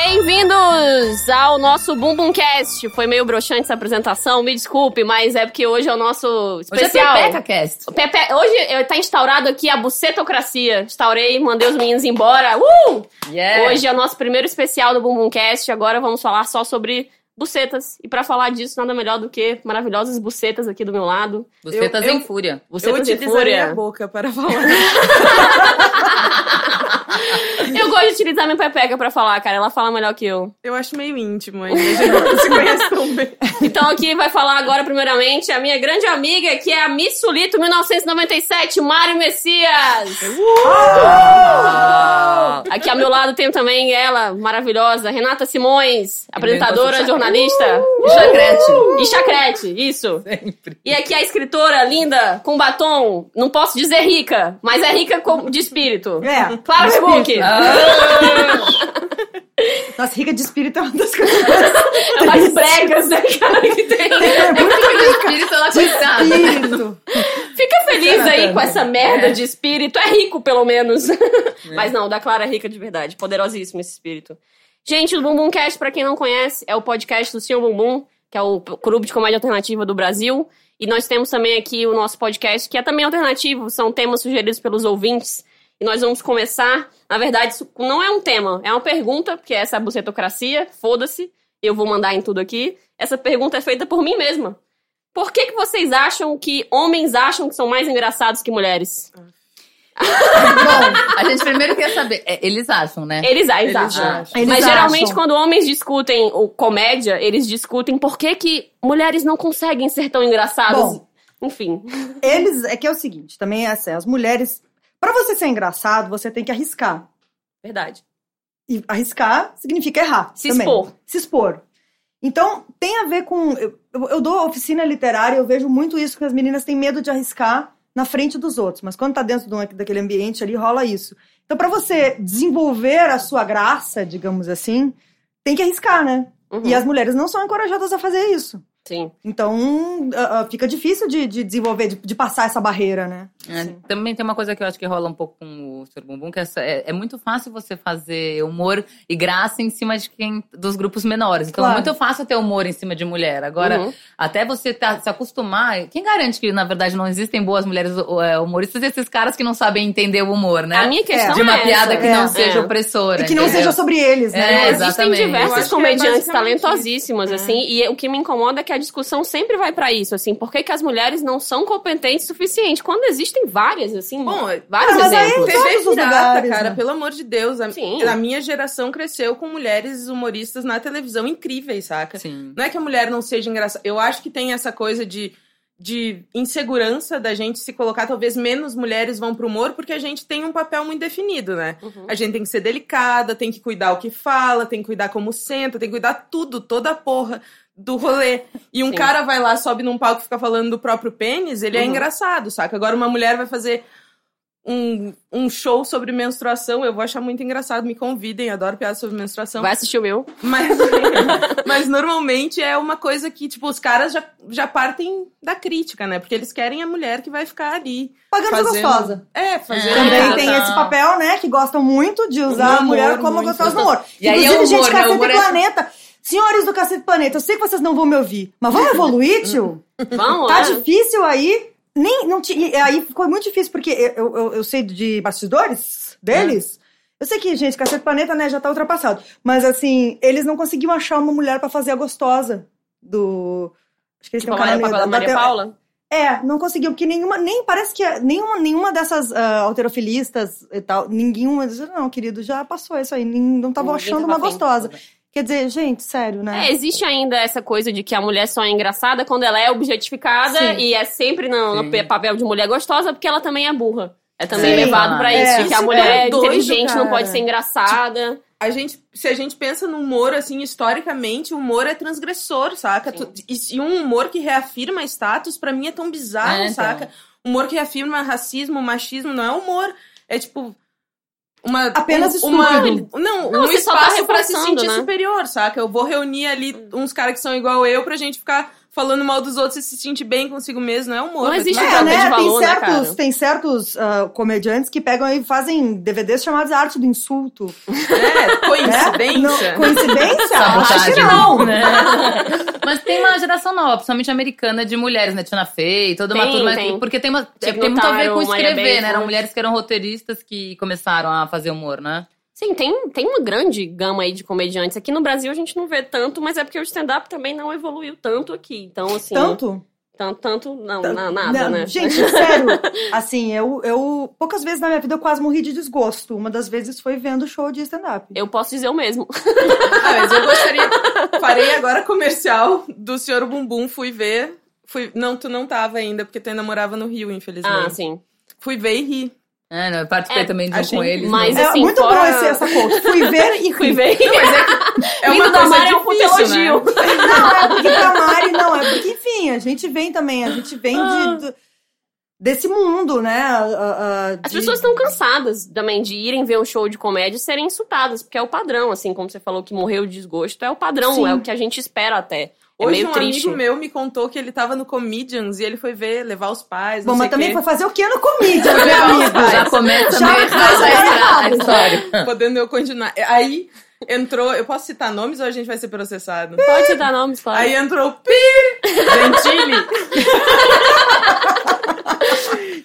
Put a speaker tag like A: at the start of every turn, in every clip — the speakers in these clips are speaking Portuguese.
A: Bem-vindos ao nosso Bumbumcast. Foi meio broxante essa apresentação, me desculpe, mas é porque hoje é tá? o nosso especial.
B: Hoje é Pepeca Cast.
A: Pepe- hoje eh, tá instaurado aqui a bucetocracia. Instaurei, mandei os meninos embora. Uh!
B: Yeah.
A: Hoje é o nosso primeiro especial do Bumbumcast. Agora vamos falar só sobre bucetas. E pra falar disso, nada melhor do que maravilhosas bucetas aqui do meu lado.
B: Bucetas
C: Eu-
B: em fúria.
C: Eu
A: Bucetas de
C: utilizarei
A: fúria.
C: a boca para falar.
A: Eu gosto de utilizar minha pepeca pra falar, cara. Ela fala melhor que eu.
C: Eu acho meio íntimo, ainda a gente não se conhece tão bem.
A: Então aqui vai falar agora, primeiramente, a minha grande amiga, que é a Miss Sulito 1997, Mário Messias.
B: Ah,
A: Aqui ao meu lado tem também ela, maravilhosa, Renata Simões, apresentadora,
B: gosto de-
A: jornalista.
D: Uh!
B: Chacrete.
A: E chacrete, isso.
B: Sempre.
A: E aqui a escritora linda, com batom, não posso dizer rica, mas é rica com- de espírito.
D: É.
A: Clara
D: de
A: Schmuck.
D: espírito.
B: Ah,
D: Nossa, rica de espírito é uma das coisas
A: É mais pregas, né, cara, que tem.
B: espírito, ela
D: É de
B: coitada.
D: espírito.
A: Fica feliz aí com essa merda de espírito. É rico, pelo menos. Mas não, o da Clara é rica de verdade. Poderosíssimo esse espírito. Gente, o Bumbumcast, pra quem não conhece, é o podcast do Senhor Bumbum, que é o clube de comédia alternativa do Brasil. E nós temos também aqui o nosso podcast, que é também alternativo. São temas sugeridos pelos ouvintes. E nós vamos começar. Na verdade, isso não é um tema, é uma pergunta, porque essa é a bucetocracia. Foda-se. Eu vou mandar em tudo aqui. Essa pergunta é feita por mim mesma. Por que, que vocês acham que homens acham que são mais engraçados que mulheres?
B: Bom, a gente primeiro quer saber. é, eles acham, né?
A: Eles, ah, eles
C: Eles
A: acham.
C: acham.
D: Eles
A: Mas geralmente,
D: acham.
A: quando homens discutem o comédia, eles discutem por que, que mulheres não conseguem ser tão engraçadas.
D: Bom.
A: Enfim.
D: Eles, é que é o seguinte, também é assim, as mulheres, Pra você ser engraçado, você tem que arriscar.
A: Verdade.
D: E arriscar significa errar.
A: Se
D: também.
A: expor.
D: Se expor. Então, tem a ver com. Eu, eu- eu dou oficina literária, eu vejo muito isso que as meninas têm medo de arriscar na frente dos outros, mas quando tá dentro de um- daquele ambiente ali, rola isso. Então, pra você desenvolver a sua graça, digamos assim, tem que arriscar, né?
A: Uhum.
D: E as mulheres não são encorajadas a fazer isso.
A: Sim.
D: Então, ah, ah, fica difícil de, de desenvolver, de, de passar essa barreira, né?
B: É, também tem uma coisa que eu acho que rola um pouco com o Sr. Bumbum, que é, essa- é- é muito fácil você fazer humor e graça em cima de quem dos grupos menores. Então
D: Claro.
B: é muito fácil ter humor em cima de mulher. Agora,
A: Uhum.
B: até você tá- se acostumar, quem garante que, na verdade, não existem boas mulheres uh, é, humoristas e esses caras que não sabem entender o humor, né?
A: A minha questão é,
B: de uma piada
A: essa.
B: que não
A: É.
B: seja
A: É.
B: opressora.
D: E que não
B: entendeu?
D: seja sobre eles, né?
B: É,
A: Existem
B: exatamente. Eu
A: diversas
C: acho que é
A: comediantes
C: basicamente isso.
A: talentosíssimas,
C: É.
A: assim, e o que me incomoda é que a discussão sempre vai pra isso, assim, por que, que as mulheres não são competentes o suficiente? Quando existem várias, assim,
C: Bom,
A: vários
D: mas aí- é
A: exemplos.
D: todos
C: TV
D: os
C: pirata,
D: lugares,
C: cara,
D: né?
C: pelo amor de Deus. A,
A: Sim.
C: a minha geração cresceu com mulheres humoristas na televisão incríveis, saca?
B: Sim.
C: Não é que a mulher não seja engraçada. Eu acho que tem essa coisa de, de insegurança da gente se colocar. Talvez menos mulheres vão pro humor porque a gente tem um papel muito definido, né?
A: Uhum.
C: A gente tem que ser delicada, tem que cuidar o que fala, tem que cuidar como senta, tem que cuidar tudo, toda a porra do rolê. E um
A: Sim.
C: cara vai lá, sobe num palco e fica falando do próprio pênis, ele é
A: Uhum.
C: engraçado, saca? Agora uma mulher vai fazer um, um show sobre menstruação, eu vou achar muito engraçado, me convidem, adoro piadas sobre menstruação.
A: Vai assistir o meu.
C: Mas, mas normalmente é uma coisa que, tipo, os caras já, já partem da crítica, né? Porque eles querem a mulher que vai ficar ali.
D: Pagando de
C: Fazendo-
D: gostosa.
C: É, fazer.
D: Também
B: Ah,
D: tem
B: tá.
D: esse papel, né? Que gostam muito de usar
C: No
D: a mulher
C: humor,
D: como
C: muito.
D: gostosa no humor.
B: E aí é
D: Inclusive,
B: humor,
D: gente,
B: né?
D: Cacete
B: Humor é-
D: Planeta. Senhores do Cacete Planeta, eu sei que vocês não vão me ouvir, mas vamos evoluir, tio?
A: Vamos
D: Tá
A: lá.
D: difícil aí. Nem, não ti- e aí ficou muito difícil, porque eu, eu, eu sei de bastidores deles.
A: É.
D: Eu sei que, gente, Cacete Planeta, né, já tá ultrapassado. Mas, assim, eles não conseguiam achar uma mulher pra fazer a gostosa do... Acho que eles
A: Tipo,
D: têm um
A: a
D: canal
A: Maria,
D: no-
A: Paula-
D: da-
A: Maria
D: da-
A: Paula?
D: é, não conseguiu, porque nenhuma, nem parece que é- nenhuma, nenhuma dessas ah, alterofilistas e tal, nenhuma, diz, não, querido, já passou isso aí, nem- não tava
A: Ninguém
D: achando
A: tá
D: uma
A: batendo.
D: gostosa. Quer dizer, gente, sério, né?
A: É, existe ainda essa coisa de que a mulher só é engraçada quando ela é objetificada
D: Sim.
A: e é sempre no, no
B: Sim.
A: pe- papel de mulher gostosa porque ela também é burra. É também
D: Sim.
A: levado pra
D: É,
A: isso, de que a
C: isso
A: mulher
C: é
A: é
C: doido,
A: inteligente, não
C: cara.
A: pode ser engraçada.
C: A gente, se a gente pensa no humor, assim, historicamente, o humor é transgressor, saca?
A: Sim.
C: Tu- e, e um humor que reafirma status, pra mim é tão bizarro,
B: É, então.
C: saca? Um Humor que reafirma racismo, machismo, não é humor. É tipo. Uma,
D: Apenas
C: um, uma,
D: estúpido.
C: Não,
A: Não,
C: um
A: você só tá
C: espaço pra se
A: reforçando,
C: sentir
A: né?
C: superior, saca? Eu vou reunir ali uns caras que são igual eu pra gente ficar falando mal dos outros e se sentir bem consigo mesmo. Não é humor.
A: Não
C: mas
A: existe
C: não
A: nada
C: é.
A: de
D: né?
A: valor, né,
D: tem certos,
A: cara?
D: tem certos ah, comediantes que pegam e fazem DVDs chamados Arte do Insulto.
C: É, coincidência.
D: Né? Não,
A: Então,
D: coincidência? Acho que
B: Sabotagem,
D: não. é
B: né? Mas tem uma geração nova, principalmente americana, de mulheres, né? Tina Fey, toda uma
A: Tem,
B: turma.
A: tem.
B: Porque tem, uma, é,
A: Tig
B: tem muito a ver
A: Notaro,
B: com
A: Maya
B: escrever, né?
A: Bacon.
B: Eram mulheres que eram roteiristas que começaram a fazer humor, né?
A: Sim, tem, tem uma grande gama aí de comediantes. Aqui no Brasil a gente não vê tanto, mas é porque o stand-up também não evoluiu tanto aqui. Então, assim.
D: Tanto?
A: Tanto, tanto não,
D: Tan-
A: na- nada,
D: Não,
A: né?
D: Gente, sério. Assim, eu, eu. Poucas vezes na minha vida eu quase morri de desgosto. Uma das vezes foi vendo show de stand-up.
A: Eu posso dizer o mesmo.
C: Ah, mas eu gostaria. Farei agora comercial do Senhor Bumbum. Fui ver. Fui... Não, tu não tava ainda, porque tu ainda morava no Rio,
A: Ah,
C: infelizmente.
A: sim.
C: Fui ver e ri.
B: É, não, eu participei
A: É,
B: também de um
C: achei-
B: com eles.
A: mas-
B: né?
D: é
A: assim,
D: muito
A: fora-
D: bom esse, essa conta. Fui ver e
A: Fui
D: ri.
A: ver.
C: É
A: Vindo
C: uma
A: da
C: coisa
A: Mari é um puto
C: difícil, né?
A: elogio.
D: Não, é porque pra Mari, não. É porque, enfim, a gente vem também. A gente vem
A: Ah.
D: de- do- desse mundo, né? a- a- a-
A: As
D: de-
A: pessoas estão cansadas também de irem ver um show de comédia e serem insultadas, porque é o padrão, assim, como você falou que morreu de desgosto, é o padrão,
D: Sim.
A: é o que a gente espera até. É
C: Hoje
A: meio
C: um
A: triste.
C: amigo meu me contou que ele tava no Comedians e ele foi ver, levar os pais, não
D: Bom, mas
C: sei
D: também
C: o
D: foi fazer o quê no comédia, né, amigo?
B: Já começa
D: Já
B: meio
D: começa
B: errado a
D: errado.
B: história.
C: quê, podendo eu continuar. Aí entrou, eu posso citar nomes ou a gente vai ser processado?
A: Pode te dar nomes, claro.
C: Aí entrou o Pir Gentili.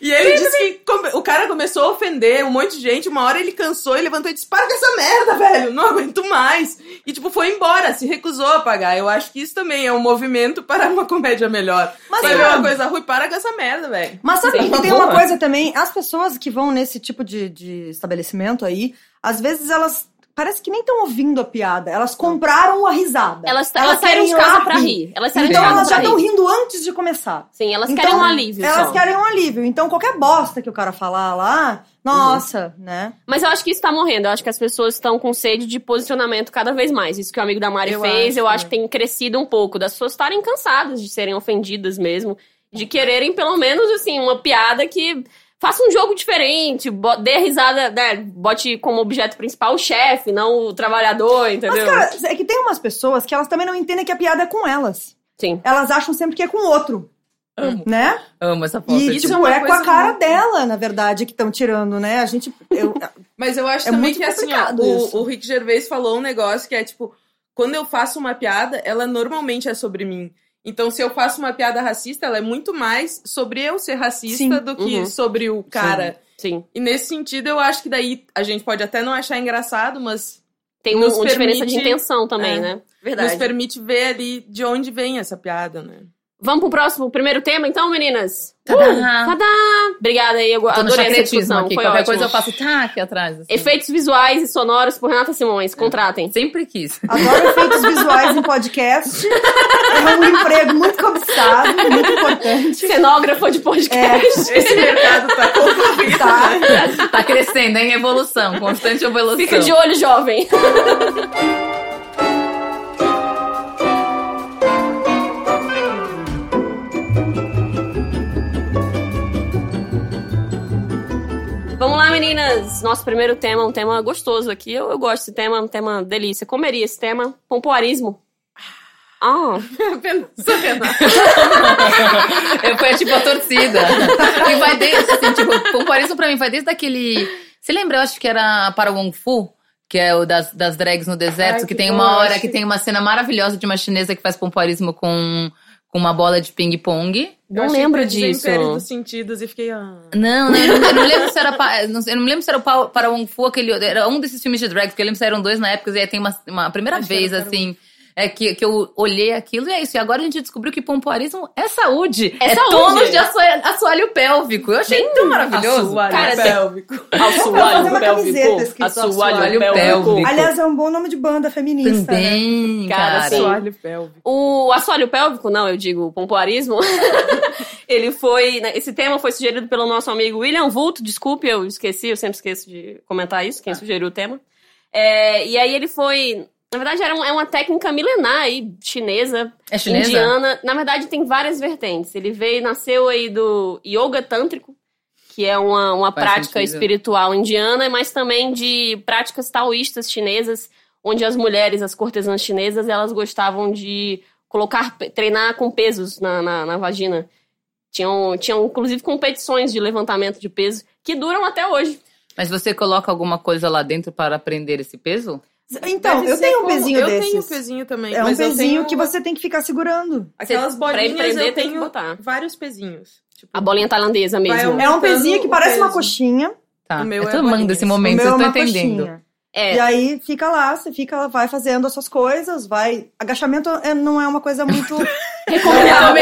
C: e ele disse que come- o cara começou a ofender um monte de gente. Uma hora ele cansou e levantou e disse: Para com essa merda, velho! Não aguento mais! E, tipo, foi embora, se recusou a pagar. Eu acho que isso também é um movimento para uma comédia melhor.
D: Mas
C: Vai
D: eu-
C: ver uma coisa ruim, para com essa merda, velho.
D: Mas sabe
C: Sim,
D: que tem
C: boa.
D: uma coisa também? As pessoas que vão nesse tipo de, de estabelecimento aí, às vezes elas parece que nem estão ouvindo a piada. Elas compraram a risada.
A: Elas, elas, saíram de
D: querem ir
A: casa
D: lá
A: pra rir. Elas saíram
D: Então
A: de casa
D: elas já
A: pra
D: estão
A: rir.
D: rindo antes de começar.
A: Sim, elas
D: Então,
A: querem um alívio
D: Elas
A: só.
D: querem um alívio. Então qualquer bosta que o cara falar lá, nossa, né?
A: Mas eu acho que isso tá morrendo. Eu acho que as pessoas estão com sede de posicionamento cada vez mais. Isso que o amigo da Mari
C: Eu
A: fez,
C: acho,
A: eu acho
C: né?
A: que tem crescido um pouco. Das pessoas estarem cansadas de serem ofendidas mesmo. De quererem, pelo menos, assim, uma piada que faça um jogo diferente. bo- Dê risada, né? Bote como objeto principal o chefe, não o trabalhador, entendeu?
D: Mas, cara, é que tem umas pessoas que elas também não entendem que a piada é com elas.
A: Sim.
D: Elas acham sempre que é com o outro.
B: Amo.
D: Né?
B: Amo essa foto.
D: E,
C: isso é
D: tipo,
C: uma
D: é, com a
C: coisa
D: cara
C: muito-
D: dela, na verdade, que estão tirando, né? A gente. eu-
C: Mas eu acho
D: É
C: também
D: muito
C: que assim, ó,
D: complicado isso.
C: o, o Rick Gervais falou um negócio que é tipo, quando eu faço uma piada, ela normalmente é sobre mim. Então, se eu faço uma piada racista, ela é muito mais sobre eu ser racista
D: Sim.
C: do que
A: Uhum.
C: sobre o cara.
A: Sim.
C: E nesse sentido, eu acho que daí a gente pode até não achar engraçado, mas
A: Tem um-
C: Nos
A: uma diferença de
C: permite-
A: intenção também,
C: é.
A: né?
C: nos permite ver ali de onde vem essa piada, né?
A: Vamos pro próximo, primeiro tema, então, meninas?
B: Tadá.
A: Obrigada aí, eu go-
B: Tá. Tô no
A: adorei essa
B: chacretismo
A: discussão.
B: aqui.
A: Foi
B: Qualquer
A: ótimo.
B: coisa eu faço tá aqui atrás. assim.
A: Efeitos visuais e sonoros por Renata Simões, contratem.
B: Sempre quis.
D: Adoro efeitos visuais em podcast. É um emprego muito cobiçado, muito importante. É,
A: Cenógrafa de podcast.
C: Esse mercado tá concorrido.
D: Tá.
C: né?
B: Tá crescendo, é em evolução. Constante evolução.
A: Fica de olho, jovem. Vamos lá, meninas. Nosso primeiro tema, um tema gostoso aqui. Eu, eu gosto desse tema, um tema delícia. Comeria esse tema. Pompoarismo. Ah,
C: Pensa, Renata.
B: Eu fui tipo a torcida. E vai desde, assim, tipo, comparismo pra mim, vai desde aquele. Você lembra, eu acho que era para o Wong Fu? Que é o das, das drags no deserto,
C: Ai,
B: que,
C: que
B: tem
C: bom,
B: uma
C: eu
B: hora
C: acho
B: que
C: que-
B: tem uma cena maravilhosa de uma chinesa que faz pompoarismo com, com uma bola de ping-pong.
A: não
C: Eu achei
A: lembro
C: que tu ia dizer
A: disso.
C: Império dos sentidos e fiquei. Ah.
B: Não, não, eu não, eu não lembro se era pa- não sei, eu não lembro se era o pa- para Wong Fu aquele era um desses filmes de drags, porque eu lembro se eram dois na época e aí tem uma, uma primeira
C: Acho que
B: vez
C: era para
B: assim é que, que eu olhei aquilo e é isso. E agora a gente descobriu que pompoarismo é saúde.
A: É saúde.
B: tônus de assoalho, assoalho pélvico. Eu achei tão maravilhoso.
C: Assoalho
A: Cara,
C: pélvico.
D: assim, fazer uma camiseta escrito
B: assoalho
A: assoalho
B: pélvico.
A: pélvico.
D: Aliás, é um bom nome de banda feminista. Né?
B: Também,
A: Cara,
B: cara.
A: Sim.
C: Assoalho pélvico.
A: O assoalho pélvico, não, eu digo pompoarismo, ele foi. né, Esse tema foi sugerido pelo nosso amigo William Vulto, desculpe, eu esqueci, eu sempre esqueço de comentar isso, quem sugeriu o tema. É, e aí ele foi. Na verdade, era um- é uma técnica milenar aí, chinesa,
B: É chinesa?
A: indiana. Na verdade, tem várias vertentes. Ele veio, nasceu aí do yoga tântrico, que é uma, uma
B: Faz
A: prática
B: sentido.
A: espiritual indiana, mas também de práticas taoístas chinesas, onde as mulheres, as cortesãs chinesas, elas gostavam de colocar, treinar com pesos na, na, na vagina. Tinham, tinham, inclusive, competições de levantamento de peso que duram até hoje.
B: Mas você coloca alguma coisa lá dentro para prender esse peso?
D: Então,
C: Deve
D: eu
C: ser
D: tenho um
C: como-
D: pezinho
C: eu
D: desses.
C: tenho um pezinho também.
D: É um
C: mas eu
D: pezinho
C: tenho
D: que você tem que ficar segurando.
C: Aquelas
A: Pra
C: bolinhas
A: empreender
C: eu
A: tem que
C: tenho
A: botar.
C: vários pezinhos. Tipo,
A: A bolinha tailandesa mesmo.
C: Vai
D: É um
C: Montando
D: pezinho que
C: o
D: parece uma
C: peso.
D: coxinha.
B: Tá.
C: O meu
B: eu
C: é
B: tô amando
C: bolinhas.
B: esse
D: O
B: momento,
D: meu é
B: vocês
D: uma
B: estão entendendo.
D: coxinha.
A: É,
D: E aí fica lá, você fica, vai fazendo as suas coisas, vai. Agachamento é- não é uma coisa muito.
A: recomendado.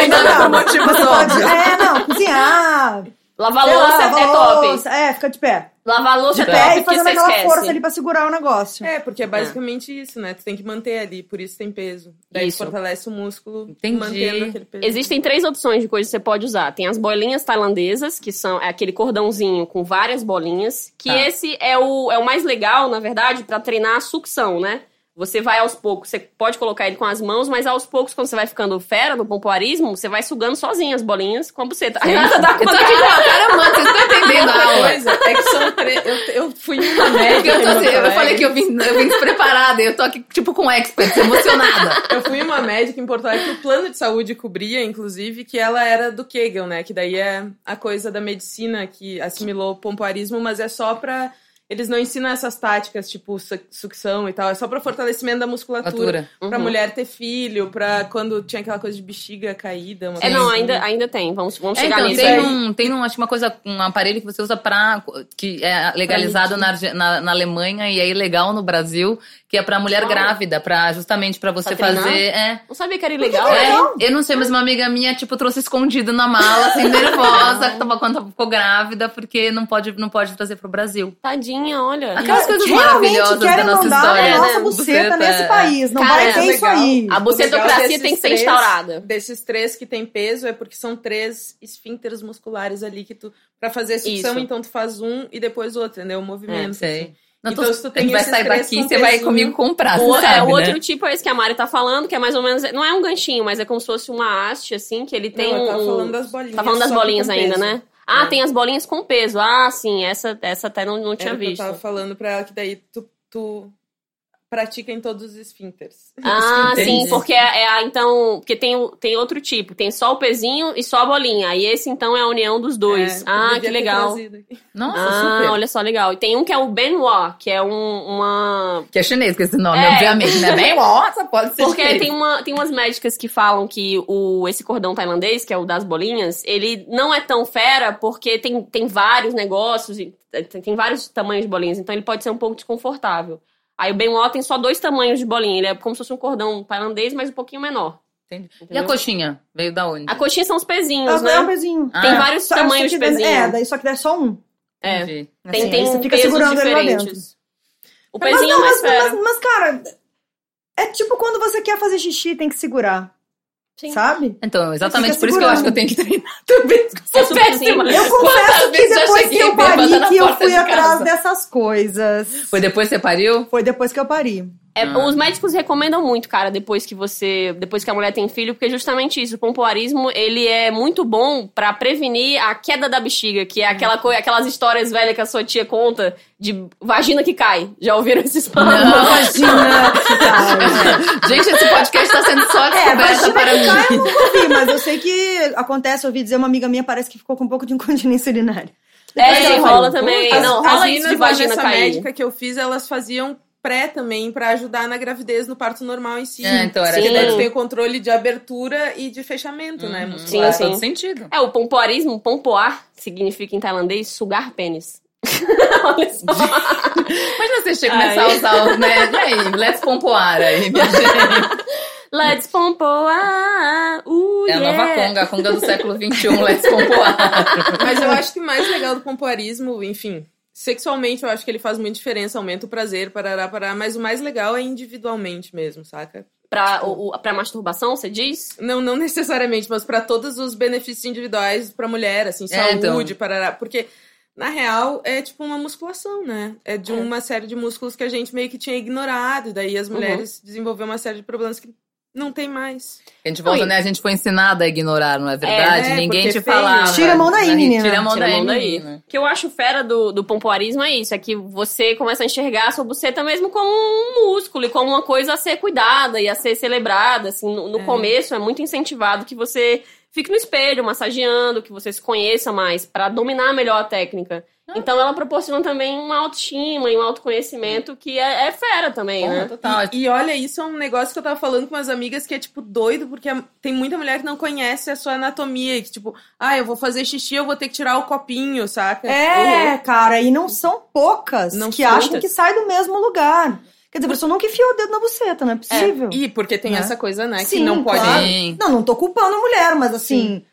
D: Você pode. É, não, cozinhar.
A: Lavar
D: sei lá,
A: louça é
D: lavar
A: top.
D: louça. É, fica de pé.
A: Lavar louça é
B: De
D: Pé
A: top
D: e
A: porque
D: fazendo
A: você
D: aquela
A: esquece.
D: força ali pra segurar o negócio.
C: É, porque é basicamente isso, né? Tu tem que manter ali, por isso tem peso. Daí
A: Isso.
C: fortalece o músculo
B: Entendi.
C: mantendo aquele peso.
A: Existem três opções de coisas que você pode usar. Tem as bolinhas tailandesas, que são é aquele cordãozinho com várias bolinhas, que
B: Tá.
A: esse é o, é o mais legal, na verdade, pra treinar a sucção, né? Você vai aos poucos, você pode colocar ele com as mãos, mas aos poucos, quando você vai ficando fera no pompoarismo, você vai sugando sozinho as bolinhas com a buceta. Aí nada dá
B: Eu
A: conta.
B: tô aqui com a cara, mano, vocês estão entendendo a
C: Outra
B: aula.
C: coisa é que são três. Eu, eu fui em uma
B: É que
C: médica.
B: eu, tô assim,
C: em Porto
B: eu
C: Alegre.
B: falei que eu vim, eu vim despreparada, eu tô aqui, tipo, com experts, emocionada.
C: Eu fui em uma médica em Porto Alegre que o plano de saúde cobria, inclusive, que ela era do Kegel, né? Que daí é a coisa da medicina que assimilou o pompoarismo, mas é só pra. Eles não ensinam essas táticas, tipo su- sucção e tal, é só pra fortalecimento da musculatura.
B: Altura.
A: Uhum.
C: Pra mulher ter filho, pra quando tinha aquela coisa de bexiga caída. Uma
A: É,
C: coisa
A: não,
C: assim.
A: ainda, ainda tem. Vamos, vamos
B: É,
A: chegar
B: então,
A: nisso.
B: tem
A: aí.
B: um, tem um, acho que uma coisa, um aparelho que você usa pra, que é legalizado na, Arge- na, na Alemanha e é ilegal no Brasil, que é pra mulher
A: Uau.
B: grávida, pra, justamente pra você
A: Pra treinar?
B: fazer, é.
A: Não sabia que era ilegal.
B: É,
A: né?
B: eu não sei, mas uma amiga minha, tipo, trouxe escondido na mala, assim, nervosa, que tava, quando ficou grávida, porque não pode, não pode trazer pro Brasil.
A: Tadinha, olha.
B: Aquelas coisas maravilhosas
D: Realmente
B: da
D: querem
B: nossa
D: mandar
B: história,
D: a nossa
B: né?
D: buceta
B: Buceta,
D: nesse
B: é.
D: país. Não
A: Cara,
D: vai ter
A: é
D: isso aí.
A: A
C: O
A: bucetocracia
C: legal
A: tem que ser
C: desses
A: instaurada.
C: Desses três que tem peso é porque são três esfínteres musculares ali que tu. Pra fazer a sucção,
A: Isso. É,
C: então tu faz um e depois o outro, entendeu? O movimento. assim.
B: Sei. Não,
C: Então,
B: tu,
C: se tu tem
B: vai
C: esses
B: sair
C: três
B: daqui,
C: com
B: você vai
C: pezinho,
B: comigo comprar,
A: O,
B: você
A: é,
B: sabe,
A: o outro
B: né?
A: tipo é esse que a Mari tá falando, que é mais ou menos. Não é um ganchinho, mas é como se fosse uma haste, assim, que ele tem
C: Não, Então, eu tava
A: um.
C: falando das bolinhas.
A: tá falando das
C: só que
A: bolinhas
C: com
A: ainda,
C: peso.
A: né? Ah,
C: É.
A: tem as bolinhas com peso. Ah, sim, essa, essa até não, não tinha
C: Era o que
A: visto.
C: Eu tava falando pra ela que daí tu, tu pratica em todos os esfínteres.
A: Ah,
B: Entendi.
A: sim, porque é, é a- então. Porque tem, o- tem outro tipo, tem só o pezinho e só a bolinha. E esse então é a união dos dois.
C: É, eu
A: ah,
C: devia
A: que
C: ter
A: legal.
C: trazido aqui.
B: Nossa,
A: ah,
B: super.
A: olha só, legal. E tem um que é o Benoit, que é um- uma
B: Que é chinês com esse nome,
A: É.
B: obviamente, né? Bem, nossa, pode ser
A: Porque
B: chinês.
A: é, tem, uma, tem umas médicas que falam que o, esse cordão tailandês, que é o das bolinhas, ele não é tão fera porque tem, tem vários negócios, e tem, tem vários tamanhos de bolinhas, então ele pode ser um pouco desconfortável. Aí o Benwall tem só dois tamanhos de bolinha, ele é como se fosse um cordão tailandês, mas um pouquinho menor.
B: Entendi. E a
A: Entendeu?
B: coxinha? Veio da onde?
A: A coxinha são os pezinhos,
D: Elas
A: né?
D: não é um pezinho.
B: Ah,
A: Tem vários
D: Só-
A: tamanhos
D: só
A: de
D: que deve-
A: pezinho.
D: É, daí só que der só um.
A: é.
B: Entendi.
A: Tem,
D: Assim,
A: tem
D: aí você fica
A: pesos
D: segurando ele lá dentro.
A: diferentes. O
D: Mas,
A: pezinho
D: não,
A: é mais
D: mas,
A: fera.
D: mas- mas, cara, é tipo quando você quer fazer xixi, tem que segurar.
A: Sim.
D: Sabe?
B: Então, exatamente
D: Fica
B: por isso que eu
D: segurando.
B: acho que eu tenho que treinar também. porque
A: É
B: Eu sou
A: super
B: péssima.
A: simples.
D: Eu confesso que
B: vezes eu
D: depois que
B: cheguei
D: eu
B: bêbada
D: pari,
B: na
D: que eu
B: porta
D: fui
B: de casa?
D: atrás dessas coisas.
B: Foi depois que você pariu?
D: Foi depois que eu pari.
A: É,
B: Ah.
A: Os médicos recomendam muito, cara, depois que você. Depois que a mulher tem filho, porque é justamente isso, o pompoarismo, ele é muito bom pra prevenir a queda da bexiga, que é aquela coi- aquelas histórias velhas que a sua tia conta de vagina que cai. Já ouviram esses panos?
D: Imagina que cara.
B: Gente, esse podcast tá sendo só descoberta
D: É, vagina
B: para
D: que
B: mim.
D: cai eu nunca ouvi, mas eu sei que acontece, eu ouvi dizer, uma amiga minha parece que ficou com um pouco de incontinência urinária.
A: É,
D: Depois ela
A: rola
D: falou,
A: também.
C: As-
A: não,
C: as
A: rola isso de
C: meninas da
A: vagina
C: nessa
A: cair.
C: médica que eu fiz, elas faziam pré também pra ajudar na gravidez no parto normal em si.
B: É, então era
A: Sim.
C: Porque daí tu
B: tipo-
C: tem o controle de abertura e de fechamento, né?
B: Uhum.
C: muscular.
B: Faz
A: sim.
B: todo sentido.
A: É, o pompoarismo, pompoar, significa em tailandês sugar pênis. Olha só.
B: Imagina você chega a começar a
A: Ai.
B: usar os, né? E aí, let's pompoar aí, minha gente.
A: Let's pompoar. Uh,
B: É a
A: yeah.
B: nova conga, a conga do século XXI, let's pompoar.
C: Mas eu acho que o mais legal do pompoarismo, enfim, sexualmente eu acho que ele faz muita diferença, aumenta o prazer, parará, parará, mas o mais legal é individualmente mesmo, saca?
A: Pra, o, o- pra masturbação, você diz?
C: Não, não necessariamente, mas pra todos os benefícios individuais pra mulher, assim,
D: É,
C: saúde,
B: então.
C: parará, porque na real é tipo uma musculação, né? É de
D: Uhum.
C: uma série de músculos que a gente meio que tinha ignorado, e daí as mulheres desenvolveram uma série de problemas que Não tem mais.
B: A gente volta,
A: Oi.
B: né? A gente foi ensinada a ignorar, não é verdade?
C: né?
B: Ninguém
C: Porque
B: te
C: é feio.
B: falava.
D: Tira a mão daí, menina.
B: Tira a mão
A: Tira a
B: daí,
A: mão daí. né?
B: menina.
A: O que eu acho fera do, do pompoarismo é isso, é que você começa a enxergar a sua buceta mesmo como um músculo e como uma coisa a ser cuidada e a ser celebrada, assim, no, no começo é muito incentivado que você fique no espelho massageando, que você se conheça mais pra dominar melhor a técnica. Então ela proporciona também uma autoestima e um autoconhecimento que é, é fera também,
B: Porra,
A: né?
B: total.
C: E olha, isso é um negócio que eu tava falando com umas amigas que é, tipo, doido, porque a- tem muita mulher que não conhece a sua anatomia, que, tipo, ah, eu vou fazer xixi, eu vou ter que tirar o copinho, saca?
D: É, cara, e não são poucas
C: Não
D: que
C: são
D: acham
A: muitas.
D: que sai do mesmo lugar. Quer dizer, a pessoa nunca enfiou o dedo na buceta, não é possível.
C: E porque tem
D: Né?
C: essa coisa, né, que
D: Sim,
C: não pode...
D: claro.
B: Sim.
D: Não, não tô culpando a mulher, mas assim,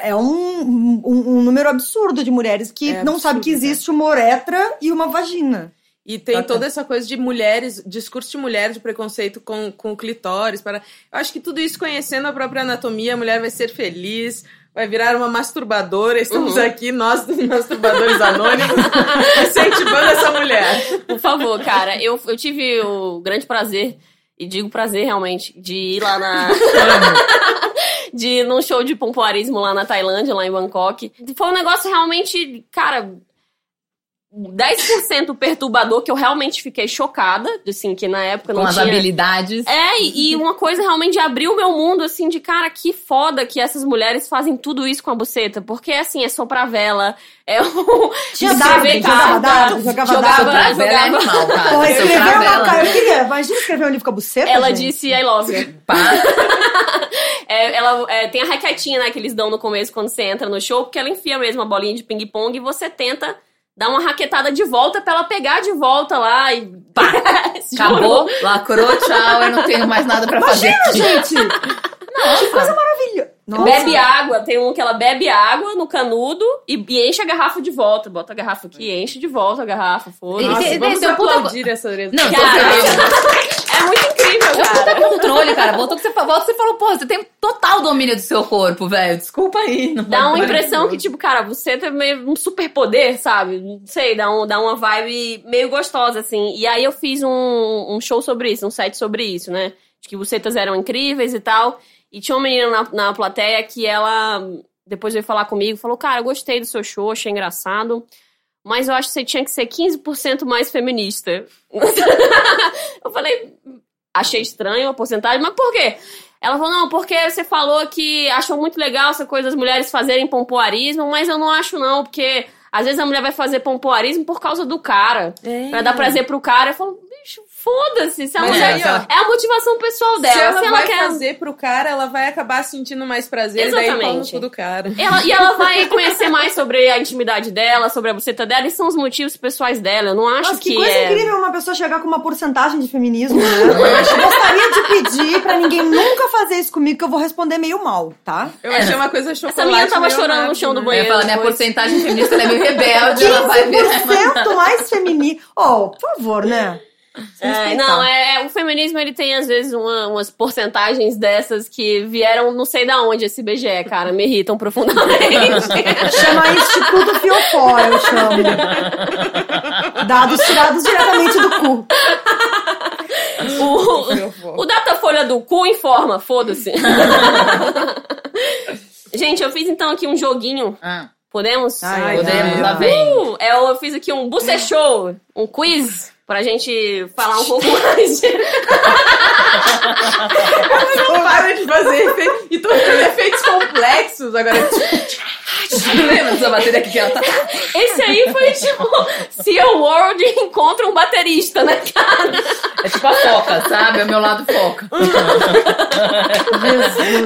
D: é um, um, um número absurdo de mulheres que
C: É
D: não sabem
C: absurdo,
D: que existe uma uretra e uma vagina.
C: E tem
D: Tá, tá.
C: toda essa coisa de mulheres, discurso de mulher, de preconceito com, com clitóris. Para... Eu acho que tudo isso conhecendo a própria anatomia, a mulher vai ser feliz, vai virar uma masturbadora. Estamos
A: Uhum.
C: aqui, nós, masturbadores anônimos, incentivando essa mulher.
A: Por favor, cara, eu, eu tive o grande prazer, e digo prazer realmente, de ir lá na. de ir num show de pompoarismo lá na Tailândia, lá em Bangkok. Foi um negócio realmente, cara. 10% perturbador que eu realmente fiquei chocada, assim, que na época
B: Com
A: não
B: as
A: tinha.
B: habilidades.
A: É, e e uma coisa realmente abriu o meu mundo, assim, de cara, que foda que essas mulheres fazem tudo isso com a buceta. Porque, assim, é soprar vela, é o.
D: Tinha dado,
A: escrever
D: jogava
A: carta,
D: dado, jogava
A: jogava,
D: dado.
B: Pra vela é
A: jogava-
B: animal, cara.
D: Porra,
B: Seu
D: escrever uma
B: Travela,
D: cara. Eu queria, imagina escrever um livro com a
B: É,
D: buceta.
A: Ela
D: gente.
A: disse I love you.
B: pá.
A: É, ela é, tem a raquetinha, né, que eles dão no começo quando você entra no show, que ela enfia mesmo a bolinha de ping-pong e você tenta dar uma raquetada de volta pra ela pegar de volta lá e pá,
B: Acabou, lacrou, tchau, eu não tenho mais nada pra fazer.
D: Imagina, gente! Nossa. Que coisa maravilhosa. Nossa.
A: Bebe água, tem um que ela bebe água no canudo e, e enche a garrafa de volta. Bota a garrafa aqui, enche de volta a garrafa, foda
B: E-
C: Nossa,
B: e-
C: vamos
B: esse é o puta-
C: aplaudir essa
B: Não, tô
A: Cara,
B: feliz.
A: É muito incrível,
B: É um puta
A: cara.
B: controle, cara. Voltou que você fa- volta, você falou, pô, você tem total domínio do seu corpo, velho. Desculpa aí. não
A: Dá uma
B: pode-
A: impressão que, tipo, cara, você tem meio um superpoder, sabe? Não sei, dá, um, dá uma vibe meio gostosa, assim. E aí eu fiz um, um show sobre isso, um set sobre isso, né? De que bucetas eram incríveis e tal. E tinha uma menina na, na plateia que ela, depois veio falar comigo, falou: Cara, eu gostei do seu show, achei engraçado. Mas eu acho que você tinha que ser 15% mais feminista. eu falei, achei estranho a porcentagem, mas por quê? Ela falou, não, porque você falou que achou muito legal essa coisa das mulheres fazerem pompoarismo, mas eu não acho não, porque às vezes a mulher vai fazer pompoarismo por causa do cara.
C: É.
A: Pra dar prazer pro cara. Eu falo, bicho, foda-se. Se a
C: Mas
A: mulher...
B: aí, ó.
A: É a motivação pessoal dela.
C: Se ela, vai
A: quer...
C: fazer pro cara, ela vai acabar sentindo mais prazer e daí pau no
A: Exatamente.
C: cu do cara.
A: Ela- e ela vai conhecer mais sobre a intimidade dela, sobre a buceta dela, e são os motivos pessoais dela. Eu não acho
D: Nossa, que,
A: que,
D: coisa
A: é.
D: incrível uma pessoa chegar com uma porcentagem de feminismo. Né? Eu gostaria de pedir pra ninguém nunca fazer isso comigo, que eu vou responder meio mal, tá?
C: Eu achei uma coisa chocolate.
A: É. Essa menina tava
C: meio
A: chorando no
C: amargo,
A: chão do
C: né?
B: Eu ia
A: banheiro.
B: falar, minha
A: depois.
B: porcentagem feminista ela é meio rebelde, ela vai virar.
D: 15% mais feminino. Oh, por favor, né?
A: É, não,
D: tá.
A: é, é, o feminismo ele tem às vezes uma- umas porcentagens dessas que vieram não sei da onde esse BGE, cara, me irritam profundamente.
D: Chama Instituto Fiofó, eu chamo. Dados tirados diretamente do cu.
A: o,
C: Eu vou.
A: O Datafolha do cu informa, foda-se. Gente, eu fiz então aqui um joguinho.
B: Ah,
A: Podemos?
C: Ai,
B: podemos,
C: ai,
B: lá
C: ai.
B: vem.
A: Uh, é, eu fiz aqui um Buce Show, um quiz, pra gente falar um pouco mais. de-
C: Não para de fazer efeitos. E tô fazendo efeitos complexos agora.
B: Lembra dessa bateria aqui que ela tá.
A: Esse aí foi tipo se a World encontra um baterista, né, cara?
B: É tipo a foca, sabe? É o meu lado foca.
D: tá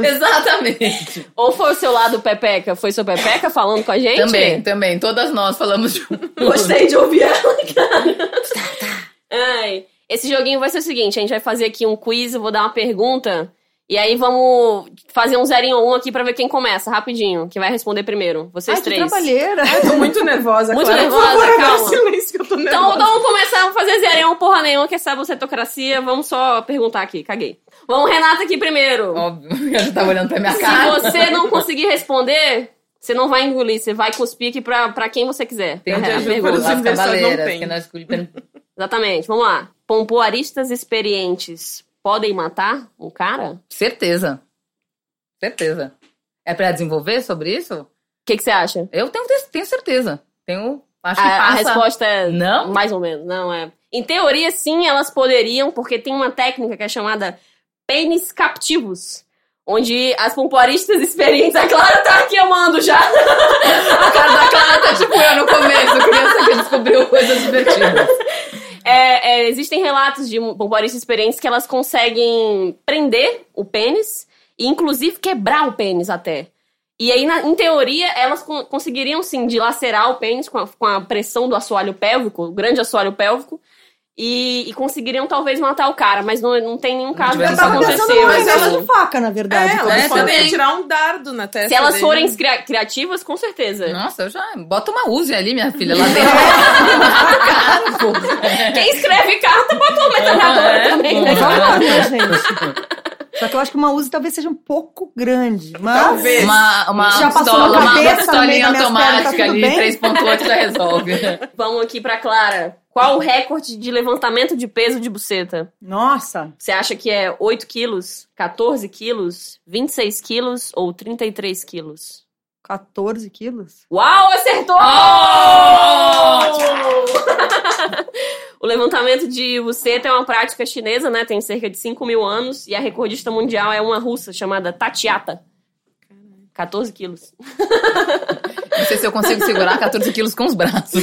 B: Exatamente.
A: Ou foi o seu lado Pepeca? Foi seu Pepeca falando com a gente?
B: Também, também. Todas nós falamos juntos.
A: Gostei de ouvir ela, cara. Tá, Ai, esse joguinho vai ser o seguinte: a gente vai fazer aqui um quiz, eu vou dar uma pergunta. E aí vamos fazer um zerinho ou um aqui pra ver quem começa, rapidinho. Quem vai responder primeiro. Vocês
D: Ai, que
A: três.
D: trabalheira.
C: Eu tô muito nervosa,
A: Muito
C: Clara.
A: nervosa,
C: Por favor,
A: calma.
C: dá um silêncio que eu tô nervosa.
A: Então, então vamos começar a fazer zerinho ou porra nenhuma, que é essa bucetocracia. Vamos só perguntar aqui, caguei. Vamos, Renata aqui primeiro.
B: Óbvio, ela já tava olhando pra minha
A: Se
B: cara.
A: você não conseguir responder, você não vai engolir, você vai cuspir aqui pra, pra quem você quiser.
D: um
A: É,
B: Tem
A: a, a
C: ajuda
A: pergunta.
C: para os
B: As
C: investidores não
B: cavaleiras,
C: tem.
B: que nós escolhemos.
A: Exatamente, vamos lá. Pompoaristas experientes podem matar um cara? O
B: Certeza. Certeza. É pra desenvolver sobre isso?
A: que que você acha?
B: Eu tenho, tenho certeza. Tenho. Acho que
A: A, a
B: passa.
A: resposta é
B: Não?
A: mais ou menos, não é. Em teoria, sim, elas poderiam, porque tem uma técnica que é chamada pênis captivos. Onde as pompoaristas experientes. A Clara tá aqui amando já.
B: A cara da Clara tá tipo eu no começo, criança que
C: É,
D: é
B: descobriu coisas divertidas.
A: É, é, existem relatos de pompoaristas experientes que elas conseguem prender o pênis e, inclusive, quebrar o pênis até. E aí, na- em teoria, elas con- conseguiriam, sim, dilacerar o pênis com a, com a pressão do assoalho pélvico, o grande assoalho pélvico, e, e conseguiriram, talvez, matar o cara. Mas não, não tem nenhum caso que
B: tivemos
D: Eu
A: isso
D: tava
A: aconteceu.
D: pensando numa
C: mas
D: inversa
C: ela-
D: de faca, na verdade.
C: É,
D: quando
C: elas
B: É,
D: você-
C: podem
B: também.
C: tirar um dardo na testa
A: Se elas
C: dele.
A: forem cria- criativas, com certeza.
B: Nossa, eu já. Bota uma Uzi ali, minha filha, lá dentro.
A: Quem escreve carta bota uma metralhadora
B: É,
A: também,
D: Não
A: né?
D: vale nada, né, gente? Só que eu acho que uma Uzi talvez seja um pouco grande. Mas
C: Talvez.
B: uma, uma
D: Já passou
B: pistola,
D: na
B: uma, uma
D: cabeça, no meio
B: pistolinha
D: da minha perna,
B: automática
D: tá tudo
B: ali,
D: bem?
B: 3.8 já resolve.
A: Vamos aqui pra Clara. Qual o recorde de levantamento de peso de buceta?
D: Nossa.
A: Você acha que é 8 quilos, 14 quilos, 26 quilos ou 33 quilos?
D: 14 quilos?
A: Uau, acertou!
D: Oh!
B: Oh!
A: o levantamento de buceta é uma prática chinesa, né? Tem cerca de 5 mil anos. E a recordista mundial é uma russa chamada Tatiata. 14 quilos.
B: Não sei se eu consigo segurar 14 quilos com os braços.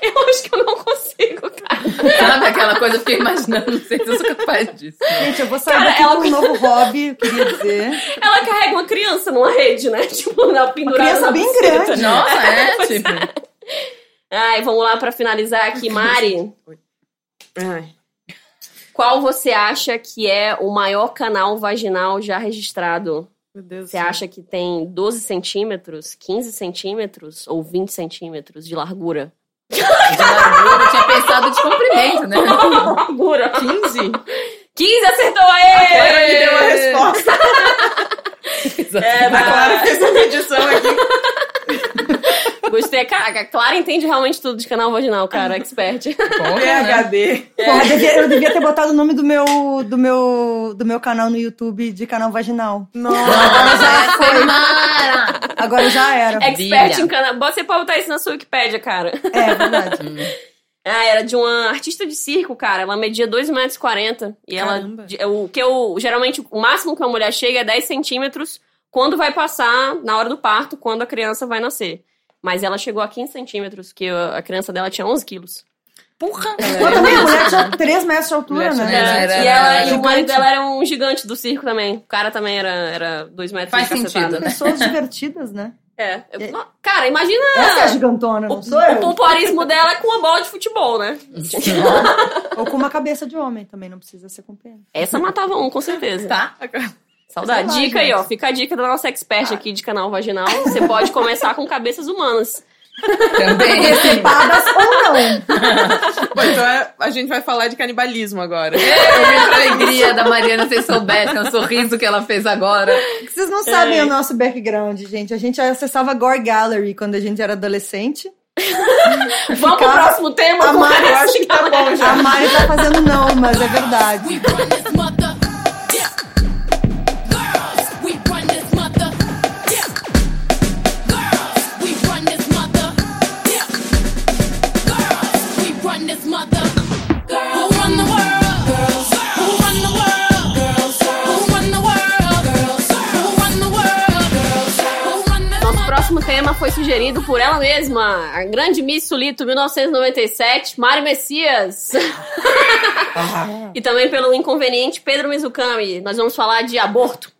A: Eu acho que eu não consigo, cara.
B: Sabe aquela coisa? Eu fiquei imaginando, não sei se eu sou capaz disso.
D: Gente, eu vou sair
A: Cara,
D: daqui
A: ela-
D: com um novo hobby, eu queria dizer.
A: Ela carrega uma criança numa rede, né? Tipo, na
D: Uma
A: pendurada
D: criança
A: na
D: bem
A: buceta.
D: grande.
B: Nossa, é? Tipo,
A: Ai, vamos lá pra finalizar aqui, Mari.
C: Ai.
A: Qual você acha que é o maior canal vaginal já registrado?
C: Meu Deus. do
A: Você
C: céu.
A: acha que tem 12 centímetros, 15 centímetros ou 20 centímetros de largura?
B: de largura, eu tinha pensado de comprimento, né?
A: largura!
C: 15?
A: 15 acertou
C: Agora me
A: aí!
C: deu uma resposta.
A: É,
C: A Ah, Clara
A: mas...
C: fez a medição aqui.
A: Gostei. Caraca, a Clara entende realmente tudo de canal vaginal, cara. Expert.
B: Porra, né?
C: PHD.
D: Porra, eu devia, eu devia ter botado o nome do meu, do, meu, do meu canal no YouTube de canal vaginal.
C: Nossa.
D: Agora já foi.
B: Mara!
D: Agora já era.
A: Expert em canal... Você pode botar isso na sua Wikipédia, cara.
D: É, verdade.
A: Ah, era de uma artista de circo, cara. Ela media 2,40 metros. E
C: Caramba.
A: ela. de- é O que eu. Geralmente, o máximo que uma mulher chega é 10 centímetros quando vai passar na hora do parto, quando a criança vai nascer. Mas ela chegou a 15 centímetros, que a a criança dela tinha 11 quilos.
B: Porra!
D: Mas também a mulher tinha 3 metros de altura,
B: Mulher
D: né?
B: tinha- Ela
A: É,
B: era-
A: e ela e o
D: gigante.
A: marido dela era um gigante do circo também. O cara também era, era 2 metros
B: Faz
A: e cacetada.
B: sentido, né?
D: Pessoas divertidas, né?
A: É. Eu- cara, imagina
D: Essa é a gigantona,
A: o,
D: não sou
A: o
D: eu?
A: pompoarismo dela com uma bola de futebol, né?
D: Ou com uma cabeça de homem também, não precisa ser com pena.
A: Essa matava um, com certeza.
B: Tá?
A: Saudade.
D: Sei lá,
A: dica aí, ó. Fica a dica da nossa expert aqui de canal vaginal. Você pode começar com cabeças humanas.
B: Também. assim,
D: Padas ou não.
C: Bom, então é- a gente vai falar de canibalismo agora.
B: A alegria da Mariana, se soubessem o sorriso que ela fez agora.
D: Porque Vocês não sabem
A: É.
D: o nosso background, gente. A gente acessava Gore Gallery quando a gente era adolescente.
A: Vamos pro próximo tema.
D: A Mari,
A: conversa,
D: eu acho que tá
A: galera.
D: bom já. A Mari tá fazendo não, mas é verdade.
E: run this mother. Yeah. Girls, we run this mother. Yeah. Girls, we run this mother. Yeah. Girls, we run this mother. Girls, who run the world? Girls, who run the world? Girls, who run the world? Girls, who run the world? Girls, who run this
A: Nosso
E: mother?
A: próximo tema foi sugerido por ela mesma, a grande Miss Sulito 1997, Mari Messias. e também pelo inconveniente Pedro Mizukami. Nós vamos falar de aborto.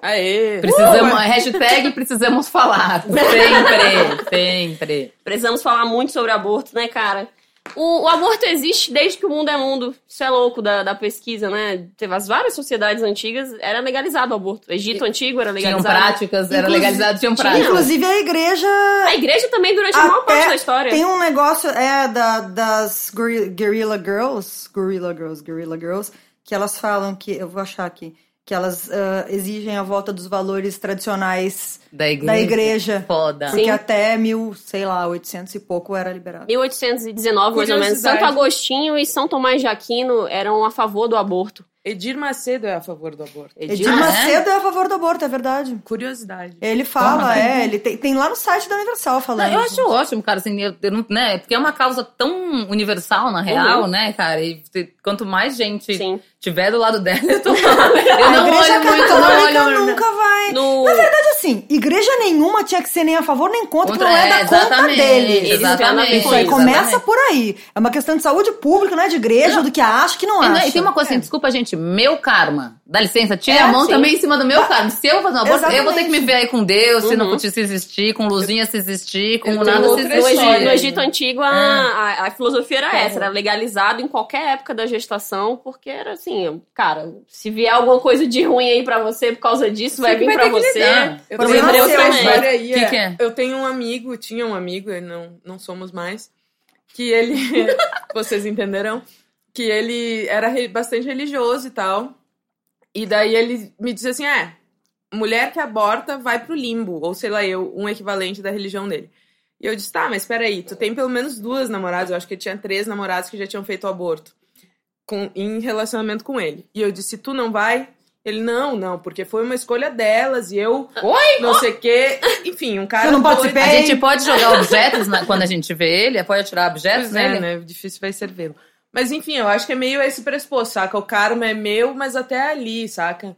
C: Aê.
B: Precisamos, hashtag precisamos falar. Sempre, sempre.
A: Precisamos falar muito sobre aborto, né, cara? O, o aborto existe desde que o mundo é mundo. Isso é louco da, da pesquisa, né? Teve as várias sociedades antigas, era legalizado o aborto. O Egito antigo era
B: Tinham
A: legalizado.
B: práticas, era
D: Inclusive-
B: legalizado, tinham práticas.
D: Inclusive, a igreja
A: A igreja também durante a maior parte da
D: até
A: história.
D: tem um negócio é da, das gori- Guerrilla Girls, Guerrilla Girls, Guerrilla Girls, que elas falam que eu vou achar aqui. que elas ah, exigem a volta dos valores tradicionais
B: Da igreja.
D: da igreja.
B: Foda.
D: Porque
A: Sim.
D: até mil, sei lá, 800 e pouco era liberado.
A: 1819, mais ou menos,
C: Curiosidade.
A: Santo Agostinho e São Tomás de Aquino eram a favor do aborto.
C: Edir Macedo é a favor do aborto.
D: Edir
B: Ah, é?
D: Macedo é a favor do aborto, é verdade.
C: Curiosidade.
D: Ele fala, é, ele tem, tem lá no site da Universal
B: "Ah, Não,
D: falando.
B: eu acho ótimo, cara, assim, eu, eu não, né? Porque é uma causa tão universal, na real, né, cara? E te- quanto mais gente
A: Sim.
B: tiver do lado dela, eu tô Eu
D: a
B: não
D: igreja
B: olho muito, não
D: católica
B: olho muito.
D: nunca vai.
A: No...
D: Mas assim, igreja nenhuma tinha que ser nem a favor nem contra, porque
B: Contra-
D: não é da
B: é,
D: conta
B: exatamente,
D: dele.
A: Eles não têm nada a ver
B: exatamente.
A: com
D: Isso aí
A: isso,
D: começa por aí. É uma questão de saúde pública, não é de igreja, do que acha, que não
B: E,
D: acha.
B: né, e tem uma coisa assim, desculpa, gente, meu karma. Dá licença, tira
D: É,
B: a mão
A: sim.
B: também em cima do meu karma. Se eu fazer um aborto, eu vou ter que me ver aí com Deus, se
A: Uhum.
B: não curtir se existir, com luzinha se existir, com
C: Eu-
B: nada se
C: outra
A: No
B: existir.
A: Egito,
C: história.
A: no Egito Antigo, a,
C: Ah.
A: a- a filosofia era
D: É.
A: essa, era legalizado em qualquer época da gestação, porque era assim, cara, se vier alguma coisa de ruim aí pra você por causa disso, vai vir pra você.
C: Eu
D: Por
C: tenho
D: exemplo,
C: uma
D: eu
C: outra
D: também.
C: história aí.
B: Que
C: é,
B: que é?
C: Eu tenho um amigo, tinha um amigo, ele não, não somos mais, que ele. vocês entenderão. Que ele era re- bastante religioso e tal. E daí ele me disse assim: é, mulher que aborta vai pro limbo, ou sei lá eu, um equivalente da religião dele. E eu disse, tá, mas peraí, tu tem pelo menos duas namoradas, eu acho que eu tinha três namoradas que já tinham feito o aborto com, em relacionamento com ele. E eu disse, tu não vai? Ele, não, não, porque foi uma escolha delas e eu. Oi? Não sei o quê. Enfim, um cara.
D: Eu não
C: doido.
D: participei.
B: A gente pode jogar objetos na- quando a gente vê ele, pode atirar objetos
C: Pois é,
B: nele.
C: né? Difícil vai ser vê-lo. Mas enfim, eu acho que é meio esse pressuposto, saca? O karma é meu, mas até ali, saca?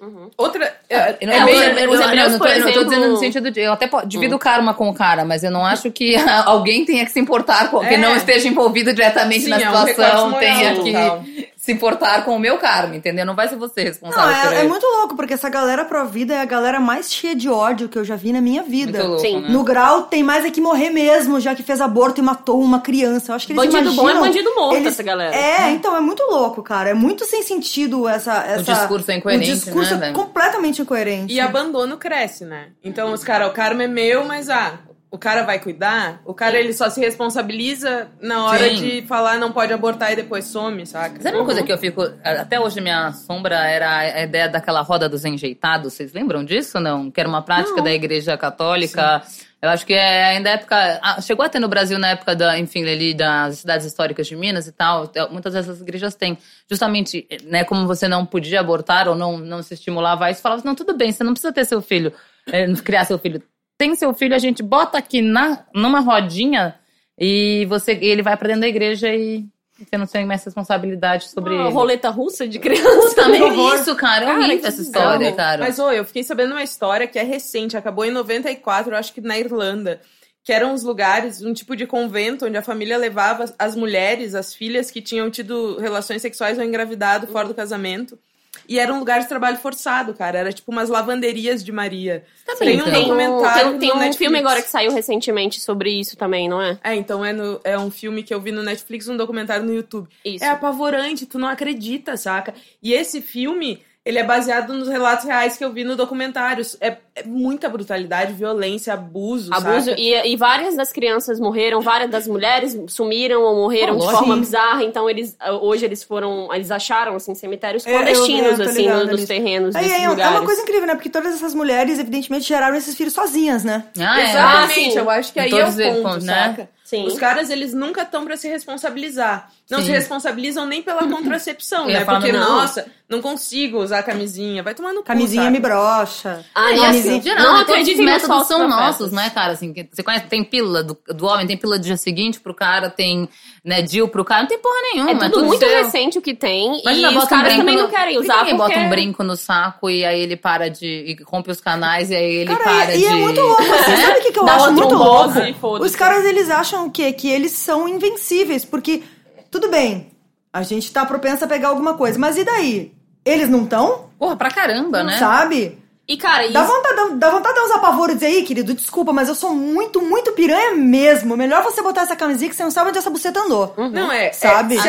A: Uhum.
C: Outra. É,
B: Ah, Eu né? não-
C: é
B: eu-
C: meio-
B: eu- eu-
A: os
B: eu-
A: hebreus,
B: eu-
A: por
B: eu- Eu tô
A: exemplo-
B: dizendo no sentido de. Eu até po- divido
C: Hum.
B: o karma com o cara, mas eu não acho que alguém tenha que se importar com. Que
C: É.
B: não esteja envolvido diretamente
C: Sim,
B: na
C: é um
B: situação,
C: recorte moral
B: tenha
C: e
B: que
C: tal.
B: se importar com o meu karma, entendeu? Não vai ser você
D: Não,
B: responsável por
D: é, é
B: ele.
D: muito louco, porque essa galera pró-vida é a galera mais cheia de ódio que eu já vi na minha vida.
B: Muito louco,
A: Sim.
B: né?
D: No grau, tem mais é que morrer mesmo, já que fez aborto e matou uma criança. Eu acho que eles
A: Bandido bom é
D: imaginam-
A: bandido morto,
D: eles-
A: essa galera.
D: É, então, é muito louco, cara. É muito sem sentido essa... essa
B: discurso é incoerente,
D: O discurso
B: né,
D: é
B: velho?
D: completamente incoerente.
C: E abandono cresce, né? Então os caras, o karma é meu, mas ah, o cara vai cuidar, o cara ele só se responsabiliza na hora
B: Sim.
C: de falar não pode abortar e depois some, saca?
B: Sabe uma coisa que eu fico. Até hoje minha sombra era a ideia daquela roda dos enjeitados. Vocês lembram disso não? Que era uma prática da igreja católica. Eu acho que é ainda época. ah, Chegou a ter no Brasil na época da, enfim, ali das cidades históricas de Minas e tal. te- Muitas dessas igrejas têm. Justamente, né, como você não podia abortar ou não, não se estimulava a isso, falava assim, não, tudo bem, você não precisa ter seu filho, eh, criar seu filho. Tem seu filho, a gente bota aqui na, numa rodinha e você e ele vai pra dentro da igreja e você não tem mais responsabilidade sobre
A: Uma
C: Ah.
B: ele.
A: roleta russa de criança Ah, também.
B: Também isso, cara. É
A: Cara,
B: horrível
A: que
B: essa
A: bizarro.
B: história, cara.
C: Mas, ô, eu fiquei sabendo uma história que é recente, acabou em 94, eu acho que na Irlanda, que eram uns lugares, um tipo de convento onde a família levava as mulheres, as filhas que tinham tido relações sexuais ou engravidado fora do casamento. E era um lugar de trabalho forçado, cara. Era tipo umas lavanderias de Maria. tem um
B: então.
A: Tem um,
C: documentário
A: tem- tem
C: no
A: um
C: Netflix.
A: filme agora que saiu recentemente sobre isso também, não é?
C: É, então é, no- é um filme que eu vi no Netflix, um documentário no YouTube.
A: Isso.
C: É apavorante, tu não acredita, saca? E esse filme, ele é baseado nos relatos reais que eu vi no documentário. É, é muita brutalidade, violência, abuso,
A: Abuso.
C: saca?
A: E, e várias das crianças morreram, várias das mulheres sumiram ou morreram
B: Pô,
A: de
B: lógico.
A: forma bizarra. Então, eles hoje eles foram. Eles acharam assim, cemitérios
D: É, eu- eu
A: clandestinos,
D: tô
A: assim,
D: ligada
A: no- dos
D: nisso.
A: terrenos.
D: Aí,
A: desses
D: aí, é
A: lugares.
D: uma coisa incrível, né? Porque todas essas mulheres, evidentemente, geraram esses filhos sozinhas, né?
B: Ah, é.
A: Ah,
C: Exatamente,
A: sim.
C: eu acho que
B: Em
C: aí é o
B: todos os
C: ponto,
B: pontos, né?
C: saca?
A: Sim.
C: Os caras, eles nunca estão pra se responsabilizar. Não
B: Sim.
C: se responsabilizam nem pela contracepção,
B: Eu ia
C: né?
B: falar,
C: Porque,
B: não.
C: nossa, não consigo usar camisinha. Vai tomar no cu,
D: Camisinha
C: saca?
D: me brocha.
A: Ah,
B: Ah, e
A: nossa.
B: assim, em geral,
A: não
B: né, todos os
A: acredito em
B: métodos
A: métodos
B: são nossos, né, cara? Assim, que- você conhece, tem pílula do, do homem, tem pílula do dia seguinte pro cara, tem né, deal pro cara, não tem porra nenhuma.
A: É tudo muito
B: seu.
A: recente o que tem.
B: Imagina,
A: e
B: bota
A: os
B: um
A: caras
B: brinco
A: também
B: no-
A: não querem
B: Por que
A: usar.
B: Ninguém
A: porque... é-
B: bota um brinco no saco e aí ele para de. e rompe os canais e aí ele
D: Cara,
B: para
D: e,
B: de. Né?
D: e é muito louco. Você sabe o que, que eu
A: Dá
D: acho
A: outro
D: muito
A: golpe,
D: louco?
A: foda-se.
D: Os caras, eles acham o quê? Que eles são invencíveis, porque, tudo bem, a gente tá propensa a pegar alguma coisa, mas e daí? Eles não estão?
B: Porra, pra caramba, né?
D: Sabe?
A: E, cara, isso
D: Dá vontade, dá, dá vontade de dar uns apavoros e dizer, aí, querido, desculpa, mas eu sou muito, muito piranha mesmo. Melhor você botar essa camisinha que você não sabe onde essa buceta andou.
A: Hum,
C: Não, é.
D: Sabe?
C: É, se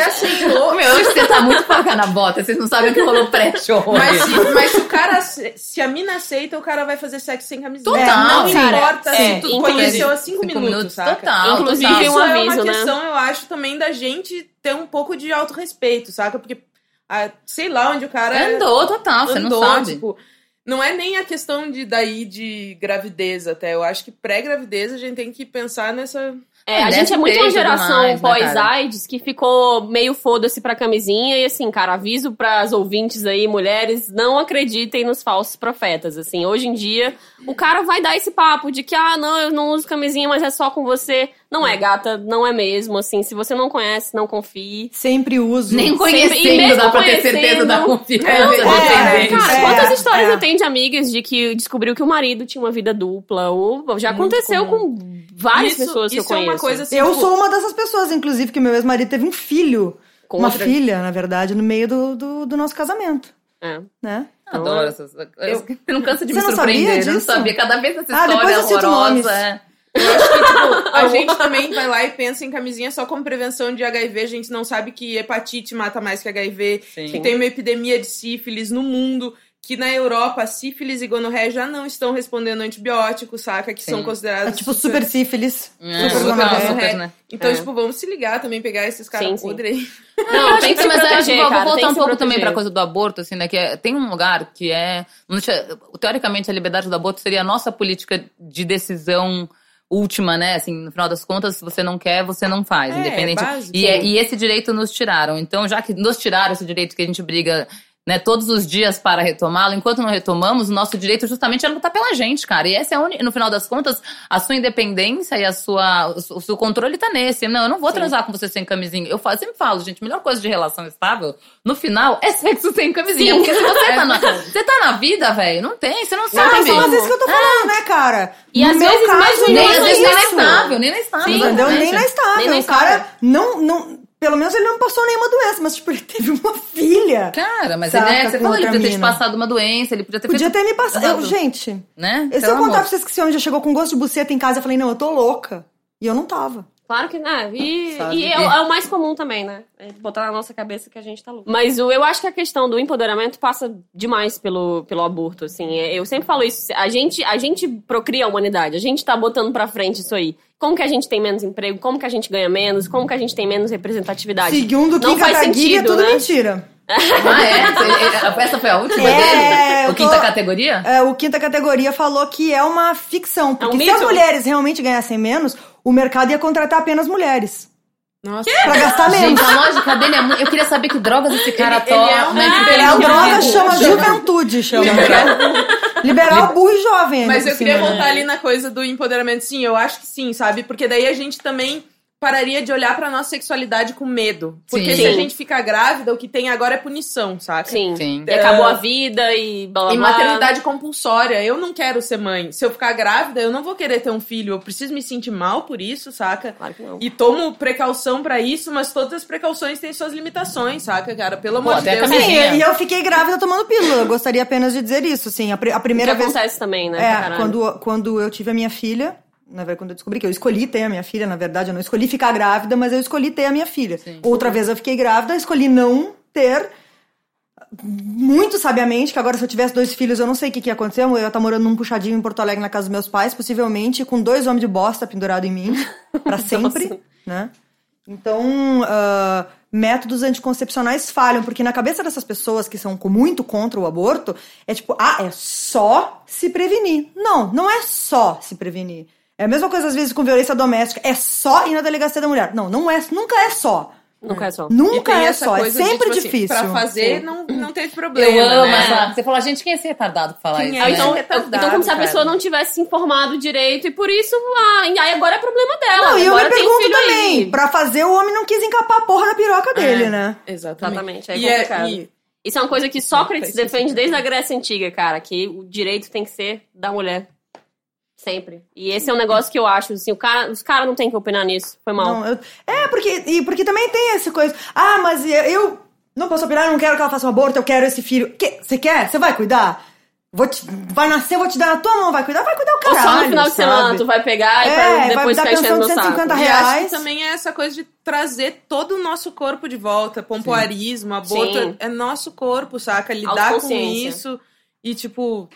C: aceitou,
B: Meu, hoje você tá muito faca na bota, vocês não sabem o que
D: Um
B: rolou pré-show.
C: Mas,
B: hoje.
C: se- mas se o cara. ace- Se a mina aceita, o cara vai fazer sexo sem camisinha.
B: Total,
C: não
B: cara.
C: importa
A: É,
C: se tu
A: inclusive,
C: conheceu há cinco,
B: cinco
C: minutos,
B: minutos,
C: saca?
B: total,
A: Inclusive,
B: total.
A: um
C: Isso é
A: aviso,
C: uma
A: né?
C: questão, eu acho, também da gente ter um pouco de autorrespeito, saca? Porque a- sei lá onde o cara
B: Andou total, você não
C: andou,
B: sabe.
C: tipo, não é nem a questão de daí de gravidez até. Eu acho que pré-gravidez a gente tem que pensar nessa.
A: É, a
B: Deve
A: gente é muito
B: ter
A: uma
B: tudo
A: geração
B: mais, né, cara?
A: pós-AIDS que ficou meio foda-se pra camisinha. E assim, cara, aviso pras ouvintes aí, mulheres, não acreditem nos falsos profetas. Assim, hoje em dia, o cara vai dar esse papo de que, ah, não, eu não uso camisinha, mas é só com você. Não é, gata, não é mesmo. Assim, se você não conhece, não confie.
D: Sempre uso.
B: Nem
A: e
B: conhecendo
A: mesmo
B: dá pra ter
A: conhecendo-
B: certeza da confiança.
C: É,
B: de
D: é,
B: entender.
A: Cara,
D: É,
A: quantas histórias
D: é.
A: eu tenho de amigas de que descobriu que o marido tinha uma vida dupla? Ou já
D: Muito
A: aconteceu com várias
C: isso,
A: pessoas que
C: isso
A: eu conheço.
C: é uma coisa assim.
D: Eu
C: tipo,
D: sou uma dessas pessoas, inclusive, que meu ex-marido teve um filho.
A: Com
D: uma
A: outra-
D: filha, na verdade, no meio do, do, do nosso casamento,
A: É.
D: né?
B: Adoro essas coisas. Você não cansa de
D: Você
B: me
D: não sabia
B: surpreender. Eu não
D: disso?
B: sabia. Cada vez essa
D: Ah,
B: história
D: depois eu cito nomes.
B: horrorosa. é.
C: tipo, A gente também vai lá e pensa em camisinha só como prevenção de HIV. A gente não sabe que hepatite mata mais que HIV.
B: Sim.
C: Que tem uma epidemia de sífilis no mundo. Que na Europa, sífilis e gonorreia já não estão respondendo antibióticos, saca? Que são
B: Sim.
D: É
C: considerados...
D: tipo super sífilis.
B: É,
D: super
B: super,
D: gonorreia.
B: super, né?
C: Então,
A: É.
C: tipo, vamos se ligar também, pegar esses
A: Sim,
C: caras
A: sim.
C: podre aí.
A: Não,
B: tem que,
A: se
B: mas eu acho que
A: proteger,
B: vou-
A: cara,
B: vou
A: tem
B: voltar
A: que
B: um
A: se
B: pouco também
A: proteger.
B: pra coisa do aborto, assim, né? Que é- tem um lugar que é. não tinha- Teoricamente, a liberdade do aborto seria a nossa política de decisão última, né? Assim, no final das contas, se você não quer, você não faz,
C: É,
B: independente.
C: básico.
B: E, é- e esse direito nos tiraram. Então, já que nos tiraram esse direito que a gente briga. Né, todos os dias para retomá-lo, enquanto não retomamos, o nosso direito justamente é lutar pela gente, cara. E essa é a uni- no final das contas, a sua independência e a sua, o seu- o seu controle tá nesse. Não, eu não vou transar com você sem camisinha. Eu fa- sempre falo, gente, a melhor coisa de relação estável, no final, é sexo sem camisinha.
A: Sim.
B: Porque se você tá na, você tá na vida, velho, não tem, você não
D: É Não, mas
B: sabe.
D: são as vezes que eu tô falando, né, cara?
A: E
D: no
A: às
D: meu
A: vezes
D: caso, é
A: mais um
D: não
B: nem,
A: Não,
B: às
A: mas
B: vezes, nem na
A: isso.
B: estável, nem na estável.
A: assim. Sim,
D: Entendeu?
B: exatamente. é
D: Nem na estável.
A: Nem na
D: o cara não, não. Pelo menos ele não passou nenhuma doença, mas, tipo, ele teve uma filha.
B: Cara, mas
D: Saca
B: ele é, você
D: com
B: fala, ele
D: outra
B: podia ter te
D: mina.
B: passado uma doença, ele podia ter
D: Podia
B: feito.
D: ter me passado. Eu,
B: Exato.
D: gente,
B: Né?
D: se
B: Pelo
D: eu contar
B: amor.
D: pra vocês que esse é homem já chegou com gosto de buceta em casa, eu falei, não, eu tô louca. E eu não tava.
A: Claro que não. E,
D: Sabe?
A: e é, o- é o mais comum também, né? É botar na nossa cabeça que a gente tá louco. Mas o- eu acho que a questão do empoderamento passa demais pelo, pelo aborto, assim. É, Eu sempre falo isso. A gente, a gente procria a humanidade. A gente tá botando pra frente isso aí. Como que a gente tem menos emprego? Como que a gente ganha menos? Como que a gente tem menos representatividade?
D: Segundo o
A: Tá, Não
D: Kim
A: faz
D: Kataguiri, é
A: sentido,
D: tudo
A: né?
D: mentira.
B: Ah, é? Essa foi a última
D: É,
B: dele?
D: eu
B: O quinta
D: tô-
B: categoria?
D: É, o quinta categoria falou que é uma ficção. Porque se
A: mito.
D: as mulheres realmente ganhassem menos, o mercado ia contratar apenas mulheres.
C: Nossa.
D: Pra gastar menos.
B: Gente, a lógica dele é muito. Eu queria saber que drogas esse cara
C: Ele- ele
B: toma.
C: é um-
B: né, que
D: Liberal
B: ele não
D: droga
B: vive.
D: chama juventude, chama. né? Liberal burro e jovem.
C: Mas eu
D: assim,
C: queria
D: né?
C: voltar ali na coisa do empoderamento. Sim, eu acho que sim, sabe? Porque daí a gente também pararia de olhar pra nossa sexualidade com medo. Porque
B: Sim.
C: se a
A: Sim.
C: gente ficar grávida, o que tem agora é punição, saca?
A: Sim.
B: Sim.
A: E acabou
D: É.
A: a vida e blá blá
C: E
A: blá.
C: maternidade compulsória. Eu não quero ser mãe. Se eu ficar grávida, eu não vou querer ter um filho. Eu preciso me sentir mal por isso, saca?
A: Claro que não.
C: E tomo precaução pra isso, mas todas as precauções têm suas limitações, saca, cara? Pelo amor de
B: até a
C: Deus. assim,
B: camisinha.
D: Sim, e eu fiquei grávida tomando pílula. Eu gostaria apenas de dizer isso, assim. A, pri- a
A: Que
D: primeira vez.
A: acontece também, né? pra
D: É,
A: caralho.
D: quando, quando eu tive a minha filha, na verdade, quando eu descobri que eu escolhi ter a minha filha, na verdade, eu não escolhi ficar grávida, mas eu escolhi ter a minha filha. Outra vez eu fiquei grávida, escolhi não ter. Muito sabiamente, que agora se eu tivesse dois filhos, eu não sei o que, que ia acontecer. Eu ia estar morando num puxadinho em Porto Alegre na casa dos meus pais, possivelmente, com dois homens de bosta pendurado em mim, pra sempre, né? Então, ah, métodos anticoncepcionais falham, porque na cabeça dessas pessoas que são com- muito contra o aborto, é tipo, ah, é só se prevenir. Não, não é só se prevenir. É a mesma coisa às vezes com violência doméstica, é só ir na delegacia da mulher. Não, não é, nunca é só.
A: Nunca é só.
C: E
D: Nunca
C: tem
D: é
C: essa
D: só, é
C: coisa de,
D: sempre
C: tipo assim,
D: difícil.
C: pra fazer,
D: Sim.
C: não, não teve problema.
B: Eu amo
C: né?
B: essa. Você falou, gente, quem é esse retardado que fala
C: Quem
B: isso?
C: é?
B: né?
A: Então,
C: retardado,
A: então, como se a
C: cara.
A: pessoa não tivesse se informado direito e por isso, ah, aí agora é problema dela.
D: Não, e eu
A: agora
D: me
A: tem
D: pergunto
A: filho
D: também,
A: aí.
D: pra fazer o homem não quis encapar a porra da
C: É.
D: piroca dele, né?
C: Exatamente.
A: Exatamente, é
C: E é-
A: complicado.
C: e-
A: Isso é uma coisa que Sócrates
C: Não, tá
A: defende desde a Grécia Antiga, cara, que o direito tem que ser da mulher. Sempre. E esse é um negócio que eu acho, assim, o cara, os caras não têm que opinar nisso. Foi mal.
D: Não, eu- é, porque, e porque também tem essa coisa. Ah, mas eu- eu não posso opinar, eu não quero que ela faça um aborto, eu quero esse filho. Que- Você quer? Você vai cuidar? Vou te- vai nascer, vou te dar na tua mão, vai cuidar? Vai cuidar o
A: Ou
D: caralho,
A: só no final de
D: sabe?
A: semana tu vai pegar e
D: É,
A: pra
D: vai
A: depois
D: dar
A: ficar enchendo
D: pensão
A: meu
D: de 150
A: saco.
C: E acho que
D: reais.
C: também é essa coisa de trazer todo o nosso corpo de volta. Pompoarismo, aborto.
A: Sim.
C: É nosso corpo, saca? Lidar com
A: Autoconsciência.
C: isso. E, tipo,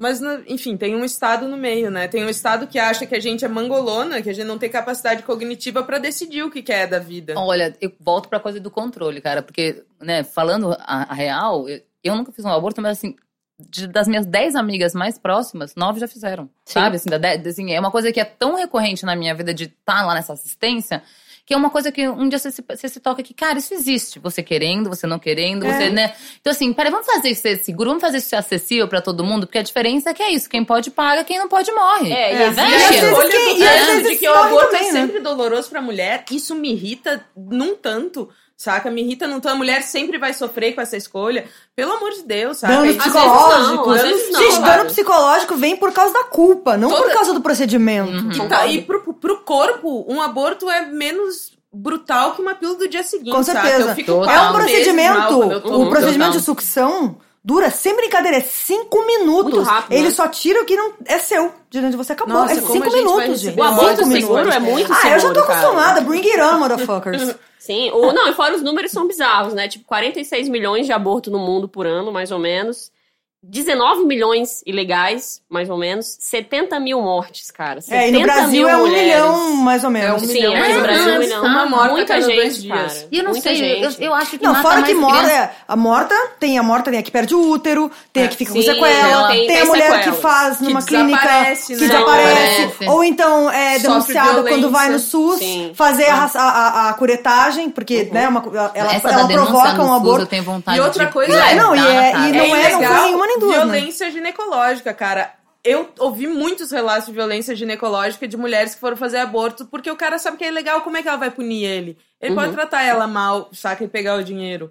C: Mas, no- enfim, tem um Estado no meio, né? Tem um Estado que acha que a gente é mangolona, que a gente não tem capacidade cognitiva pra decidir o que que é da vida.
B: Olha, eu volto pra coisa do controle, cara, porque, né, falando a, a real, eu, eu nunca fiz um aborto, mas assim, de- das minhas 10 amigas mais próximas, nove já fizeram. Sabe? Assim, da dez- assim, é uma coisa que é tão recorrente na minha vida de estar lá nessa assistência. Que é uma coisa que um dia você se, você se toca que, cara, isso existe. Você querendo, você não querendo,
A: É.
B: você, né? Então, assim, peraí, vamos fazer isso ser seguro, vamos fazer isso ser acessível pra todo mundo, porque a diferença é que é isso: quem pode paga, quem não pode morre. Né?
A: É,
C: E
A: e
C: às
A: existe-
C: vezes
B: Velho!
C: a escolha
D: E às
C: do
D: vezes
C: cara de que o
D: morre
C: aborto
D: também,
C: é
D: né?
C: sempre doloroso pra mulher, isso me irrita num tanto, saca? Me irrita num tanto. A mulher sempre vai sofrer com essa escolha. Pelo amor de Deus, saca?
D: Dano
C: Isso-
A: vezes
D: psicológico.
A: não, às vezes não,
D: Gente,
A: claro.
D: dano psicológico vem por causa da culpa, não por
C: Toda-
D: causa do
A: Uhum.
D: procedimento.
C: E, tá, e pro, pro corpo, um aborto é menos brutal que uma pílula do dia seguinte,
D: Com certeza.
C: saca? Eu fico
B: Total.
D: É um
C: quatro vezes mal quando eu
D: procedimento.
C: tô
D: O
C: no
D: procedimento
B: down.
D: de sucção dura, sem brincadeira, é cinco minutos.
A: Muito rápido,
D: Ele
A: né?
D: só tira o que não é seu de dentro de você. Acabou.
C: Nossa,
D: é
C: como
D: cinco
C: a gente vai
D: minutos,
C: receber
D: gente.
A: O um aborto
D: Cinco
A: seguro
D: minutos.
A: é muito
D: Ah, eu já tô
A: seguro, cara.
D: acostumada. Bring it on, motherfuckers.
A: Sim, ou não, e fora os números são bizarros, né? Tipo, 46 milhões de aborto no mundo por ano, mais ou menos. 19 milhões ilegais, mais ou menos. 70 mil mortes, cara. 70
D: é, e no Brasil
A: mil
D: é um
A: mulheres.
D: milhão, mais ou menos.
C: um
A: Sim,
C: milhão,
A: é,
B: mais
A: no
B: ou
A: Brasil, um
B: menos.
A: milhão.
C: Uma morte a
A: Muita
C: cada
A: gente,
C: dois dias.
A: cara.
B: E eu não
A: é Muita
B: sei, eu-
A: gente.
B: eu, eu acho que
D: Não,
B: mata
D: fora
B: mais
D: que mora,
B: criança.
D: é, a morta tem a morta, tem a que perde o útero, tem a que fica com
A: Sim,
D: sequela,
A: ela
D: tem,
A: tem-
D: a
A: tem
D: mulher
A: sequelas.
D: que faz numa clínica
C: desaparece,
D: que
C: né?
D: desaparece,
B: Desaparece.
D: ou então é
C: Sofre
D: denunciada
C: violência.
D: quando vai no SUS,
A: Sim.
D: fazer a, raça- a, a, a curetagem, porque né, uma, cu- ela,
B: Essa
D: ela
B: da denúncia
D: provoca
B: no
D: um
B: SUS,
D: aborto.
B: Eu tenho vontade
C: E outra
B: de
C: coisa-
B: levantar
D: Não, e
B: na
D: é-
B: cara. um
D: e não é- não foi nenhuma nem duas, né?
C: Violência ginecológica, cara. Eu ouvi muitos relatos de violência ginecológica de mulheres que foram fazer aborto porque o cara sabe que é ilegal, como é que ela vai punir ele? Ele
B: Uhum.
C: pode tratar ela mal, saca, e pegar o dinheiro.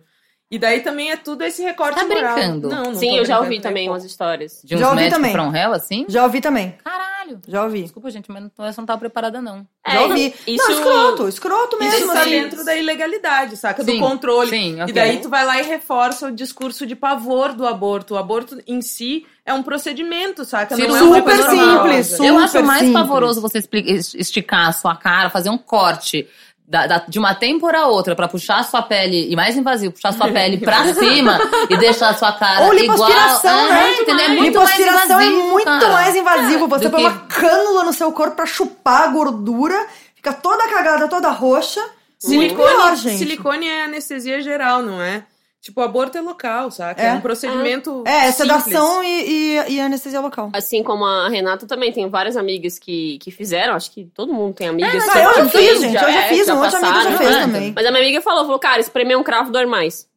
C: E daí também é tudo esse recorte
B: Tá
C: moral.
B: brincando?
C: Não, não
A: Sim,
C: tô
A: eu já
C: brincando,
A: ouvi
C: né?
A: também
C: Pô,
A: umas histórias.
B: De uns
D: Já ouvi
B: médicos
D: também.
B: pra um réu, assim?
D: Já ouvi também,
B: Caralho.
D: já ouvi.
B: Desculpa, gente, mas não- essa não tava preparada, não.
A: É,
D: já ouvi.
A: isso-
D: Não, escroto, escroto
C: Mas
D: mesmo.
C: Isso tá
D: assim.
C: dentro da ilegalidade, saca?
B: Sim,
C: do controle.
B: sim, ok.
C: E daí tu vai lá e reforça o discurso de pavor do aborto. O aborto em si é um procedimento, saca? Não é uma
D: Super
C: coisa normal.
D: simples.
B: Eu
D: super
B: acho mais
D: simples.
B: pavoroso você expli- es- esticar a sua cara, fazer um corte. da- da- de uma têmpora a outra, pra puxar a sua pele, e mais invasivo, puxar a sua pele pra cima e deixar a sua cara
D: Ou
B: igual.
D: lipoaspiração,
B: é,
D: né?
B: entendeu? É muito mais
D: Lipoaspiração é
B: invasivo,
D: muito
B: cara.
D: mais invasivo. Você
B: do
D: põe
B: que-
D: uma cânula no seu corpo pra chupar a gordura, fica toda cagada, toda roxa. Muito
C: Silicone,
D: pior, gente.
C: silicone é anestesia geral, não é? Tipo, aborto é local, saca? É,
D: É.
C: um procedimento.
D: É, é
C: simples.
D: sedação e, e- e anestesia local.
A: Assim como a Renata também tem várias amigas que, que fizeram, acho que todo mundo tem amigas.
D: É, mas
A: que
D: Ah, eu já fiz,
A: fez,
D: gente, eu já
A: é,
D: fiz, um monte de amiga já
A: passaram,
D: fez
A: né?
D: também.
A: Mas a minha amiga falou, falou, cara, espremer um cravo dói mais.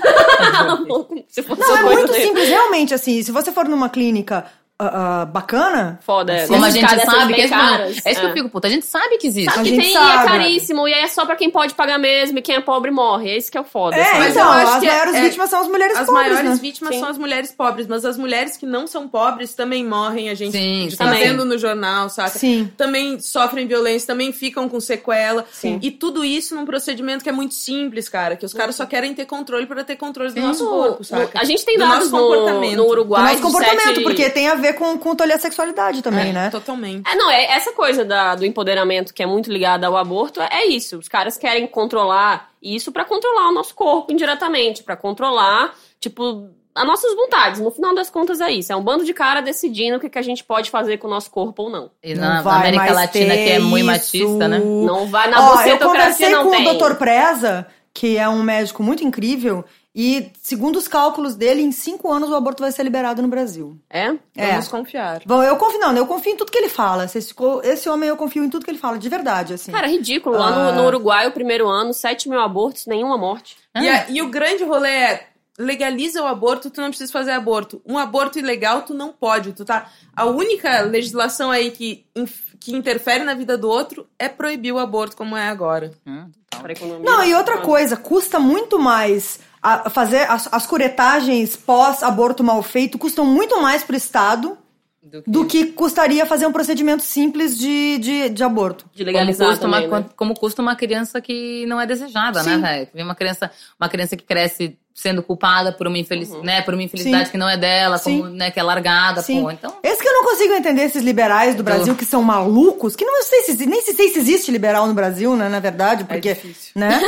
B: é
A: Se fosse
D: Não,
A: uma
D: é
A: coisa
D: muito
A: dele.
D: simples, realmente, assim. Se você for numa clínica ah, ah, bacana,
A: Foda. né?
B: Como a
A: Essas
B: gente
A: caras, essas
B: sabe que
A: bem
B: esse não-
A: caras.
B: É isso que eu
A: É.
B: fico puta. A gente sabe que existe.
A: Sabe
D: A
A: que
D: gente
A: tem
D: sabe.
A: e é caríssimo, e aí é só pra quem pode pagar mesmo, e quem é pobre morre. Esse que é o foda.
D: É,
A: sabe?
C: Mas
D: então,
C: eu acho
D: as
C: que é-
D: maiores
C: é,
D: vítimas são as mulheres
C: As
D: pobres,
C: maiores
D: né?
C: vítimas
A: Sim.
C: são as mulheres pobres, mas as mulheres que não são pobres também morrem, a gente
B: Sim, sim,
C: tá
A: sim.
C: vendo no jornal, saca?
D: Sim.
C: Também sofrem violência, também ficam com sequela. E tudo isso num procedimento que é muito simples, cara, que os caras só querem ter controle para ter controle do nosso corpo, saca?
A: A gente tem
C: Do
A: dados
C: nosso
A: no,
C: comportamento.
A: no
D: Do
A: Uruguai.
D: nosso
A: de
D: É comportamento,
A: sete-
D: porque tem a ver com, com tolher a sexualidade também, né?
C: Totalmente.
A: É, não, é, essa coisa da- do empoderamento que é muito ligada ao aborto é isso. Os caras querem controlar isso pra controlar o nosso corpo indiretamente, pra controlar, tipo, as nossas vontades. No final das contas é isso. É um bando de cara decidindo o que, que a gente pode fazer com o nosso corpo ou não.
B: E
D: Não
B: na
D: vai
B: América
D: mais
B: Latina,
D: ter
B: que é muito
D: isso.
B: machista, né?
A: Não vai na
D: Ó, eu
A: bucetocracia,
D: conversei
A: não
D: com
A: tem.
D: o Dr. Preza, que é um médico muito incrível, e segundo os cálculos dele, em cinco anos o aborto vai ser liberado no Brasil.
A: É?
D: É.
C: Vamos confiar.
D: Bom, eu confio, não, eu confio em tudo que ele fala. Esse, co- esse homem eu confio em tudo que ele fala, de verdade, assim.
A: Cara, ridículo. Lá no, no Uruguai, o primeiro ano, 7 mil abortos, nenhuma morte.
C: E, a- e o grande rolê é legaliza o aborto, tu não precisa fazer aborto. Um aborto ilegal, tu não pode. Tu tá. A única legislação aí que, inf- que interfere na vida do outro é proibir o aborto, como é agora.
B: Hum, então.
A: Pra economia.
D: Não, e outra coisa, custa muito mais a- fazer as, as curetagens pós-aborto mal feito, custam muito mais pro Estado
B: Do que-
D: do que custaria fazer um procedimento simples de, de, de aborto.
A: De
B: Como
A: legalizar
B: custa, uma,
A: também, né?
B: quan- como custa uma criança que não é desejada, né, velho? Vem Uma criança, uma criança que cresce sendo culpada por uma, infelic...
A: Uhum.
B: né, por uma infelicidade
D: Sim.
B: que não é dela, como,
D: Sim.
B: né, que é largada,
D: Sim.
B: pô. Então,
D: Esse que eu não consigo entender, esses liberais do Brasil que são malucos, que não sei se nem sei se existe liberal no Brasil, né, na verdade, porque,
C: É difícil.
D: né?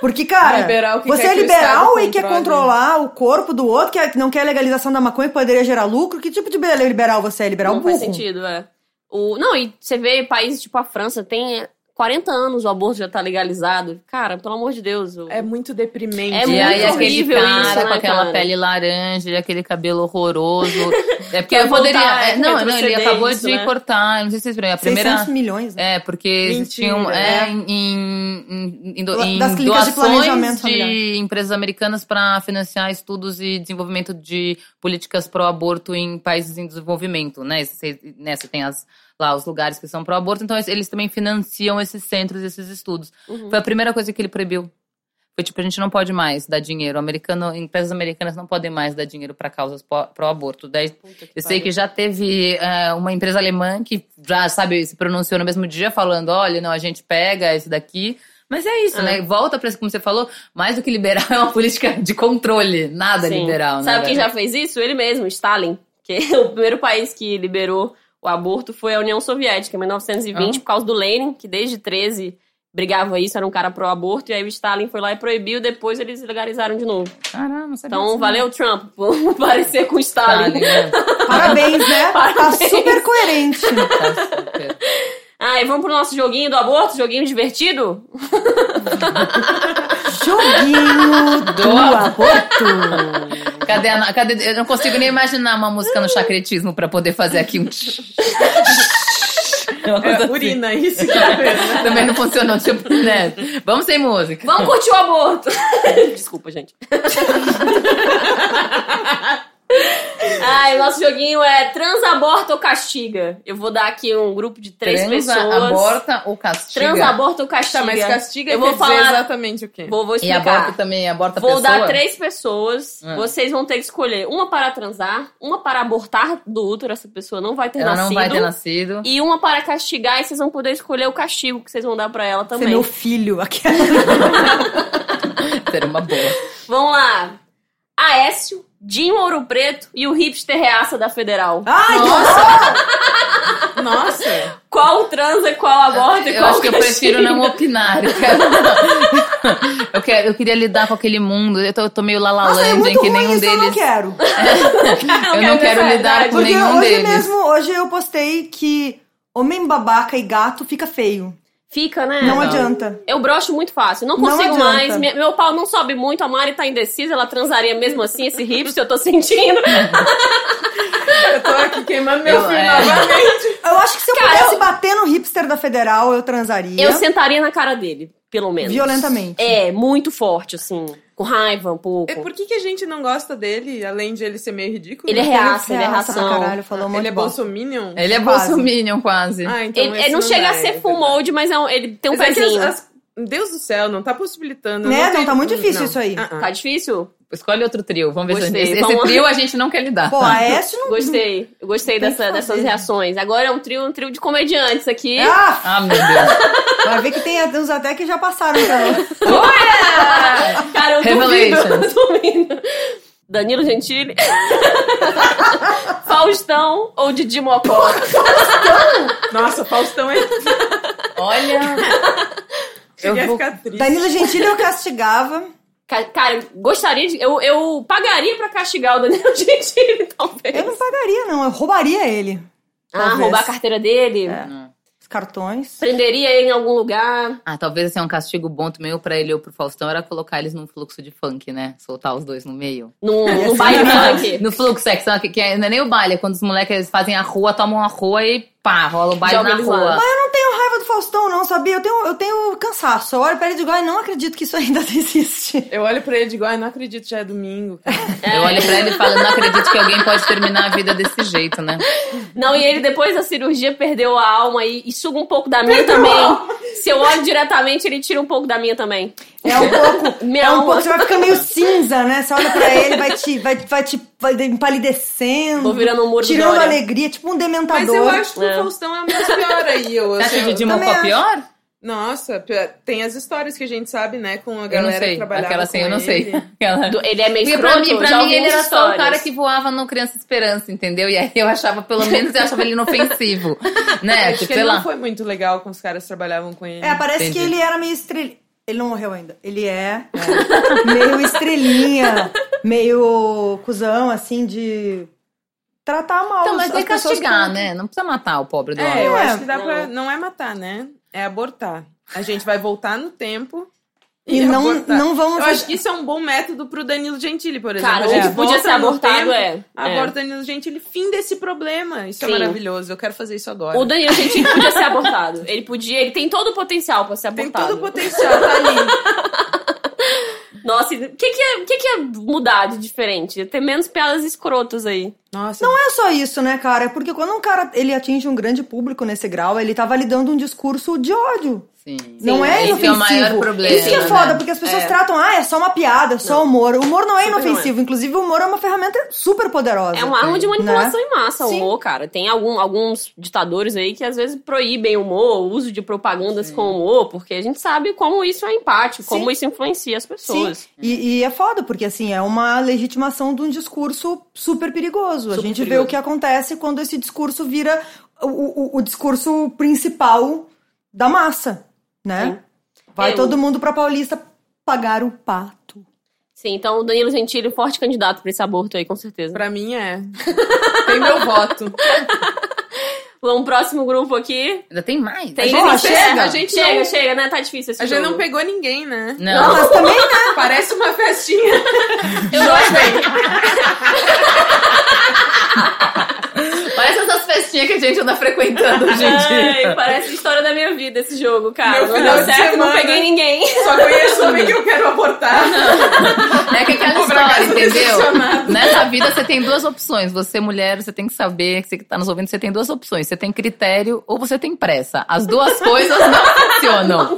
D: Porque cara,
C: Liberal que
D: você
C: quer
D: é
C: que o
D: liberal
C: Estado
D: e quer
C: controle.
D: controlar o corpo do outro, que não quer legalização da maconha, que poderia gerar lucro. Que tipo de liberal você é? Liberal
A: não
D: burro.
A: faz sentido, é. O, não, e você vê países tipo a França, tem 40 anos o aborto já tá legalizado. Cara, pelo amor de Deus. o-
C: É muito deprimente.
A: É
B: e
A: muito
B: aí aquele
A: horrível
B: cara
A: isso,
B: com
A: né,
B: aquela
A: cara?
B: pele laranja e aquele cabelo horroroso. É porque
A: Quer
B: eu poderia.
A: voltar,
B: é, não, não, ele
A: retroceder
B: acabou
A: isso,
B: de
A: né?
B: cortar. Não sei se vocês viram. é A
D: 600
B: primeira.
D: milhões, né?
B: É, porque existiam
D: Mentira.
B: é, em, em- em- em do-
D: Do-
B: em
D: das clínicas de planejamento
B: doações de,
D: familiar.
B: empresas americanas para financiar estudos e desenvolvimento de políticas pró-aborto em países em desenvolvimento, né? Você, né, você tem as, lá os lugares que são pró-aborto, então eles- eles também financiam esses centros, esses estudos.
D: Uhum.
B: Foi a primeira coisa que ele proibiu. Foi tipo, a gente não pode mais dar dinheiro. Americano, empresas americanas não podem mais dar dinheiro para causas pró- pró-aborto. Daí eu sei que já teve é, uma empresa alemã que já, sabe, se pronunciou no mesmo dia falando, olha, não, a gente pega esse daqui. Mas é isso,
A: Ah.
B: né? Volta pra isso, como você falou, mais do que liberal é uma política de controle. Nada
A: Sim.
B: liberal, né?
A: Sabe quem
B: velho?
A: já fez isso? Ele mesmo, Stalin. Que o primeiro país que liberou o aborto foi a União Soviética, em 1920,
B: Ah.
A: por causa do Lenin, que desde 13 brigava isso, era um cara pro aborto, e aí o Stalin foi lá e proibiu, depois eles legalizaram de novo.
B: Caramba, sabe
A: Então,
B: disso,
A: valeu, Trump, por parecer com o
B: não.
A: Stalin.
B: Tá, né?
D: Parabéns, né? Tá
A: Parabéns.
D: super coerente.
B: Tá super.
A: Ah, e vamos pro nosso joguinho do aborto, joguinho divertido?
D: Joguinho do aborto.
B: Cadê a, cadê, eu não consigo nem imaginar uma música no chacretismo pra poder fazer aqui um. tch. Uma coisa
C: É,
B: assim.
C: urina, isso que tá vendo.
B: Também não funcionou, tipo, né? Vamos sem música.
A: Vamos curtir o aborto! Desculpa, gente. Ai, nosso joguinho é trans, aborta ou castiga. Eu vou dar aqui um grupo de três
B: Transa,
A: pessoas.
B: aborta ou castiga?
A: Trans, aborta ou castiga.
C: Tá, mas castiga
A: Eu
C: quer
A: vou
C: dizer
A: falar.
C: exatamente o quê?
A: Vou, vou
B: E
A: explicar.
B: aborta também, aborta a
A: Vou
B: pessoa?
A: dar três pessoas.
B: Ah.
A: Vocês vão ter que escolher uma para transar, uma para abortar do útero, essa pessoa não vai ter
B: Ela
A: nascido.
B: não vai ter nascido.
A: E uma para castigar, e vocês vão poder escolher o castigo que vocês vão dar pra ela
D: Você é
A: também.
D: meu filho. Aquela.
B: Seria uma boa.
A: Vamos lá. Aécio, Dinho Ouro Preto e o hipster reaça da Federal.
D: Ai, que é
C: Nossa!
A: Qual transa, qual aborta e
B: Eu
A: qual
B: acho que eu
A: castiga?
B: prefiro não opinar. Eu, quero- eu, quero- eu queria lidar com aquele mundo. Eu tô, eu tô meio
D: Nossa, é
B: lalalândia em
D: muito
B: que
D: ruim
B: nenhum
D: isso, eu não
B: deles.
D: quero.
B: Eu não quero
A: nessa
B: lidar com
D: Porque
B: nenhum
D: hoje
B: deles.
D: mesmo, hoje eu postei que homem babaca e gato fica feio.
A: Fica, né?
D: não,
B: não.
D: adianta.
A: Eu broxo muito fácil. Não
D: Não
A: consigo
D: adianta.
A: mais. Me- Meu pau não sobe muito. A Mari tá indecisa. Ela transaria mesmo assim esse hipster. Eu tô sentindo.
C: Eu tô aqui queimando meu
B: Eu-
C: filho
B: é.
C: novamente.
D: Eu acho que se eu
A: Cara,
D: pudesse
A: eu-
D: bater no hipster da Federal, eu transaria.
A: Eu sentaria na cara dele, pelo menos.
D: Violentamente.
A: É, muito forte, assim. Com raiva um pouco.
C: E É Por que, que a gente não gosta dele, além de ele ser meio ridículo?
A: Ele é reaça, ele é
D: Reaça pra
A: ração.
D: caralho, falou um monte
C: Ele é
D: de bosta.
C: bolsominion?
B: Ele é
D: Quase.
B: bolsominion, quase.
C: Ah, então
A: Ele,
C: esse
A: ele não chega
C: dá,
A: a ser
C: é
A: full molde, mas é um- ele tem um
C: Mas é que as-
A: pezinho.
C: as- Deus do céu, não tá possibilitando.
D: Né?
C: tem-
D: Não, tá muito difícil
C: não.
D: isso aí.
C: Ah, ah.
A: Tá difícil?
B: Escolhe outro trio. Vamos ver
A: Gostei,
B: se esse, esse
A: vamos-
B: trio a gente não quer lidar. Tá.
D: Pô, é. Aécio não...
A: Gostei. Eu gostei
D: Tem que
A: dessa-
D: fazer.
A: dessas reações. Agora é um trio, um trio de comediantes aqui.
D: Ah,
B: Ah, meu Deus.
D: vai ver que tem uns até que já passaram. Então.
A: é? Cara, eu
B: Revelations.
A: duvido. eu duvido. Danilo Gentili. Faustão ou Didi Mocó?
C: Nossa, Faustão é...
B: Olha. Eu
C: Cheguei a
B: vou-
C: ficar triste.
D: Danilo Gentili eu castigava.
A: Ca- Cara, gostaria de... Eu, eu pagaria pra castigar o Danilo Gentili, talvez.
D: Eu não pagaria, não. Eu roubaria ele.
A: Ah,
D: talvez.
A: roubar a carteira dele.
D: É. Os cartões.
A: Prenderia ele em algum lugar.
B: Ah, talvez assim, um castigo bom também ou pra ele ou pro Faustão era colocar eles num fluxo de funk, né? Soltar os dois no meio.
A: Num, num
D: assim,
A: baile
D: né?
A: funk.
B: No fluxo, é que, são- que é- não é nem o baile, é quando os moleques eles fazem a rua, tomam a rua e pá, rola o baile
A: Joga
B: na
A: eles
B: rua.
A: lá.
D: tenho raiva do Faustão, não, sabia? Eu tenho, eu tenho cansaço. Eu olho pra ele e digo, ai, não acredito que isso ainda existe.
C: Eu olho pra ele e digo, ai, não acredito, já é domingo. cara."
A: É.
B: Eu olho pra ele e falo, não acredito que alguém pode terminar a vida desse jeito, né?
A: Não, e ele depois da cirurgia perdeu a alma e, e suga um pouco da minha também. Se eu olho diretamente, ele tira um pouco da minha também.
D: É um pouco.
A: Minha
D: é um pouco.
A: alma.
D: Você vai ficando meio cinza, né? Você olha pra ele, vai te, vai, vai te vai empalidecendo.
A: Tô virando um muro do
D: Tirando
A: Dória.
D: a alegria, tipo um
C: Mas
D: dementador.
C: eu acho que
A: É.
C: o Faustão é mais pior aí. Eu,
B: Você acha
C: assim,
B: o Didi
D: também
B: Mocó
D: acho.
B: pior?
C: Nossa, pe- tem as histórias que a gente sabe, né? Com a
B: Eu não
C: galera que
B: sei.
C: trabalhava
B: Aquela
C: com
B: assim, eu não sei.
C: ele.
B: Aquela-
A: Do- Ele é meio
B: Porque
A: escroto,
B: pra mim,
A: já
B: pra mim
A: ouvi
B: ele era
A: umas
B: só o
A: histórias.
B: cara que voava no Criança Esperança, entendeu? E aí eu achava, pelo menos, eu achava ele inofensivo. né?
C: Acho
B: Tipo,
C: que ele
B: sei
C: não
B: lá.
C: foi muito legal com os caras que trabalhavam com ele.
D: É, parece
B: Entendi.
D: que ele era meio estrelinha. Ele não morreu ainda. Ele é, é, meio estrelinha, meio cuzão, assim, de tratar mal
B: Então,
D: as-
B: mas é
D: as pessoas
B: castigar,
D: com-
B: né? Não precisa matar o pobre do
C: É,
B: homem.
C: eu
D: É,
C: acho que dá
A: não.
C: pra. Não é matar, né? É abortar. A gente vai voltar no tempo
D: E não,
C: abortar.
D: não vamos...
C: Eu acho que isso é um bom método pro Danilo Gentili, por exemplo.
A: Cara,
C: a
A: o
C: gente
A: que podia
C: volta
A: ser
C: no tempo,
A: abortado é. é.
C: Aborta Danilo Gentili, fim desse problema. Isso é
A: Sim.
C: maravilhoso. Eu quero fazer isso agora.
A: O Danilo Gentili podia ser abortado. Ele podia, ele tem todo o potencial pra ser
C: Tem
A: abortado.
C: todo o potencial, tá ali.
A: Nossa, e o que que, ia- o que que ia mudar de diferente? Ia ter menos piadas escrotas aí.
C: Nossa, não é
D: é só isso, né, cara? É Porque quando um cara ele atinge um grande público nesse grau, ele tá validando um discurso de ódio.
B: Sim.
D: não é
B: Esse é o
D: inofensivo.
B: maior problema.
D: Isso que é
B: né?
D: foda, porque as pessoas tratam, ah, é só uma piada, é só humor. O humor não é
A: Super não é.
D: inofensivo. Inclusive, o humor é uma ferramenta super poderosa.
A: É uma arma de manipulação em massa, o
D: Sim.
A: humor, cara. Tem algum- alguns ditadores aí que às vezes proíbem o humor, o uso de propagandas com humor, porque a gente sabe como isso é empático, como
D: Sim.
A: isso influencia as
D: Sim,
A: pessoas.
D: e, e é foda, porque assim, é uma legitimação de um discurso super perigoso. a
C: Super
D: gente vê
C: perigoso.
D: o que acontece quando esse discurso vira o, o- o discurso principal da massa, né? Vai
A: É,
D: todo mundo pra Paulista pagar o pato.
A: Sim, então o Danilo Gentili, forte candidato pra esse aborto aí, com certeza.
C: Pra mim é. Tem meu voto.
A: Vamos pro próximo grupo aqui.
B: Ainda tem mais.
A: Tem
C: gente
A: Ó,
C: não
A: chega,
C: pega, a gente
A: chega,
C: não-
A: chega, né? Tá difícil esse
C: A gente
A: jogo.
C: não pegou ninguém, né?
D: Não,
B: Não.
D: mas também
C: Parece uma festinha.
A: Eu gostei.
B: Parece essas festinhas que a gente anda frequentando hoje em
A: Ai,
B: dia.
A: parece a história da minha vida esse jogo, cara.
C: Meu
A: não
C: final
A: deu
C: de
A: certo, não
C: semana.
A: peguei ninguém.
C: Só conheço homem que eu quero abortar.
B: É que aquela
C: Vou pra
B: história,
C: casa decepcionada.
B: entendeu? Nessa vida você tem duas opções. Você, mulher, você tem que saber, que você que tá nos ouvindo, você tem duas opções. Você tem critério ou você tem pressa. As duas coisas não funcionam.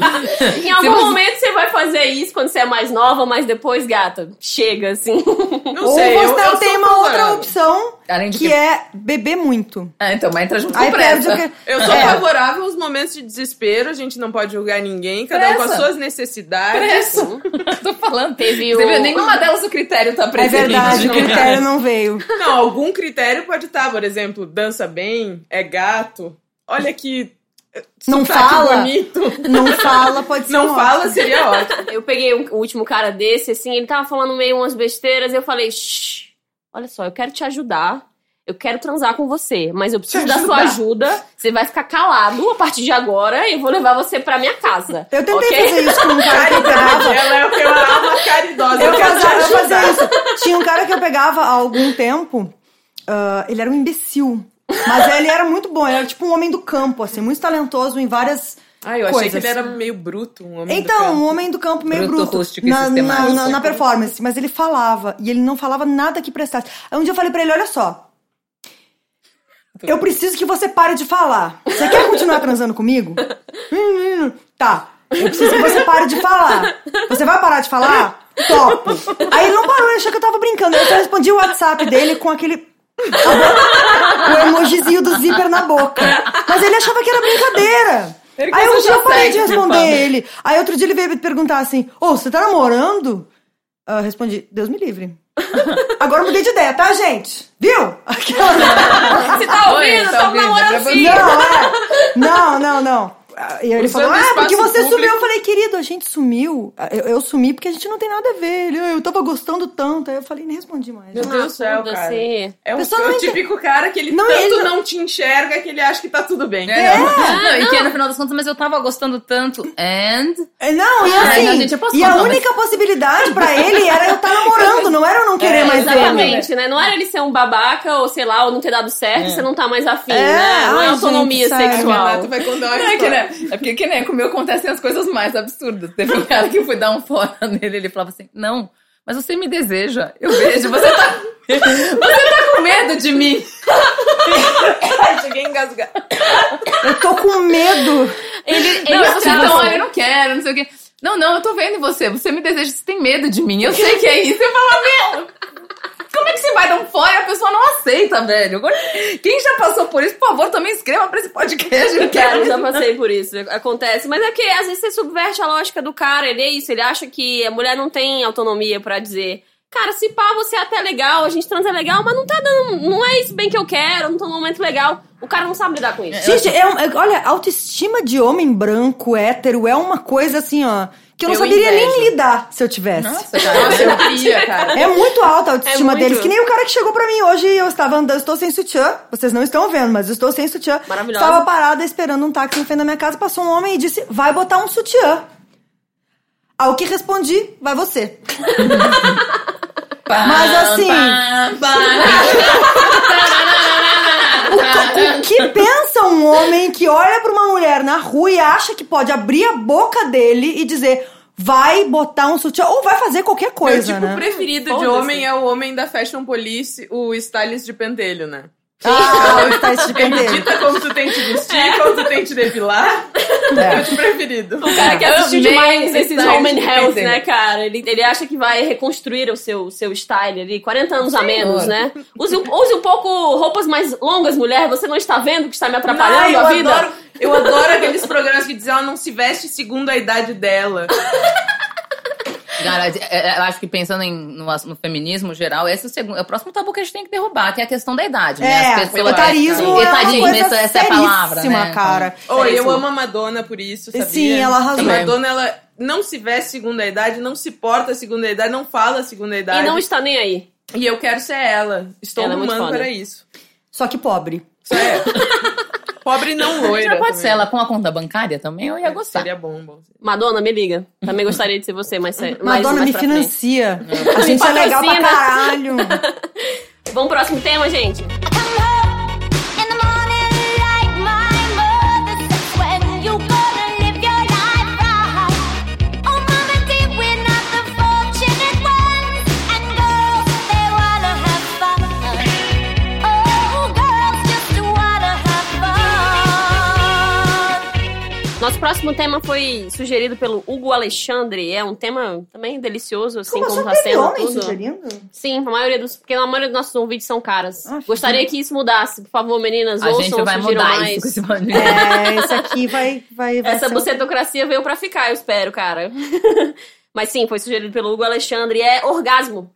A: Em algum
B: Se você-
A: momento você vai fazer isso quando você é mais nova, mas depois, gata, chega assim.
C: Não
D: Ou
C: sei, eu-
D: você
C: eu
D: tem
C: sou
D: uma
C: fã.
D: outra opção,
B: Além de
D: que é beber muito.
B: Ah, então, mas entra junto
D: Aí
B: com
D: perde
B: pressa.
D: o que...
C: Eu sou
D: É.
C: favorável aos momentos de desespero, a gente não pode julgar ninguém, cada um com as
B: Pressa.
C: suas necessidades.
B: Tô falando.
A: Teve
B: Você
A: o-
B: viu? Nenhuma delas o critério tá
D: É
B: presente.
D: verdade, o critério não veio.
C: Não, algum critério pode estar, por exemplo, dança bem, é gato, olha que eh,
D: Não
C: sotaque
D: fala.
C: bonito,
D: Não fala, pode ser um
C: não
D: ótimo.
C: fala seria ótimo.
A: Eu peguei um- o último cara desse, assim, ele tava falando meio umas besteiras, e eu falei, shh, olha só, eu quero te ajudar. Eu quero transar com você, mas eu preciso
C: Te
A: da sua
C: ajudar.
A: ajuda. Você vai ficar calado a partir de agora e eu vou levar você pra minha casa.
D: Eu tentei
A: ok?
D: fazer isso com um cara que eu pegava.
C: Ela é o que eu amo, caridosa.
D: Eu,
C: Eu quero te
D: fazia, eu
C: ajudar.
D: fazia isso. Tinha um cara que eu pegava há algum tempo, ah, ele era um imbecil. Mas ele era muito bom, ele era tipo um homem do campo, assim, muito talentoso em várias.
C: Ai, eu achei
D: Coisas.
C: que ele era meio bruto, um homem do
D: Então,
C: campo.
D: um homem do campo meio
B: Bruto,
D: bruto.
B: rústico e
D: na, na,
B: sistemático.
D: na- na performance. Mas ele falava, e ele não falava nada que prestasse. Aí um dia eu falei pra ele: olha só. Eu preciso que você pare de falar. Você quer continuar transando comigo? Hum, hum, Tá. Eu preciso que você pare de falar. Você vai parar de falar? Topo. Aí ele não parou, ele achou que eu tava brincando. Eu só respondi o WhatsApp dele com aquele. O emojizinho do zíper na boca. Mas ele achava que era brincadeira.
B: Ele
D: Aí um
B: começou
D: dia
B: a
D: eu parei de
B: sexo,
D: responder
B: Fábio.
D: ele. Aí outro dia ele veio me perguntar assim: Ô, você tá namorando? Ah, Eu respondi: Deus me livre. Agora eu mudei de ideia, tá, gente? Viu? Aquela.
A: Você tá
B: Oi,
A: ouvindo?
B: tá
A: Tá
B: ouvindo, é pra
A: namorando
B: você.
A: sim.
D: Não, é. Não, não, não. Ah, E ele
C: Usando
D: falou, ah, porque
C: espaço
D: você
C: público.
D: sumiu. Eu falei, querido, a gente sumiu. Ah, Eu, eu sumi porque a gente não tem nada a ver. Ele, "Ah, eu tava gostando tanto. Aí eu falei, nem respondi mais.
C: Meu Deus do céu, cara.
A: Você-
C: É um,
D: Pessoa
C: é o
D: não ente-
C: típico cara que ele
D: Não,
C: tanto
D: ele-
C: não te enxerga que ele acha que tá tudo bem.
B: É, não. Não, e que no final das contas, mas eu tava gostando tanto. And.
D: É, Não, e
B: Ah,
D: assim,
B: não, gente, eu posso
D: e a
B: contar, mas-
D: única possibilidade pra ele era eu estar namorando, não era eu não querer
B: É,
D: mais ele.
A: Exatamente, né? Não era ele ser um babaca ou sei lá, ou não ter dado certo, você não tá mais afim,
D: É,
A: né? Não é
D: ai,
A: autonomia
D: gente, sério.
C: O
A: sexual.
C: Renato vai contar uma
B: É, que,
C: história.
B: né, é porque que nem comigo acontecem as coisas mais absurdas. Teve um cara que eu fui dar um fora nele, ele falava assim: Não, mas você me deseja. Eu vejo, você tá. Você tá com medo de mim.
C: Ai, cheguei a engasgar.
D: Eu tô com medo.
A: Ele, ele é tipo assim,
B: Não, você
A: acaba-
B: então, olha, eu não quero, não sei o quê. Não, não, eu tô vendo em você. Você me deseja, você tem medo de mim. Eu sei que é isso. Eu falo, meu, como é que você vai dar um fora e a pessoa não aceita, velho. Agora, Quem já passou por isso, por favor, também escreva pra esse podcast.
A: Cara,
B: Eu quero.
A: eu já passei por isso. né? Acontece. Mas é que às vezes você subverte a lógica do cara. Ele é isso. Ele acha que a mulher não tem autonomia pra dizer. Cara, se pá, você é até legal, a gente transa legal, mas não tá dando. Não é isso bem que eu quero, não tô num momento legal. O cara não sabe lidar com isso.
D: Gente, é um- é- olha, autoestima de homem branco, hétero, é uma coisa assim, ó, que eu não
B: Eu
D: saberia nem
B: invejo.
D: lidar se eu tivesse.
B: Nossa, cara.
C: Nossa, eu queria, cara.
D: É muito alta a autoestima
A: É muito.
D: deles, que nem o cara que chegou pra mim hoje, eu estava andando, estou sem sutiã, vocês não estão vendo, mas eu estou sem sutiã.
A: Maravilhosa.
D: Estava parada esperando um táxi no frente da minha casa, passou um homem e disse, vai botar um sutiã. Ao que respondi, vai você. Mas assim-
B: Pá,
C: tipo,
B: pá.
D: O que, o que pensa um homem que olha pra uma mulher na rua e acha que pode abrir a boca dele e dizer vai botar um sutiã ou vai fazer qualquer
C: Meu
D: coisa,
C: tipo
D: né?
C: preferido de
A: Foda-se.
C: homem é o homem da Fashion Police, o stylist de pentelho, né?
D: Ah, o stylist de
C: Ele
D: pentelho.
C: dita como tu tem que vestir, como tu tem que depilar. É. Meu tipo preferido.
A: O cara que assistiu
B: Amei
A: demais
B: esse
A: esses
B: style
A: Home and
B: de
A: Health,
B: pentelho.
A: né, cara? Ele, ele acha que vai reconstruir o seu, seu style ali, 40 anos a menos, né? Use, um- use um pouco roupas mais longas, mulher. Você não está vendo que está me
C: Ai,
A: atrapalhando
C: eu
A: a vida?
C: Adoro, eu adoro aqueles programas que dizem ela não se veste segundo a idade dela.
B: Cara, é- é- eu acho que pensando em- no, ass- no feminismo geral, esse é o, segundo, é o próximo tabu que a gente tem que derrubar, que é a questão da idade, né?
D: É,
B: As
D: o
B: pessoas-
D: etarismo é uma
B: Etarismo,
D: coisa
B: essa, essa é a palavra,
D: seríssima,
B: né?
D: cara.
C: Oi, eu
B: Seríssimo.
C: amo a Madonna por isso, sabia?
D: Sim, ela arrasou.
C: A
B: Também.
C: Madonna, ela não se veste segundo a idade, não se porta segundo a idade, não fala segundo a
A: E
C: idade.
A: não está nem aí.
C: E eu quero ser ela. Estou
A: Ela é muito
C: arrumando
A: foda.
C: para isso.
D: Só que pobre.
C: Só é. Pobre não loira.
B: Já pode
C: também. É,
B: ser ela com a conta bancária também, eu ia gostar.
C: Seria bom, bom.
A: Madonna, me liga. Também gostaria de ser você, mas sério. mais-
D: Madonna
A: mais
D: me
A: pra frente.
D: financia. A gente é legal pra
A: patrocina.
D: caralho.
A: Vamos pro próximo tema, gente?
E: Come home in the morning like my mother says when you gonna live your life right. Oh, mama, dear, we're not the fortunate ones, and girls they wanna have fun. Oh, girls just wanna have fun.
A: Nosso próximo tema foi sugerido pelo Hugo Alexandre. É um tema também delicioso, assim
D: Como
A: como
D: só
A: tá
D: teve
A: sendo
D: homem
A: tudo.
D: sugerindo?
A: Sim, a maioria dos. Porque a maioria dos nossos ouvintes são caras.
D: Ah,
A: Gostaria que isso mudasse. Por favor, meninas,
B: A
A: ouçam,
B: gente vai
A: sugiram
B: mudar
A: mais.
B: isso com esse bagulho.
D: É, esse aqui vai, vai, vai
A: Essa
D: ser- um
A: bucetocracia veio pra ficar, eu espero, cara. Mas sim, foi sugerido pelo Hugo Alexandre. É orgasmo.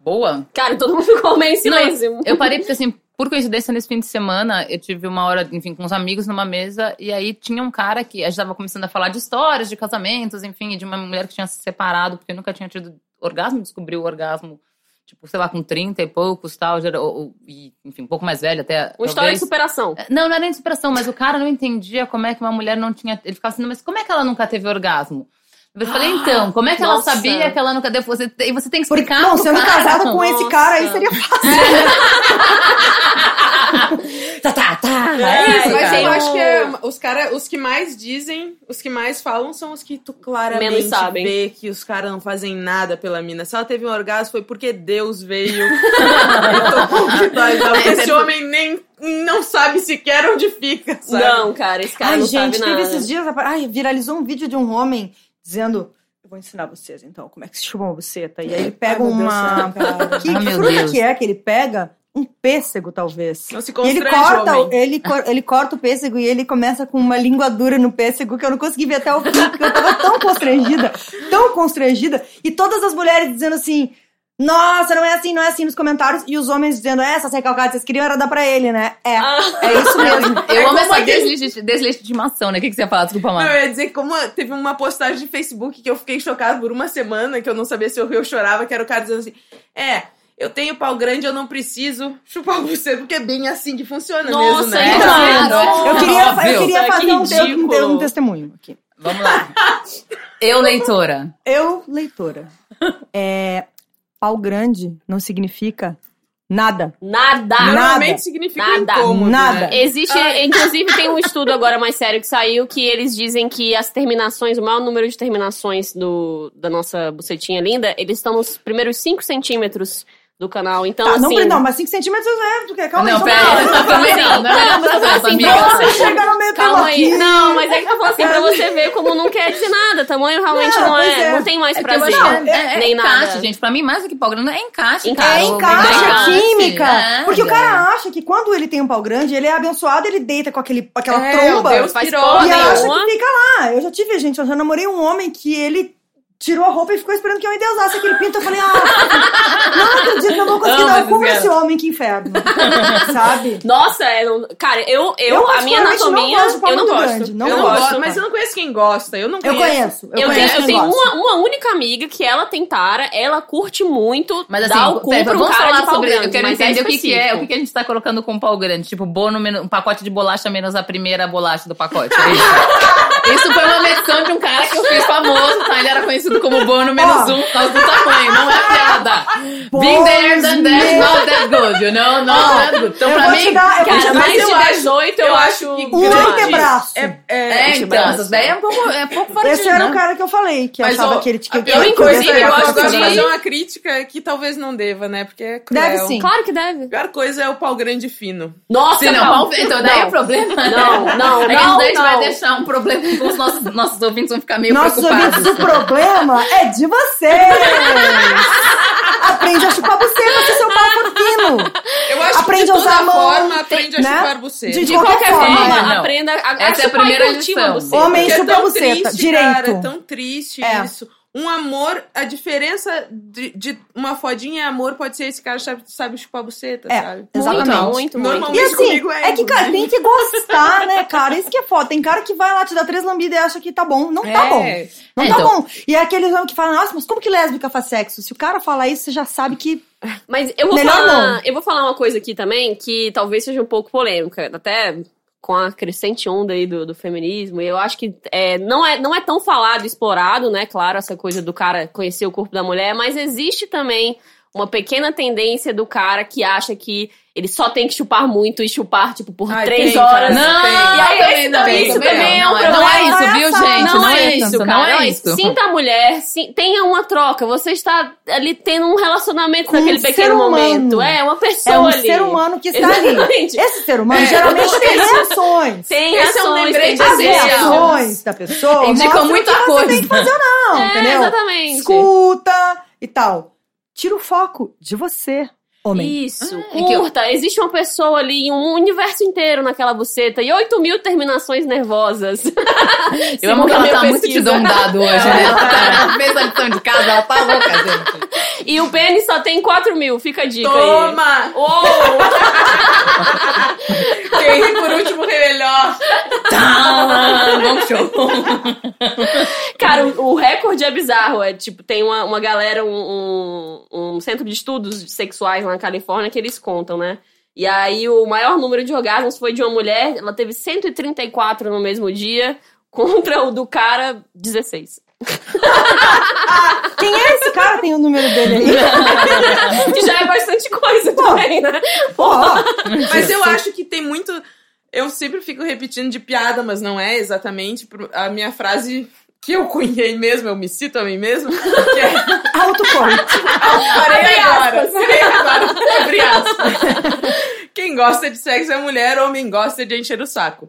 B: Boa.
A: Cara, todo mundo ficou meio em silêncio.
B: Eu parei porque, assim, por coincidência, nesse fim de semana, eu tive uma hora, enfim, com uns amigos numa mesa, e aí tinha um cara que a gente tava começando a falar de histórias, de casamentos, enfim, e de uma mulher que tinha se separado porque nunca tinha tido orgasmo, descobriu o orgasmo, tipo, sei lá, com 30 e poucos, tal, já era- ou- ou- e, enfim, um pouco mais velho até.
A: Uma história de
B: talvez. É,
A: superação.
B: Não, não era nem de superação, mas o cara não entendia como é que uma mulher não tinha. Ele ficava assim, mas como é que ela nunca teve orgasmo? Eu falei, então, como é que
A: Ah, Nossa.
B: ela sabia que ela nunca teve? Você, e você é tem que
D: Porque,
B: explicar.
D: bom,
B: pro
D: sendo
B: cara.
D: casado com esse cara aí
A: Nossa.
D: seria fácil.
B: Tá, tá, tá.
A: É, isso,
C: mas
A: cara.
C: eu acho que é- os, cara, os que mais dizem, os que mais falam são os que tu claramente
A: Menos sabem.
C: vê que os caras não fazem nada pela mina. Se ela teve um orgasmo foi porque Deus veio. Eu tô com vontade de dar, porque Esse homem nem não sabe sequer onde fica, sabe?
A: Não, cara, esse cara
D: Ai,
A: não
D: gente,
A: sabe nada.
D: teve esses dias. Ai, viralizou um vídeo de um homem dizendo. Eu vou ensinar vocês, então, como é que se chama uma buceta. E aí ele pega
C: Ai, meu Deus
D: uma. que
B: Ai, meu
D: fruta
B: Deus.
D: que é que ele pega? Um pêssego, talvez.
C: Não se
D: E
C: constrange,
D: ele corta, o-
C: homem.
D: ele, cor- ele corta o pêssego e ele começa com uma linguadura no pêssego que eu não consegui ver até o fim, porque eu tava tão constrangida, tão constrangida. E todas as mulheres dizendo assim: Nossa, não é assim, não é assim nos comentários. E os homens dizendo: "É, Essa recalcada que vocês queriam era dar pra ele, né? É, é isso mesmo.
B: Eu amo
C: como
B: essa
C: aquele-
B: deslegiti- deslegitimação, né? O que, que você ia falar? Desculpa,
C: Não,
B: Mar.
C: eu ia dizer como teve uma postagem de Facebook que eu fiquei chocada por uma semana, que eu não sabia se eu ria ou chorava, que era o cara dizendo assim: É, eu tenho pau grande, eu não preciso chupar você, porque é bem assim que funciona
A: Nossa,
C: mesmo, né?
A: então,
B: Claro.
D: Eu queria,
B: Óbvio.
D: eu queria
A: Nossa,
D: fazer
A: que
D: um,
A: ridículo.
D: eu- um testemunho aqui.
B: Vamos lá. Eu, leitora.
D: Eu, leitora, é, pau grande não significa nada.
A: Nada.
C: Normalmente significa
A: Nada.
C: incômodo,
D: Nada.
C: né?
A: Existe, inclusive, tem um estudo agora mais sério que saiu que eles dizem que as terminações, o maior número de terminações do, da nossa bucetinha linda, eles estão nos primeiros 5 centímetros do canal. Então,
D: Tá,
A: assim.
D: não, não, mas 5 centímetros é, porque calma aí,
B: não,
D: só
B: pera tá
D: pra- assim,
B: aí. Não, também não. Não é melhor
A: mas eu tô
B: fazer,
A: assim,
B: amiga.
A: calma.
D: Você chega no meio pelo
A: Calma aí.
D: aqui.
A: Não, mas é que eu falo assim, pra você ver como não quer dizer nada. Tamanho realmente
D: Não,
A: não,
D: pois
A: é,
D: é.
A: Não tem mais
B: É que eu
A: prazer.
B: acho que é, é, é
A: nem
B: encaixe,
A: nada.
B: gente. Pra mim, mais do que pau grande, é encaixe,
A: É
B: cara.
D: É encaixe,
A: Não,
D: é química.
B: nada.
D: Porque o cara acha que quando ele tem um pau grande, ele é abençoado, ele deita com aquele, aquela
C: É, o
D: tromba.
C: Deus
A: Faz
C: tirou.
A: porra
D: E ela acha
A: nenhuma.
D: que fica lá. Eu já tive, gente, eu já namorei um homem que ele tirou a roupa e ficou esperando que eu endeusasse aquele pinto. Eu falei, ah, não acredito, não vou conseguir
B: Amo
D: dar o cu pra
B: esse
D: esse homem, que inferno. Sabe?
A: Nossa, é, não- cara, eu, eu,
D: Eu,
A: a minha
D: particularmente,
A: anatomia,
D: não gosto de pau
A: eu não
D: muito
A: gosto.
D: grande, não
A: eu não
D: gosto.
A: gosto.
C: mas eu não conheço quem gosta. Eu não
D: Eu conheço. Eu,
A: Eu, tenho,
D: conheço.
A: eu
D: quem
A: tenho
D: gosta.
A: uma, uma única amiga que ela tem tara, ela curte muito
B: Mas assim,
A: dar o cu
B: pera,
A: pra um
B: vamos
A: cara
B: falar
A: de pau
B: sobre.
A: grande,
B: eu quero
A: mas
B: entender o que, que é,
A: específico.
B: o que, que a gente tá colocando com pau grande. Tipo, bono, menos- um pacote de bolacha menos a primeira bolacha do pacote. É isso. isso foi uma menção de um cara que eu fiz famoso, tá? Ele era conhecido como bono menos
D: Ó.
B: um por causa do tamanho. Não é piada. Being there, done that, not that good, you know? Not that good. Então,
D: eu
B: pra
D: vou
B: mim.
D: te dar, eu vou
A: Cara,
D: te
C: Mas
A: mais
C: eu
A: de
C: acho-
A: 18 eu,
C: eu
A: acho.
C: acho que
D: Um
C: grande.
D: antebraço.
C: É, é,
B: É, então,
A: braço.
B: essas daí é um pouco, é um pouco fora
D: Esse
B: de
D: era
B: não.
D: o cara que eu falei, que
C: Mas,
D: achava
C: ó,
D: que ele tinha
C: a
D: que
C: pior,
D: que
C: inclusive,
D: conversar
C: eu
D: com a
C: acho que
D: pessoa.
C: agora
B: de-
C: fazer uma crítica que talvez não deva, né? Porque é cruel.
D: Deve sim.
A: Claro que deve.
C: A pior coisa é o pau grande e fino.
A: Nossa,
B: Se não,
A: não.
B: então daí é
A: Não.
B: problema.
A: Não, não,
B: É que
A: não,
B: daí a gente vai
A: não.
B: deixar um problema com os nossos, nossos ouvintes vão ficar meio
D: Nossos
B: preocupados.
D: ouvintes, o problema é de vocês! Aprende a chupar buceta se seu pau for fino!
C: Eu acho
D: Aprende
C: que
D: a
C: de toda
D: usar a mão,
C: forma aprende a
D: né?
C: chupar buceta.
D: De-
A: De qualquer forma,
B: forma, não.
A: aprenda a, a
B: Essa é a
A: chupar
B: primeira
A: e cultiva
B: lição.
A: você.
D: Homem
C: Porque é
D: chupa
C: tão
D: buceta,
C: triste,
D: direito.
C: Cara, é tão triste
D: É.
C: isso. Um amor, a diferença de, de uma fodinha e amor pode ser esse cara sabe, sabe chupar buceta,
D: É,
C: sabe?
D: exatamente.
A: Muito, muito, muito.
C: Normalmente-
D: E
C: Isso
D: assim,
C: comigo é
D: é que,
C: isso,
D: cara,
C: né?
D: tem que gostar, né, cara? Isso que é foda. Tem cara que vai lá te dar três lambidas e acha que tá bom. Não tá bom.
C: É.
D: Não
B: É,
D: tá
B: então.
D: bom. E é aquele homem que fala, nossa, mas como que lésbica faz sexo? Se o cara falar isso, você já sabe que.
A: Mas eu vou,
D: Melhor
A: falar, eu vou falar uma coisa aqui também que talvez seja um pouco polêmica, até com a crescente onda aí do, do feminismo. E eu acho que é, não, é, não é tão falado, explorado, né? Claro, essa coisa do cara conhecer o corpo da mulher, mas existe também uma pequena tendência do cara que acha que ele só tem que chupar muito e chupar, tipo, por
C: Ai,
A: três
C: tem,
A: horas.
C: cara.
B: Não,
A: E aí,
B: também
A: esse
B: não,
A: também,
B: isso
A: isso também é um
B: não,
A: problema.
B: Não é isso,
D: Não é
B: viu,
D: essa,
B: gente?
A: Não, é isso,
B: tanto,
A: cara.
B: Não é isso.
A: Sinta a mulher, sin- tenha uma troca. Você está ali tendo um relacionamento
D: Com
A: naquele
D: um ser
A: pequeno
D: humano.
A: momento. É, uma pessoa
D: É um
A: ali.
D: ser humano que está ali.
A: Exatamente.
D: Esse ser
C: É,
D: humano geralmente tem reações.
A: Tem
C: Esse é um
A: ações,
C: lembrete
A: tem
D: As
A: desejo.
D: reações da pessoa.
B: Indicam
D: mostram
B: muita
D: o que
B: coisa.
D: Você tem que fazer ou não,
A: É,
D: entendeu?
A: exatamente.
D: Escuta e tal. Tira o foco de você, homem.
A: Isso,
B: é que eu-
A: curta. tá, Existe uma pessoa ali, um universo inteiro naquela buceta e 8 mil terminações nervosas.
B: Eu amo
A: Segundo
B: que ela
A: a
B: tá
A: minha
B: muito te
A: pesquisa.
B: dondado hoje, né? Ela, tá, ela fez a lição de casa, ela tá louca, gente.
A: E o pênis só tem 4 mil, fica a dica aí.
C: Toma!
A: Uou!
C: Quem ri por último ri melhor.
B: Tá, bom show.
A: Cara, o, o recorde é bizarro. É tipo, tem uma, uma galera, um, um- um centro de estudos sexuais lá na Califórnia que eles contam, né? E aí o maior número de orgasmos foi de uma mulher, ela teve 134 no mesmo dia, contra o do cara 16.
D: Quem é esse cara? Tem o número dele aí.
A: que já é bastante coisa também, né?
D: Ó,
C: Mas eu acho que tem muito. Eu sempre fico repetindo de piada, mas não é exatamente pro- a minha frase que eu cunhei mesmo, eu me cito a mim mesmo. Que é,
D: autocorte.
C: parei agora, parei agora, abre aspas. Quem gosta de sexo é mulher, homem gosta de encher o saco.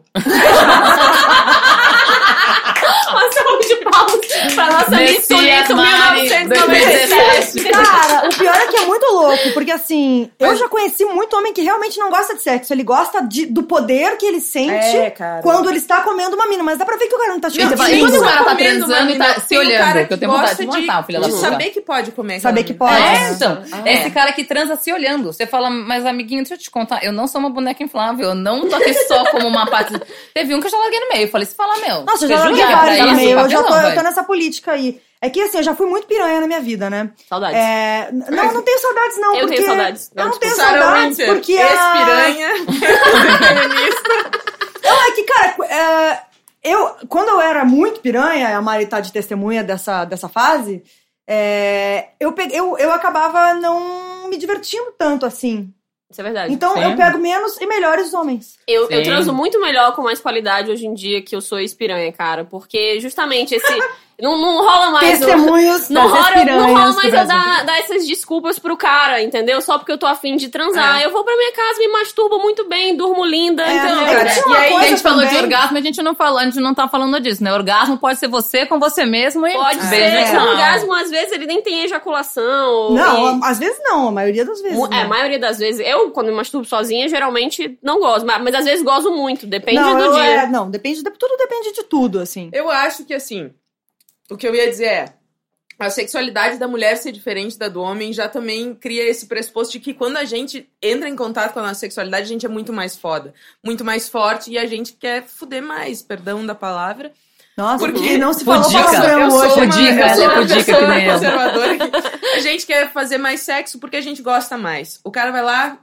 A: Uma salva de palmas pra nossa Miss Tulito 1997.
B: 2017.
D: Cara, o pior é que é muito louco, porque assim, eu já conheci muito homem que realmente não gosta de sexo. Ele gosta de- do poder que ele sente
C: É, cara.
D: quando ele está comendo uma mina. Mas dá pra ver que o cara não tá
B: Você
D: chupando.
B: fala,
C: Gente,
B: e quando o
C: só
B: cara tá
C: comendo uma
B: transando e tá
C: mina,
B: se
C: tem um
B: olhando,
C: cara
B: que eu tenho vontade de
C: gosta
B: matar o filho da
C: de
B: puta.
C: saber que pode comer. aquela
D: Saber que
C: mina.
D: pode.
B: É,
D: né?
B: então.
A: Ah,
B: Esse cara que transa se olhando. Você fala, mas amiguinho, deixa eu te contar, eu não sou uma boneca inflável, eu não tô aqui só como uma parte. Teve um que eu já larguei no meio. Eu falei, se fala, meu.
D: Nossa,
B: você
D: eu já larguei
B: jura é
D: vários
B: pra
D: no
B: isso?
D: meio. Eu já
B: Papelão,
D: tô, eu tô
B: vai.
D: nessa política aí. É que assim, eu já fui muito piranha na minha vida, né?
A: Saudades.
D: É, n- não, eu não tenho saudades, não.
A: Eu
D: porque
A: tenho saudades.
D: Eu não
A: Não,
D: tenho
C: Sarah
D: saudades,
C: Winter, é
D: porque. a- é
C: ex-piranha, feminista.
D: Não, é que, cara, é, eu, quando eu era muito piranha, a Mari tá de testemunha dessa, dessa fase, é, eu, peguei, eu, eu acabava não me divertindo tanto assim.
A: Isso é verdade.
D: Então
B: Sim.
D: eu pego menos e melhores homens.
A: Eu, eu
B: Sim.
A: transo muito melhor com mais qualidade hoje em dia que eu sou espiranha, cara. Porque justamente esse, Não, não rola mais. o-
D: Testemunhos
A: Não
D: das
A: rola,
D: espiranhas
A: não rola
D: do
A: mais eu
D: Brasil.
A: dar, dar essas desculpas pro cara, entendeu? Só porque eu tô afim de transar. Eu vou pra minha casa, me masturbo muito bem, durmo linda,
D: É,
A: entendeu?
D: não,
A: cara?
D: é que tinha
B: E
D: uma
B: aí, a
D: coisa
B: gente falou de
D: também-
B: orgasmo, a gente não falou, a gente não tá falando disso, né? Orgasmo pode ser você com você mesmo
D: é
B: e
A: Pode ser,
B: beijo,
A: esse
B: tchau.
A: orgasmo, às vezes, ele nem tem ejaculação.
D: Não,
A: e-
D: às vezes não, a maioria das vezes.
A: É, a
D: não.
A: maioria das vezes, eu, quando me masturbo sozinha, geralmente não gosto, mas, mas às vezes gozo muito, depende
D: não,
A: do
D: eu-
A: dia.
D: é, não, depende de, tudo depende de tudo, assim.
C: Eu acho que assim, o que eu ia dizer é. A sexualidade da mulher ser diferente da do homem já também cria esse pressuposto de que quando a gente entra em contato com a nossa sexualidade, a gente é muito mais foda, muito mais forte e a gente quer fuder mais, perdão da palavra.
D: Nossa,
C: Porque-
D: porque, não se falou
B: Pudica.
D: palavrão
C: Eu sou
D: hoje. né?
C: uma-
B: Pudica,
C: eu
B: ela
C: sou
B: é
C: uma
B: pudica
C: pessoa
B: que nem eu.
C: conservadora que- A gente quer fazer mais sexo porque a gente gosta mais. O cara vai lá,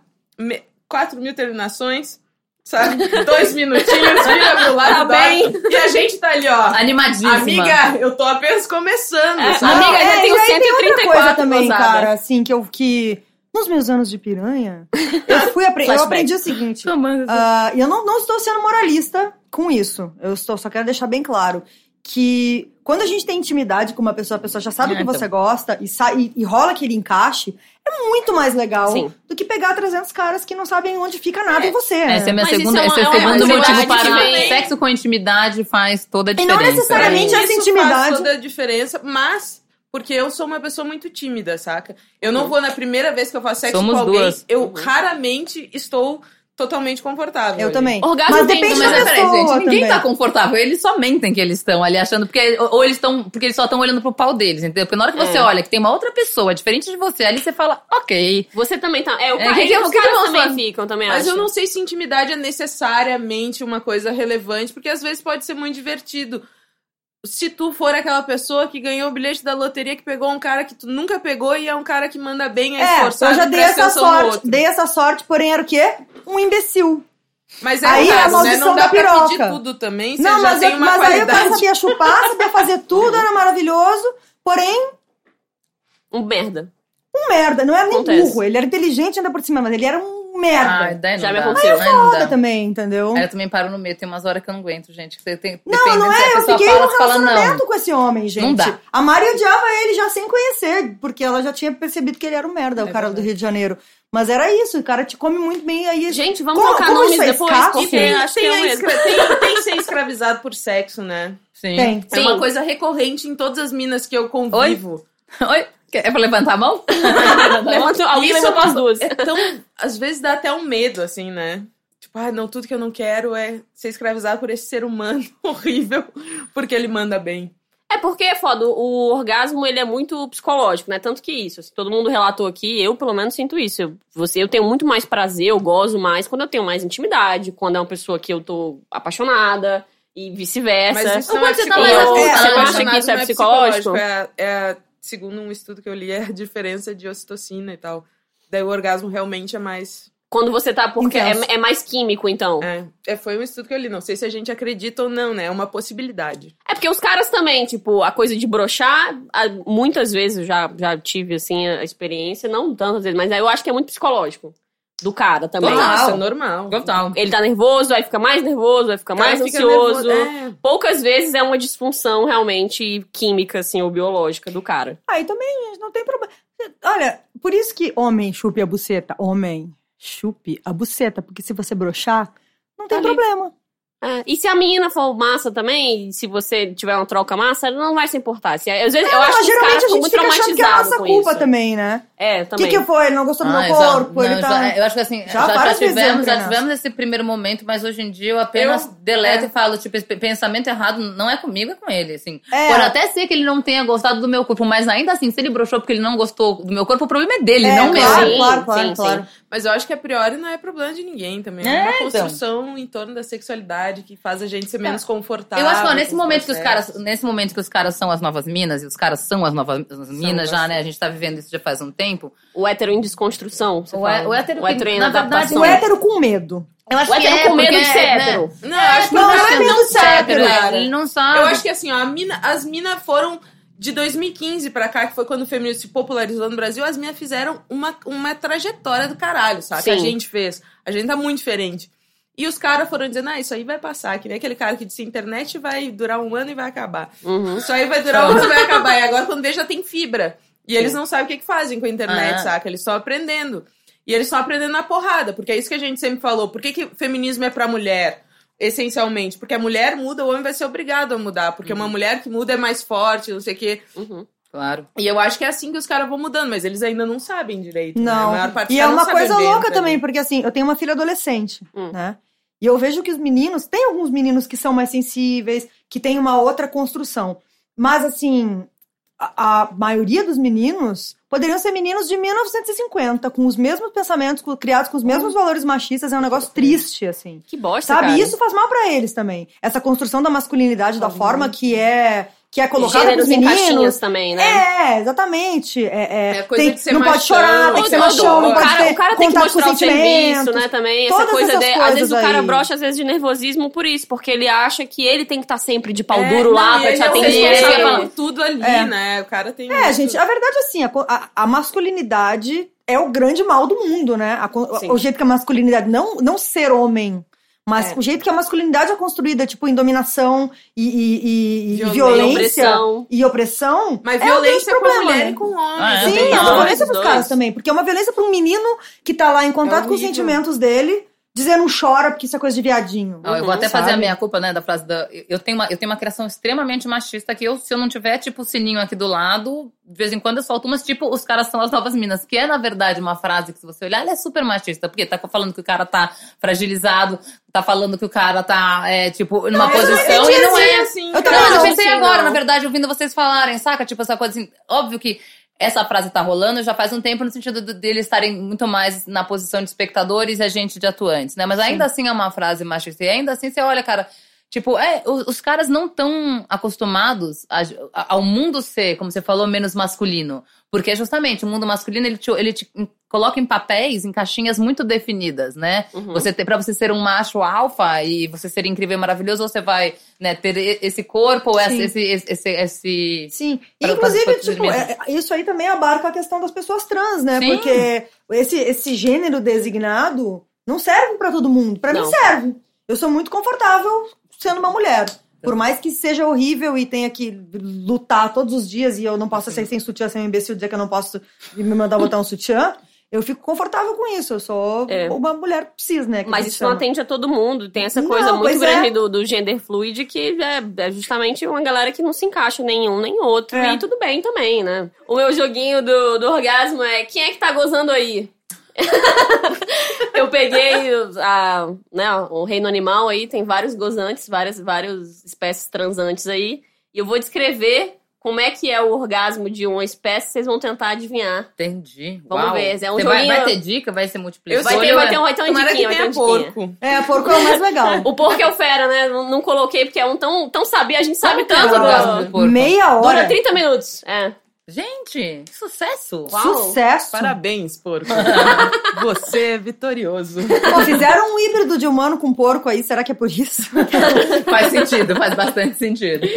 C: 4 mil terminações, sabe? Dois minutinhos, vira pro lado
A: Tá bem.
C: do E a gente tá ali, ó.
B: Animadíssima.
C: Amiga, eu tô apenas começando,
A: É,
C: sabe?
A: amiga, já
D: é,
A: tenho
D: e aí tem outra
A: 134
D: coisa também,
A: gozada.
D: cara, assim, que eu que nos meus anos de piranha, eu fui apre- eu
A: Flashback.
D: aprendi o seguinte.
B: Tomando-
D: ah, e eu não, não estou sendo moralista com isso. Eu estou, só quero deixar bem claro que quando a gente tem intimidade com uma pessoa, a pessoa já sabe o
B: Ah,
D: que
B: então.
D: você gosta e, sa- e, e rola aquele encaixe, é muito mais legal
A: Sim.
D: do que pegar 300 caras que não sabem onde fica nada em você. né?
B: Esse é meu
A: Mas isso
B: segundo,
A: é uma-
B: esse é o
A: é uma
B: segundo
A: intimidade
B: motivo para
A: que vem-
B: sexo com intimidade faz toda a
D: não
B: diferença.
D: necessariamente- Pra mim, essa
C: é Isso
D: intimidade-
C: faz toda a diferença, mas porque eu sou uma pessoa muito tímida, saca? Eu não vou na primeira vez que eu faço sexo
B: Somos
C: com alguém,
B: duas.
C: eu raramente estou totalmente confortável.
D: Eu
C: ali.
D: também.
A: Orgasmo
D: Mas
A: tem,
D: depende
B: Mas
D: da
B: é,
D: pessoa
B: peraí, gente, ninguém
D: também.
B: tá confortável. Eles só mentem que eles estão ali achando, porque ou, ou eles estão, porque eles só estão olhando pro pau deles, entendeu? Porque na hora que
D: É.
B: você olha que tem uma outra pessoa diferente de você, ali você fala, ok.
A: Você também tá. É, o
B: É,
A: cara,
B: que que-
A: os
B: que que
A: caras
B: eu
A: também
B: faço?
A: ficam, também
C: Mas
A: acho.
C: eu não sei se intimidade é necessariamente uma coisa relevante, porque às vezes pode ser muito divertido. Se tu for aquela pessoa que ganhou o bilhete da loteria, que pegou um cara que tu nunca pegou e é um cara que manda bem, é,
D: É,
C: esforçado,
D: eu já dei
C: presta
D: essa
C: atenção no
D: sorte.
C: um outro.
D: Dei essa sorte, porém era o quê? Um imbecil.
C: Mas é
D: Aí
C: o
D: é a
C: caso, né?
D: maldição
C: Não dá
D: da
C: pra pedir
D: piroca.
C: tudo também, você
D: Não,
C: já
D: mas,
C: tem
D: eu-
C: uma
D: mas aí o
C: qualidade.
D: cara sabia chupar, sabia fazer tudo, era maravilhoso. Porém,
A: Um merda.
D: um merda. Não era nem
A: Acontece.
D: burro. Ele era inteligente ainda por cima, mas ele era um merda.
B: Ai, daí não
A: Já me
B: dá.
A: aconteceu.
B: Ai, não
D: Foda
B: Ah, dá. É,
D: também, entendeu?
B: Aí eu também paro no meio, tem umas horas que eu não aguento, gente. que Você tem,
D: Não, não é. Eu fiquei
B: fala,
D: num
B: você fala, não.
D: relacionamento com esse homem, gente.
B: Não dá.
D: A Mari odiava ele já sem conhecer, porque ela já tinha percebido que ele era um merda, o cara do Rio de Janeiro. Mas era isso, o cara te come muito bem aí.
A: Gente, vamos
D: Como-
A: colocar
D: como
A: nomes
D: isso é
A: depois?
D: escasso?
A: porque
D: Sim,
A: acho que
C: tem,
A: é o
C: a
A: mesmo.
C: escra- tem, tem ser escravizado por sexo, né?
B: Sim.
D: Tem.
C: É
A: Sim.
C: uma coisa recorrente em todas as minas que eu convivo.
B: Oi? Quer- É pra levantar a mão?
A: Levantou, alguém
C: Isso
A: levantou
C: é
A: as duas.
C: É tão. Às vezes dá até um medo, assim, né? Tipo, ah, não, tudo que eu não quero é ser escravizado por esse ser humano horrível, porque ele manda bem.
A: É porque, foda, o orgasmo ele é muito psicológico, né? Tanto que isso, assim, todo mundo relatou aqui, eu pelo menos sinto isso. Eu, você, eu tenho muito mais prazer, eu gozo mais quando eu tenho mais intimidade, quando é uma pessoa que eu tô apaixonada e vice-versa.
B: O
C: não
B: quanto você tá mais
C: psicológico.
D: afetado,
C: É,
D: você
A: acha
C: apaixonado
A: que isso é
C: não
A: psicológico?
C: É, é, segundo um estudo que eu li, é a diferença de ocitocina e tal. Daí o orgasmo realmente é mais.
A: Quando você tá. Porque
D: Intenso.
A: é, é mais químico, então. É.
C: É, é, foi um estudo que eu li. Não sei se a gente acredita ou não, né? É uma possibilidade.
A: É porque os caras também, tipo, a coisa de brochar, muitas vezes eu já, já tive, assim, a experiência, não tantas vezes, mas eu acho que é muito psicológico do cara também.
D: Total.
C: Nossa, é normal.
B: Total.
A: Ele tá nervoso, aí fica mais nervoso, aí fica mais
C: Cara, fica
A: ansioso.
C: nervoso. É.
A: Poucas vezes é uma disfunção realmente química, assim, ou biológica do cara.
D: Aí Ah, também, gente, não tem problema. Olha, por isso que homem chupe a buceta. Homem chupe a buceta, porque se você broxar, não tem
A: Tá ali.
D: problema.
A: É, E se a menina for massa também, se você tiver uma troca massa, ela não vai se importar. Se, é, às vezes, eu
D: Mas
A: acho que os
D: É, Ah, geralmente
A: caras
D: a
A: ficam
D: gente
A: muito
D: fica achando que é a
A: traumatizados
D: nossa
A: com
D: culpa
A: isso.
D: também, né?
A: É,
D: O
A: também.
D: que, que foi? Ele não gostou do
B: Ah,
D: meu
B: eu já-
D: corpo,
B: não,
D: ele
B: eu
D: tá.
A: é,
B: já- eu acho que assim,
D: Já
B: já, já
D: várias vezes
B: tivemos,
D: entra
B: já
D: nessa.
B: tivemos esse primeiro momento, mas hoje em dia eu apenas
C: Eu-
B: deleto
C: é.
B: e falo, tipo, esse pe- pensamento errado não é comigo, é com ele, assim.
D: É.
B: Pode até ser que ele não tenha gostado do meu corpo, mas ainda assim, se ele broxou porque ele não gostou do meu corpo, o problema é dele,
D: É,
B: não meu.
D: claro,
A: Sim,
D: claro,
A: sim,
D: claro,
A: sim.
D: claro.
C: Mas eu acho que a priori não é problema de ninguém também. É,
B: É,
C: uma
B: então. É.
C: construção em torno da sexualidade que faz a gente ser menos confortável.
B: Eu acho que ó, nesse
C: com
B: momento que os
C: processos.
B: caras, nesse momento que os caras são as novas minas e os caras são as novas as minas já,
C: novas.
B: né? A gente tá vivendo isso já faz um tempo.
A: O hétero em desconstrução. você
B: O
A: fala.
B: hé- o hétero
A: o hétero
B: que-
A: em
B: na verdade, é
A: adaptação.
D: O hétero é, né? com medo.
B: Eu acho
A: O hétero com medo de ser hétero.
C: Não, eu acho que
D: Não,
C: o
D: não é
C: cara
D: menos
C: não sabe,
D: hétero,
C: cara.
B: Ele não sabe.
C: Eu acho que assim, ó, a mina- as minas foram de 2015 pra cá, que foi quando o feminismo se popularizou no Brasil, as minas fizeram uma, uma trajetória do caralho, sabe? Que a
A: Sim.
C: gente fez. A gente tá muito diferente. E os caras foram dizendo, ah, isso aí vai passar, que nem aquele cara que disse, internet vai durar um ano e vai acabar.
A: Uhum,
C: Isso aí vai durar um ano e vai acabar. E agora, quando vê, já tem fibra. E eles não sabem o que, que fazem com a internet,
B: Ah.
C: saca? Eles estão aprendendo. E eles estão aprendendo na porrada, porque é isso que a gente sempre falou. Por que, que feminismo é pra mulher, essencialmente? Porque a mulher muda, o homem vai ser obrigado a mudar. Porque uma mulher que muda é mais forte, não sei o quê.
A: Uhum.
B: Claro.
C: E eu acho que é assim que os caras vão mudando, mas eles ainda não sabem direito. né? A
D: Não.
C: maior parte dos
D: e é
C: caras não
D: uma
C: sabe
D: coisa
C: onde
D: louca
C: entra,
D: também,
C: né?
D: porque assim, eu tenho uma filha adolescente,
A: Hum.
D: né? E eu vejo que os meninos, tem alguns meninos que são mais sensíveis, que têm uma outra construção. Mas assim, a, a maioria dos meninos poderiam ser meninos de 1950, com os mesmos pensamentos, com- criados com os mesmos valores machistas, é um negócio triste, assim.
A: Que bosta,
D: Sabe,
A: cara.
D: isso faz mal pra eles também. Essa construção da masculinidade, da forma que é que é colocada nos
A: Gêneros em
D: meninos.
A: caixinhas também, né?
D: É, exatamente. É, é,
C: É coisa
D: tem-
C: de ser
D: não pode
C: machão.
D: chorar, tem que ser
C: Todo-
D: machão, não
C: o
A: o
D: pode
A: cara,
D: ter
A: o cara tem que
D: contato com
A: mostrar o serviço,
D: sentimentos.
A: né, também. Essa
D: Todas
A: coisa
D: essas
A: de, às
D: coisas
A: vezes o cara
D: aí.
A: brocha, às vezes de nervosismo por isso, porque ele acha que ele tem que estar sempre de pau
C: É,
A: duro lá
C: não, e
A: pra te
C: ele é o
A: atender.
C: responsável por tudo ali,
D: É.
C: né? O cara tem.
D: É, gente, a verdade é assim, a, co- a- a masculinidade é o grande mal do mundo, né? A co-
A: Sim.
D: o jeito que a masculinidade, não, não ser homem, mas
A: É.
D: o jeito que a masculinidade é construída, tipo, em dominação e, e- e- e
C: Violência,
D: violência
A: opressão.
D: e opressão.
C: Mas
D: é um grande
C: violência com a
D: problema,
C: mulher
D: né?
C: e com o homem.
B: Ah, é,
C: também,
D: Sim, é
A: Não,
D: uma
A: os
C: né?
D: violência pros
A: dois.
D: caras também, porque é uma violência pra um menino que tá lá em contato com os
C: horrível.
D: sentimentos dele, dizendo não chora porque isso é coisa de viadinho.
B: Ó, eu vou até
D: sabe?
B: fazer a minha culpa, né, da frase da... eu- Eu tenho, uma, eu tenho uma criação extremamente machista que eu, se eu não tiver, tipo, o sininho aqui do lado, de vez em quando eu solto umas, tipo, os caras são as novas minas, que é, na verdade, uma frase que, se você olhar, ela é super machista, porque tá falando que o cara tá fragilizado, tá falando que o cara tá, é, tipo, numa posição e não é.
C: assim.
D: Eu
C: cara.
D: também
B: Não, mas eu
D: não,
B: pensei
A: sim,
B: agora,
A: não.
B: na verdade, ouvindo vocês falarem, saca? Tipo, essa coisa assim, óbvio que essa frase tá rolando já faz um tempo no sentido do- deles estarem muito mais na posição de espectadores e a gente de atuantes, né? Mas ainda assim é uma frase machista. E ainda assim você olha, cara, tipo, é, o- os, caras não estão acostumados a- a- ao mundo ser, como você falou, menos masculino. Porque justamente o mundo masculino, ele te, ele te coloca em papéis, em caixinhas muito definidas, né?
A: Uhum.
B: Você tem, pra você ser um macho alfa e você ser incrível e maravilhoso, você vai né, ter e- esse corpo, ou essa-
D: Sim.
B: esse, esse, esse, esse-
D: Sim, E,
B: Para-
D: inclusive,
B: para- para
D: tipo,
B: dormir.
D: é- é- isso aí também abarca a questão das pessoas trans, né?
B: Sim.
D: Porque esse, esse gênero designado não serve pra todo mundo. Pra mim
A: Não.
D: serve. Eu sou muito confortável sendo uma mulher.
A: É.
D: Por mais que seja horrível e tenha que lutar todos os dias e eu não possa ser sem sutiã, sem um imbecil dizer que eu não posso me mandar botar um sutiã, eu fico confortável com isso. Eu sou
A: É.
D: uma mulher cis, né? que a
A: Mas
D: gente
A: isso não
D: chama.
A: atende a todo mundo. Tem essa
D: Não,
A: coisa muito
D: pois é.
A: grande do, do gender fluid que é, é justamente uma galera que não se encaixa nenhum nem outro.
D: É.
A: E tudo bem também, né? O meu joguinho do, do orgasmo é quem é que tá gozando aí? eu peguei o- a, né, o reino animal aí, tem vários gozantes, várias, várias espécies transantes aí. E eu vou descrever como é que é o orgasmo de uma espécie, vocês vão tentar adivinhar.
B: Entendi.
A: Vamos
B: Uau.
A: ver, é um
B: Você vai,
A: joguinho-
B: vai ter dica, vai ser
C: Eu
B: multiplicador.
A: Vai ter,
C: sou-
A: vai ter, um- vai ter uma
C: Tomara que
A: diquinha, vai ter uma
C: tenha
A: diquinha.
C: porco.
D: É, porco é o mais legal.
A: O porco é o fera, né? Não, não coloquei porque é um tão, tão sabia, a gente sabe
B: Quanto tempo
A: tanto.
B: o orgasmo do
A: Do...
B: porco?
D: Meia hora.
A: Dura 30 minutos. É.
B: Gente, que sucesso!
A: Uau.
D: Sucesso.
C: Parabéns, porco. Você é vitorioso.
D: Pô, fizeram um híbrido de humano com porco aí, será que é por isso?
B: faz sentido, faz bastante sentido.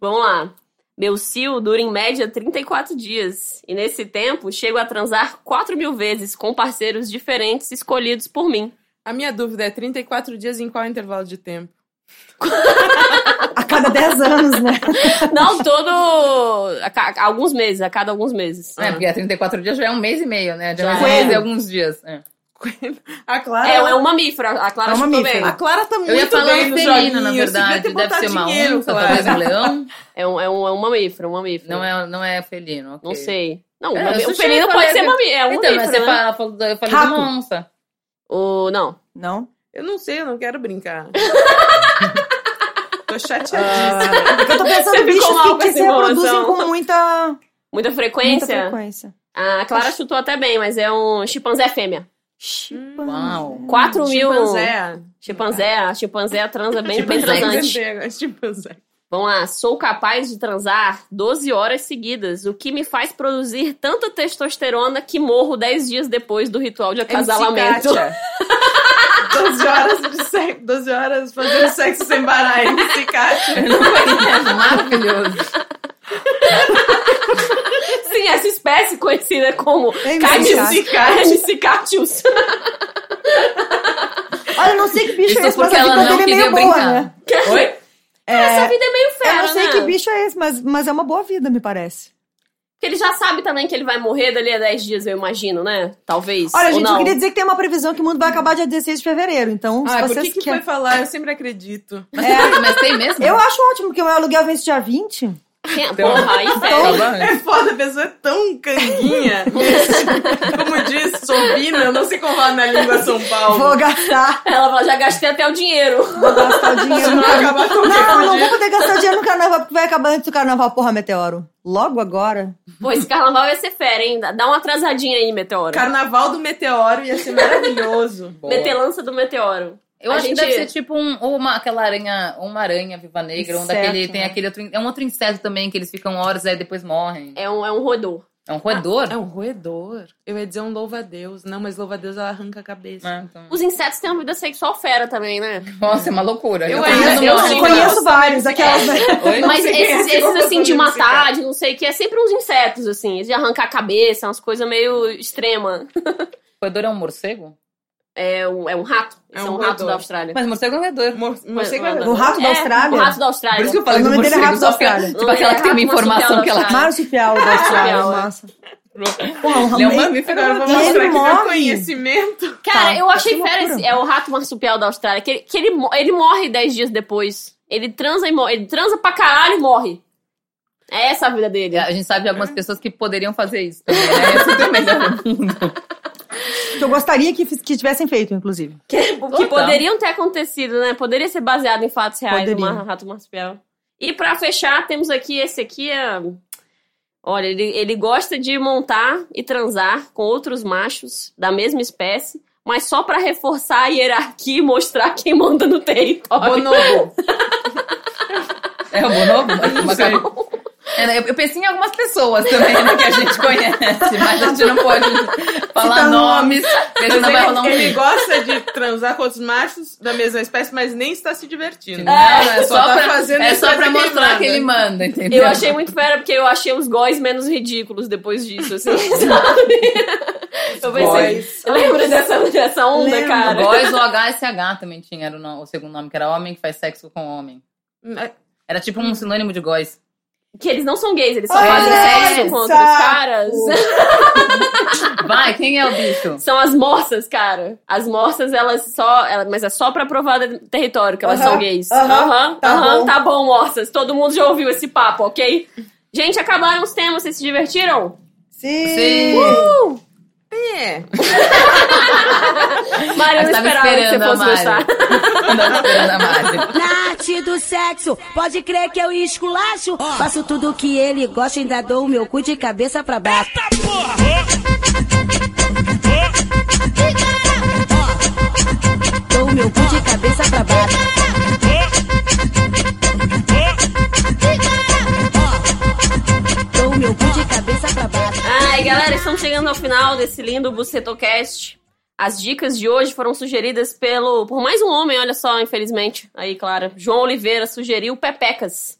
A: Vamos lá. Meu cio dura em média 34 dias. E nesse tempo, chego a transar 4 mil vezes com parceiros diferentes escolhidos por mim.
C: A minha dúvida é 34 dias em qual intervalo de tempo?
D: A cada 10 anos, né?
A: Não, todo. a ca- alguns meses, a cada alguns meses.
B: É, porque 34 dias já é um mês e meio, né? Já é um
A: Já é.
B: mês e alguns dias. É.
C: A Clara.
A: É, é um mamífero, a Clara
D: É um
A: chutou
D: mamífero.
C: A
A: bem.
C: Clara tá
B: Eu ia
C: muito
B: falar
C: bem
B: um
C: nos
B: felino,
C: joguinhos.
B: na
C: Devia
B: verdade.
C: ter
B: Deve
C: botado
B: ser uma
C: dinheiro,
B: onça,
C: Clara.
B: talvez um leão.
A: É um, é, um, é um mamífero, um mamífero.
B: Não é, não é felino, ok.
A: Não sei. Não,
B: É,
A: o mami-
B: eu
A: o
B: sugiro,
A: felino
B: eu
A: pode
B: falei
A: ser
B: que-
A: mamífero. É um
B: então, mas
A: mamífero,
B: você
A: né?
B: fala, falou- eu falei de
D: Rato.
B: uma onça.
A: O, não.
D: Não.
C: Eu não sei, eu não quero brincar. Tô chateada.
D: Ah, é que eu tô pensando
A: Você
D: em bichos
A: ficou mal
D: que,
A: com
D: que
A: essa
D: se reproduzem
A: informação.
D: com muita,
A: Muita
D: muita
A: frequência?
D: frequência.
A: A Clara chutou até bem, mas é um chimpanzé fêmea.
D: Chimpanzé.
B: Uau.
A: 4 mil.
B: é.
C: Chimpanzé.
A: Chimpanzé, a chimpanzé transa bem,
C: é
A: bem
B: Chimpanzé.
A: transante.
C: Chimpanzé. Chimpanzé.
A: Vamos lá. Sou capaz de transar 12 horas seguidas, o que me faz produzir tanta testosterona que morro 10 dias depois do ritual
D: É
A: de acasalamento.
C: 12 horas de sexo, 12 horas fazendo sexo sem parar, é MC Kátia.
B: Maravilhoso.
A: Sim, essa espécie
C: É
D: É um
A: conhecida como
D: MC
A: Catius.
C: Catius.
A: Catius.
D: Olha, eu não sei que bicho
B: Isso
D: é esse, mas
B: porque
D: a
B: ela
D: vida
B: não
D: dele é
B: queria
D: meio boa,
B: brincar.
D: né?
B: Oi?
A: Essa vida é meio
D: Eu
A: fera,
D: não sei
A: né?
D: que bicho é esse, mas, mas é uma boa vida, me parece.
A: Porque ele já sabe também que ele vai morrer dali a 10 dias, eu imagino, né? Talvez.
D: Olha,
A: ou
D: gente,
A: não.
D: eu queria dizer que tem uma previsão que o mundo vai acabar dia 16 de fevereiro, então se
C: Ai, por
D: vocês
C: que, que foi
D: querem...
C: falar? Eu sempre acredito.
B: Mas, tem- mas tem mesmo?
D: Eu acho ótimo, porque o meu aluguel vence dia 20.
A: Quem- é? Porra,
D: Então,
A: aí
B: Tá
A: fera.
B: bom, né?
C: É foda, a pessoa é tão canguinha. Como diz, Sobina, eu não sei como falar na língua São Paulo.
D: Vou gastar,
A: Ela fala, já gastei até o dinheiro.
D: vou gastar o dinheiro.
C: Senão acaba com
D: Não, não
C: dia.
D: vou poder gastar dinheiro no carnaval, porque vai acabar antes do carnaval, porra, Meteoro. Logo agora.
A: Pô, esse carnaval ia ser fera, hein? Dá uma atrasadinha aí, Meteoro.
C: Carnaval do Meteoro ia ser maravilhoso.
B: Boa.
A: Metelança do Meteoro.
B: Eu
A: A
B: acho
A: gente-
B: que deve ser tipo um, uma, aquela aranha, uma aranha viva negra, um
D: Inseto,
B: daquele, tem
D: né?
B: aquele outro, é um outro inseto também, que eles ficam horas aí depois morrem.
A: É um, é um roedor.
B: É um roedor?
C: É um roedor. Eu ia dizer um louva-a-Deus. Não, mas louva-a-Deus ela arranca a cabeça.
B: Ah, então.
A: Os insetos têm uma vida sexual fera também, né?
B: Nossa, é uma loucura.
C: Eu
B: também
C: ainda
B: não
C: não
B: gosto.
C: sei.
D: Conheço vários, aquelas... né?
B: Oi?
A: Mas
C: sei quem é
A: esses,
C: esse
A: esses, assim, de
C: computador desse
A: matar, de não sei o que, é sempre uns insetos, assim. De arrancar a cabeça, umas coisas meio extrema.
B: Roedor é um morcego?
A: É um, é um rato.
C: É
A: Esse é
C: um
A: um, rato
C: roedor.
A: da Austrália.
B: Mas morcego é um roedor.
C: Mor- morcego é
A: Mas-
D: O rato da
A: É,
D: Austrália?
A: O rato da Austrália.
B: Por isso que eu
D: O
B: falei do
D: nome dele é
B: morcego,
D: Rato da
B: só porque-
D: Austrália.
B: Tipo aquela que tem uma
A: Rato marsupial
B: informação que ela...
A: da
D: Marsupial da Austrália,
A: Marsupial, é.
D: massa. Porra, um
B: Ele é um
D: ramo-
B: mamífero,
C: Agora eu vou
D: Ele
C: mostrar aqui meu
D: morre.
C: conhecimento.
A: Cara,
D: Tá,
A: eu achei
D: que
A: fera
D: loucura.
A: esse, é o rato marsupial da Austrália, que ele, que ele, mo- ele morre 10 dias depois. Ele transa e morre. Ele transa pra caralho e morre. É essa a vida dele.
B: A gente sabe de algumas pessoas que poderiam fazer isso também, né? Isso também é
D: que eu gostaria que, fiz- que tivessem feito, inclusive.
A: Que, que poderiam ter acontecido, né? Poderia ser baseado em fatos reais do
D: Poderia.
A: mar- rato marsupial. E pra fechar, temos aqui, esse aqui é... Olha, ele, ele gosta de montar e transar com outros machos da mesma espécie, mas só pra reforçar a hierarquia e mostrar quem manda no território.
C: Bonobo.
B: É o bonobo? Uma cara- É, né, eu, eu pensei em algumas pessoas também né, que a gente conhece, mas a gente não pode falar
D: Citar
B: nomes, porque senão vai rolar um
C: ele, ele
B: bico.
C: gosta de transar com outros machos da mesma espécie, mas nem está se divertindo.
B: Não, é
C: Ele
B: só
C: tá
B: pra,
C: fazendo
B: é
C: isso
B: só pra
C: quem
B: mostrar
C: manda.
B: que ele manda, entendeu?
A: Eu achei muito fera porque eu achei os góis menos ridículos depois disso, assim, sabe? Eu pensei.
C: Góis.
A: Lembra dessa, dessa onda,
D: Lembro.
A: cara?
B: Boys ou HSH também tinha, era o, no- o segundo nome, que era homem que faz sexo com homem. Era tipo um sinônimo de góis.
A: Que eles não são gays, eles só
D: Olha
A: fazem sexo
D: essa!
A: com outros caras.
B: Vai, quem é o bicho?
A: São as morsas, cara. As morsas, elas só. ela- mas é só pra provar de- território que elas
D: Aham,
A: são gays.
D: aham,
A: Aham,
D: tá
A: aham,
D: bom.
A: tá bom, morsas. Todo mundo já ouviu esse papo, ok? Gente, acabaram os temas, vocês se divertiram?
D: Sim!
B: Sim.
C: É.
A: Maria, eu
B: Eu
A: não
B: tava
A: esperava que você
B: esperando a
A: fosse
B: Mari.
A: gostar.
B: Não, Ana Mari.
F: Nath do sexo, pode crer que eu esculacho.
E: Ah.
F: Faço tudo o que ele gosta, ainda dou o meu cu de cabeça pra baixo. Dou o meu cu de cabeça pra baixo. Dou o meu cu de cabeça pra baixo.
A: Ai, galera, estamos chegando ao final desse lindo Bucetocast. As dicas de hoje foram sugeridas pelo por mais um homem, olha só, infelizmente. Aí, Clara. João Oliveira sugeriu Pepecas.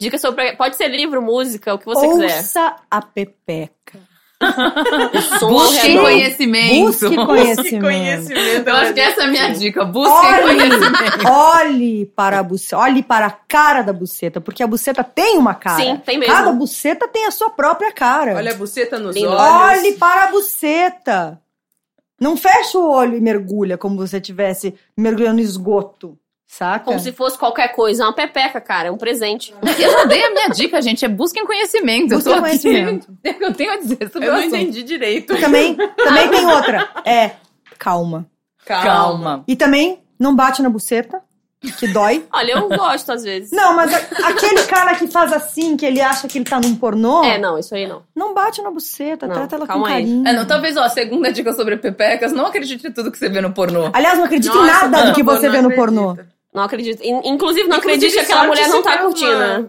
A: Dicas sobre. Pode ser livro, música, o que você quiser.
D: Ouça a Pepeca.
A: Som ao
B: Busquem
A: redor.
B: conhecimento.
D: Busque
C: Que
D: conhecimento.
C: conhecimento.
B: Eu acho que essa é a minha dica. Busquem conhecimento.
D: Olhe, olhe para a buceta, olhe para a cara da buceta, porque a buceta tem uma cara.
A: Sim, tem mesmo.
D: Cada buceta tem a sua própria cara.
C: Olha a buceta nos
A: Lindo.
C: olhos.
D: Olhe para a buceta. Não fecha o olho e mergulha como se você estivesse mergulhando no esgoto, saca?
A: Como se fosse qualquer coisa. É uma pepeca, cara. É um presente.
B: Eu já dei a minha dica, gente. É busquem conhecimento.
D: Busquem
B: eu tô
D: conhecimento.
B: aqui. Eu tenho a dizer sobre
C: Eu
B: o
C: não
B: assunto.
C: entendi direito.
D: Também, também tem outra. É, calma.
B: Calma.
D: E também, não bate na buceta, que dói.
A: Olha, eu gosto às vezes.
D: Não, mas a- aquele cara que faz assim, que ele acha que ele tá num pornô,
A: É, não, isso aí não.
D: não bate na buceta,
A: Não,
D: trata ela com
A: calma aí.
D: carinho.
B: É, não, talvez, ó, a segunda dica sobre pepecas, não acredite em tudo que você vê no pornô.
D: Aliás, não acredito em
C: Nossa,
D: nada do
C: não,
D: que você
C: não
D: vê no
C: acredito.
D: pornô.
A: Não acredito. In- Inclusive, não acredito que
C: Inclusive,
A: aquela
C: sorte
A: mulher não
C: se
A: tá
C: for uma-
A: curtindo. né?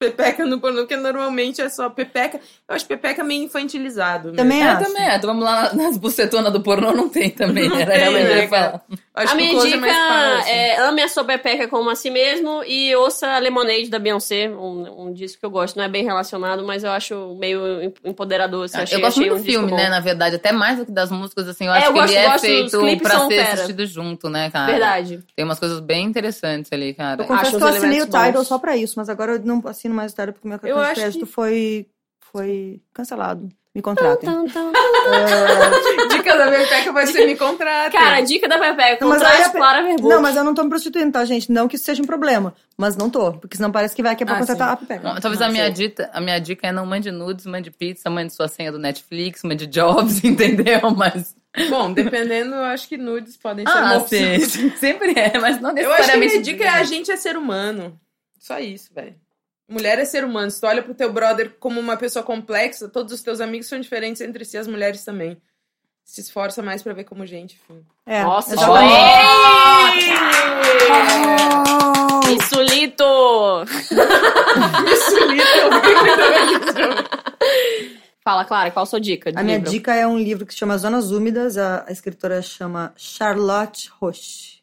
C: Pepeca no pornô, porque normalmente é só pepeca. Eu acho pepeca meio infantilizado. mesmo.
D: Também
B: É,
D: acho.
B: também é. Então, vamos lá nas bucetonas do pornô, não tem também.
C: Não
B: Era
C: tem,
B: ela que eu ia
C: né, cara?
B: falar.
C: Eu Acho
A: a
C: que o
A: minha
C: close é
A: dica
C: mais fácil.
A: é, ame a sua pepeca como a si mesmo e ouça a Lemonade da Beyoncé, um, um disco que eu gosto. Não é bem relacionado, mas eu acho meio em- empoderador. assim, achei-
B: Ah, eu gosto
A: achei
B: muito
A: um
B: do
A: disco
B: filme,
A: bom.
B: né? Na verdade, até mais do que das músicas, assim. Eu
A: É,
B: acho
A: eu
B: que
A: gosto-
B: ele é
A: gosto dos
B: feito
A: clipes
B: pra
A: são
B: ser
A: fera.
B: assistido junto, né, cara?
A: Verdade.
D: É
B: Tem umas coisas bem interessantes ali, cara.
D: Eu confesso
A: Acho
D: que eu
A: os
D: assinei o
A: elementos
D: Tidal
A: bons.
D: só pra isso, mas agora eu não assino mais o Tidal porque meu
A: Eu
D: cartão de
A: acho
D: crédito
A: que-
D: foi, foi cancelado. Me contratem.
A: Tum, tum, tum.
C: Dica da Pepeca vai ser me contrata.
A: Cara, dica da Pepeca,
D: Não, mas aí
A: contrate
D: a pe-
A: Clara Verbuck.
D: Não, mas eu não tô me prostituindo, tá, gente? Não que isso seja um problema, mas não tô, porque senão parece que vai que é pra
C: Ah,
D: contratar
C: sim.
D: a Pepeca.
B: Bom, Talvez a, minha dita, a minha dica é não mande nudes, mande pizza, mande sua senha do Netflix, mande jobs, entendeu? Mas.
C: Bom, dependendo, eu acho que nudes podem ser uma
B: Ah,
C: opção.
B: sim. Sempre é, né? mas não
C: Eu acho que a minha
B: necessariamente.
C: dica é a gente é ser humano. Só isso, velho. Mulher é ser humano. Se tu olha pro teu brother como uma pessoa complexa, todos os teus amigos são diferentes entre si, as mulheres também. Se esforça mais pra ver como gente, filho.
D: É,
A: Nossa,
D: eu já
A: só-
D: falei.
A: Ei! Insulito! Fala, Clara, qual a sua dica? de
D: A minha
A: livro?
D: dica é um livro que se chama Zonas Úmidas, a, a escritora chama Charlotte Roche.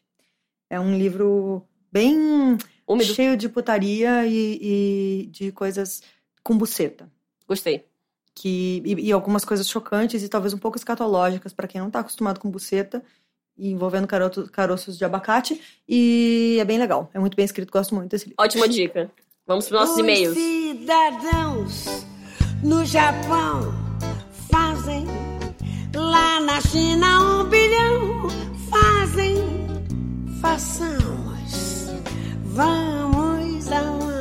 D: É um livro bem
A: Úmido.
D: cheio de putaria e, e de coisas com buceta.
A: Gostei.
D: que e, e algumas coisas chocantes e talvez um pouco escatológicas para quem não tá acostumado com buceta e envolvendo caroto- caroços de abacate e é bem legal é muito bem escrito gosto muito desse livro
A: Ótima dica. Vamos para nossos
F: Os
A: e-mails.
F: cidadãos no Japão fazem, lá na China um bilhão fazem, façamos, vamos um. ao ar.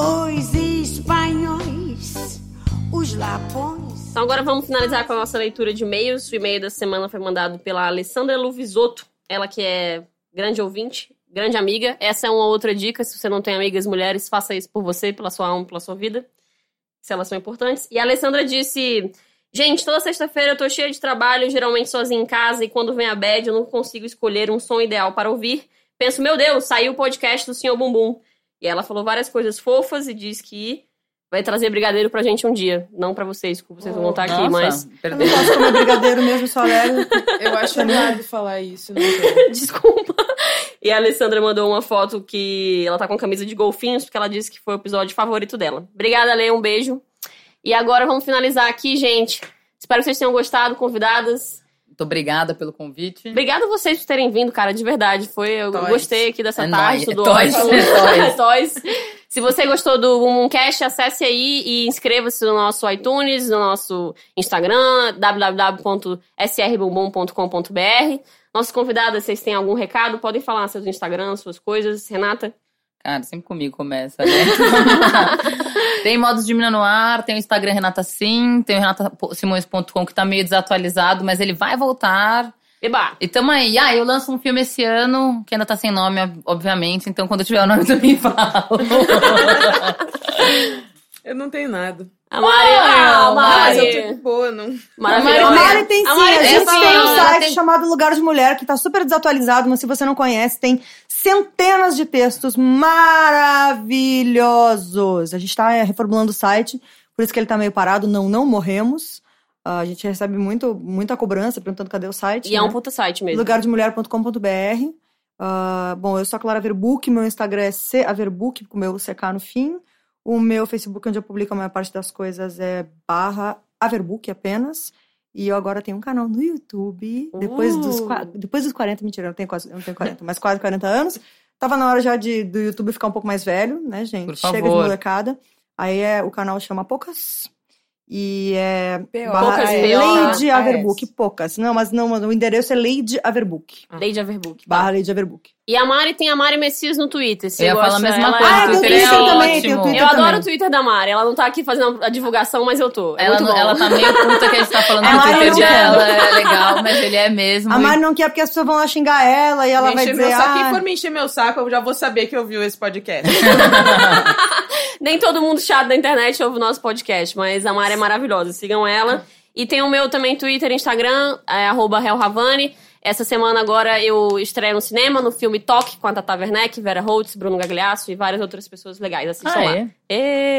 F: Os espanhóis, os lapões.
A: Então agora vamos finalizar com a nossa leitura de e-mails. O e-mail da semana foi mandado pela Alessandra Luvisotto, ela que é grande ouvinte, grande amiga. Essa é uma outra dica, se você não tem amigas mulheres, faça isso por você, pela sua alma, pela sua vida, se elas são importantes. E a Alessandra disse: "Gente, toda sexta-feira eu tô cheia de trabalho, geralmente sozinha em casa e quando vem a bad eu não consigo escolher um som ideal para ouvir. Penso, meu Deus, saiu o podcast do Senhor Bumbum". E ela falou várias coisas fofas e diz que Vai trazer brigadeiro pra gente um dia. Não pra vocês, que vocês vão estar aqui, mas.
B: Nossa,
D: eu
B: perdeu.
D: não posso comer é brigadeiro mesmo só é um levo
C: Eu acho errado falar isso. Não sei.
A: Desculpa. E a Alessandra mandou uma foto que ela tá com camisa de golfinhos, porque ela disse que foi o episódio favorito dela. Obrigada, Lê, um beijo. E agora vamos finalizar aqui, gente. Espero que vocês tenham gostado, convidadas.
B: Muito obrigada pelo convite.
A: Obrigada a vocês por terem vindo, cara, de verdade. Foi, eu
C: Toys.
A: gostei aqui dessa
B: É
A: tarde,
B: nóis,
A: tudo
B: é toys,
A: ótimo.
B: é
A: Toys. Se você gostou do Mooncast, acesse aí e inscreva-se no nosso iTunes, no nosso Instagram, www.srbumbum.com.br. Nossas convidadas, vocês têm algum recado? Podem falar seus Instagrams, suas coisas. Renata?
B: Cara, sempre comigo começa, né? tem modos de mina no ar, tem o Instagram Renata Sim, tem o renatasimões.com que tá meio desatualizado, mas ele vai voltar.
A: Eba!
B: E tamo aí. Ah, eu lanço um filme esse ano, que ainda tá sem nome, ob- obviamente, então quando eu tiver o nome também falo.
C: Eu não tenho nada.
A: A Mari! né? a
C: Não, mas eu
A: Mari.
C: tô de boa, não.
A: Maravilhosa.
D: Mari tem sim,
A: A
D: a,
A: Mari
D: gente
B: sim,
D: tem um
B: ela
D: site
B: tem-
D: chamado Lugar de Mulher, que tá super desatualizado, mas se você não conhece, tem centenas de textos maravilhosos. A gente tá é, reformulando o site, por isso que ele tá meio parado, não, não morremos. Ah, a gente recebe muito, muita cobrança perguntando cadê o site.
A: E é
D: né?
A: um puta site mesmo.
D: Lugardemulher.com.br. Ah, bom, eu sou a Clara Verbuck, meu Instagram é C, a Verbuck, com o meu CK no fim. O meu Facebook, onde eu publico a maior parte das coisas, é barra Averbook apenas. E eu agora tenho um canal no YouTube. Depois,
A: Uh!
D: dos, qua- depois dos 40, mentira, eu não tenho quase, eu não tenho 40, mas quase 40 anos. Tava na hora já de, do YouTube ficar um pouco mais velho, né, gente?
B: Por
D: Chega de
B: favor.
D: molecada. Aí é, o canal chama Poucas. E é. barra-
A: Poucas,
D: é
A: P.O.
D: Lady
C: Ah, é.
D: Averbook, Poucas. Não, mas não, mano, o endereço é Lady Averbook.
A: Lady Averbook.
D: Barra Lady Averbook.
A: E a Mari tem a Mari Messias no Twitter. Se
B: Eu ia
A: gosta,
B: falar a mesma
A: ela
B: coisa,
D: Ah,
B: o
D: tem
A: é...
D: o
B: Twitter é
D: Twitter também, tem o
B: ótimo.
D: Twitter
A: Eu adoro
D: também.
A: o Twitter da Mari. Ela não tá aqui fazendo a divulgação, mas eu tô. É
B: ela,
A: muito
B: não-
A: bom.
B: ela tá meio puta que a gente tá falando
D: É
B: no
D: Mari
B: Twitter
D: Lugano.
B: dela, é legal, mas ele é mesmo.
D: A Mari não quer porque as pessoas vão lá xingar ela e ela
C: Me
D: vai
C: encher
D: dizer.
C: meu saco. Quem
D: Ah,
C: for me encher meu saco, eu já vou saber que ouviu esse podcast.
A: Nem todo mundo chato da internet ouve o nosso podcast, mas a Mari é maravilhosa. Sigam ela. E tem o meu também Twitter, Instagram, é arroba helravani. Essa semana agora eu estreio no cinema, no filme Toque, com a Tata Werneck, Vera Holtz, Bruno Gagliasso e várias outras pessoas legais. Assistam
B: Ah,
A: lá.
B: é?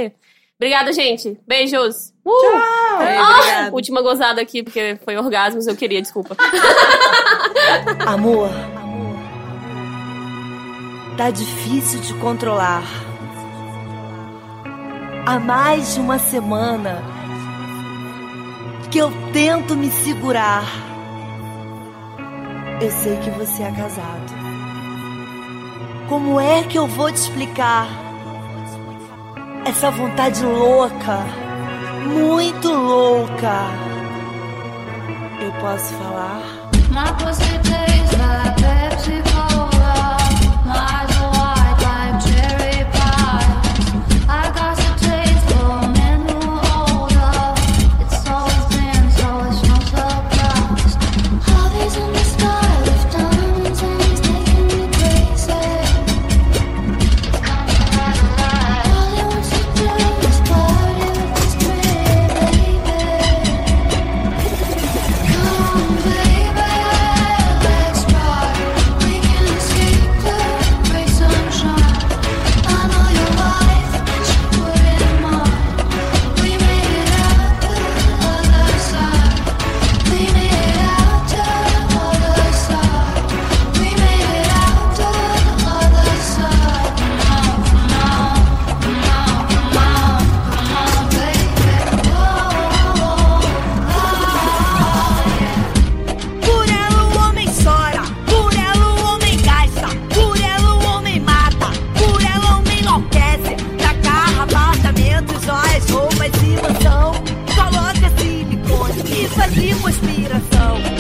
A: Ê! Obrigada, gente. Beijos. Uh!
C: obrigado.
A: Última gozada aqui, porque foi orgasmos, eu queria, desculpa.
G: Amor, tá difícil de controlar. Há mais de uma semana que eu tento me segurar. Eu sei que você é casado. Como é que eu vou te explicar essa vontade louca, muito louca? Eu posso falar? Por ela o homem chora, por ela o homem gasta, por ela o homem mata, por ela o homem enlouquece. Pra carro, apartamentos, joias, roupas e mansão. Coloca silicone e faz lipoaspiração. é
E: é é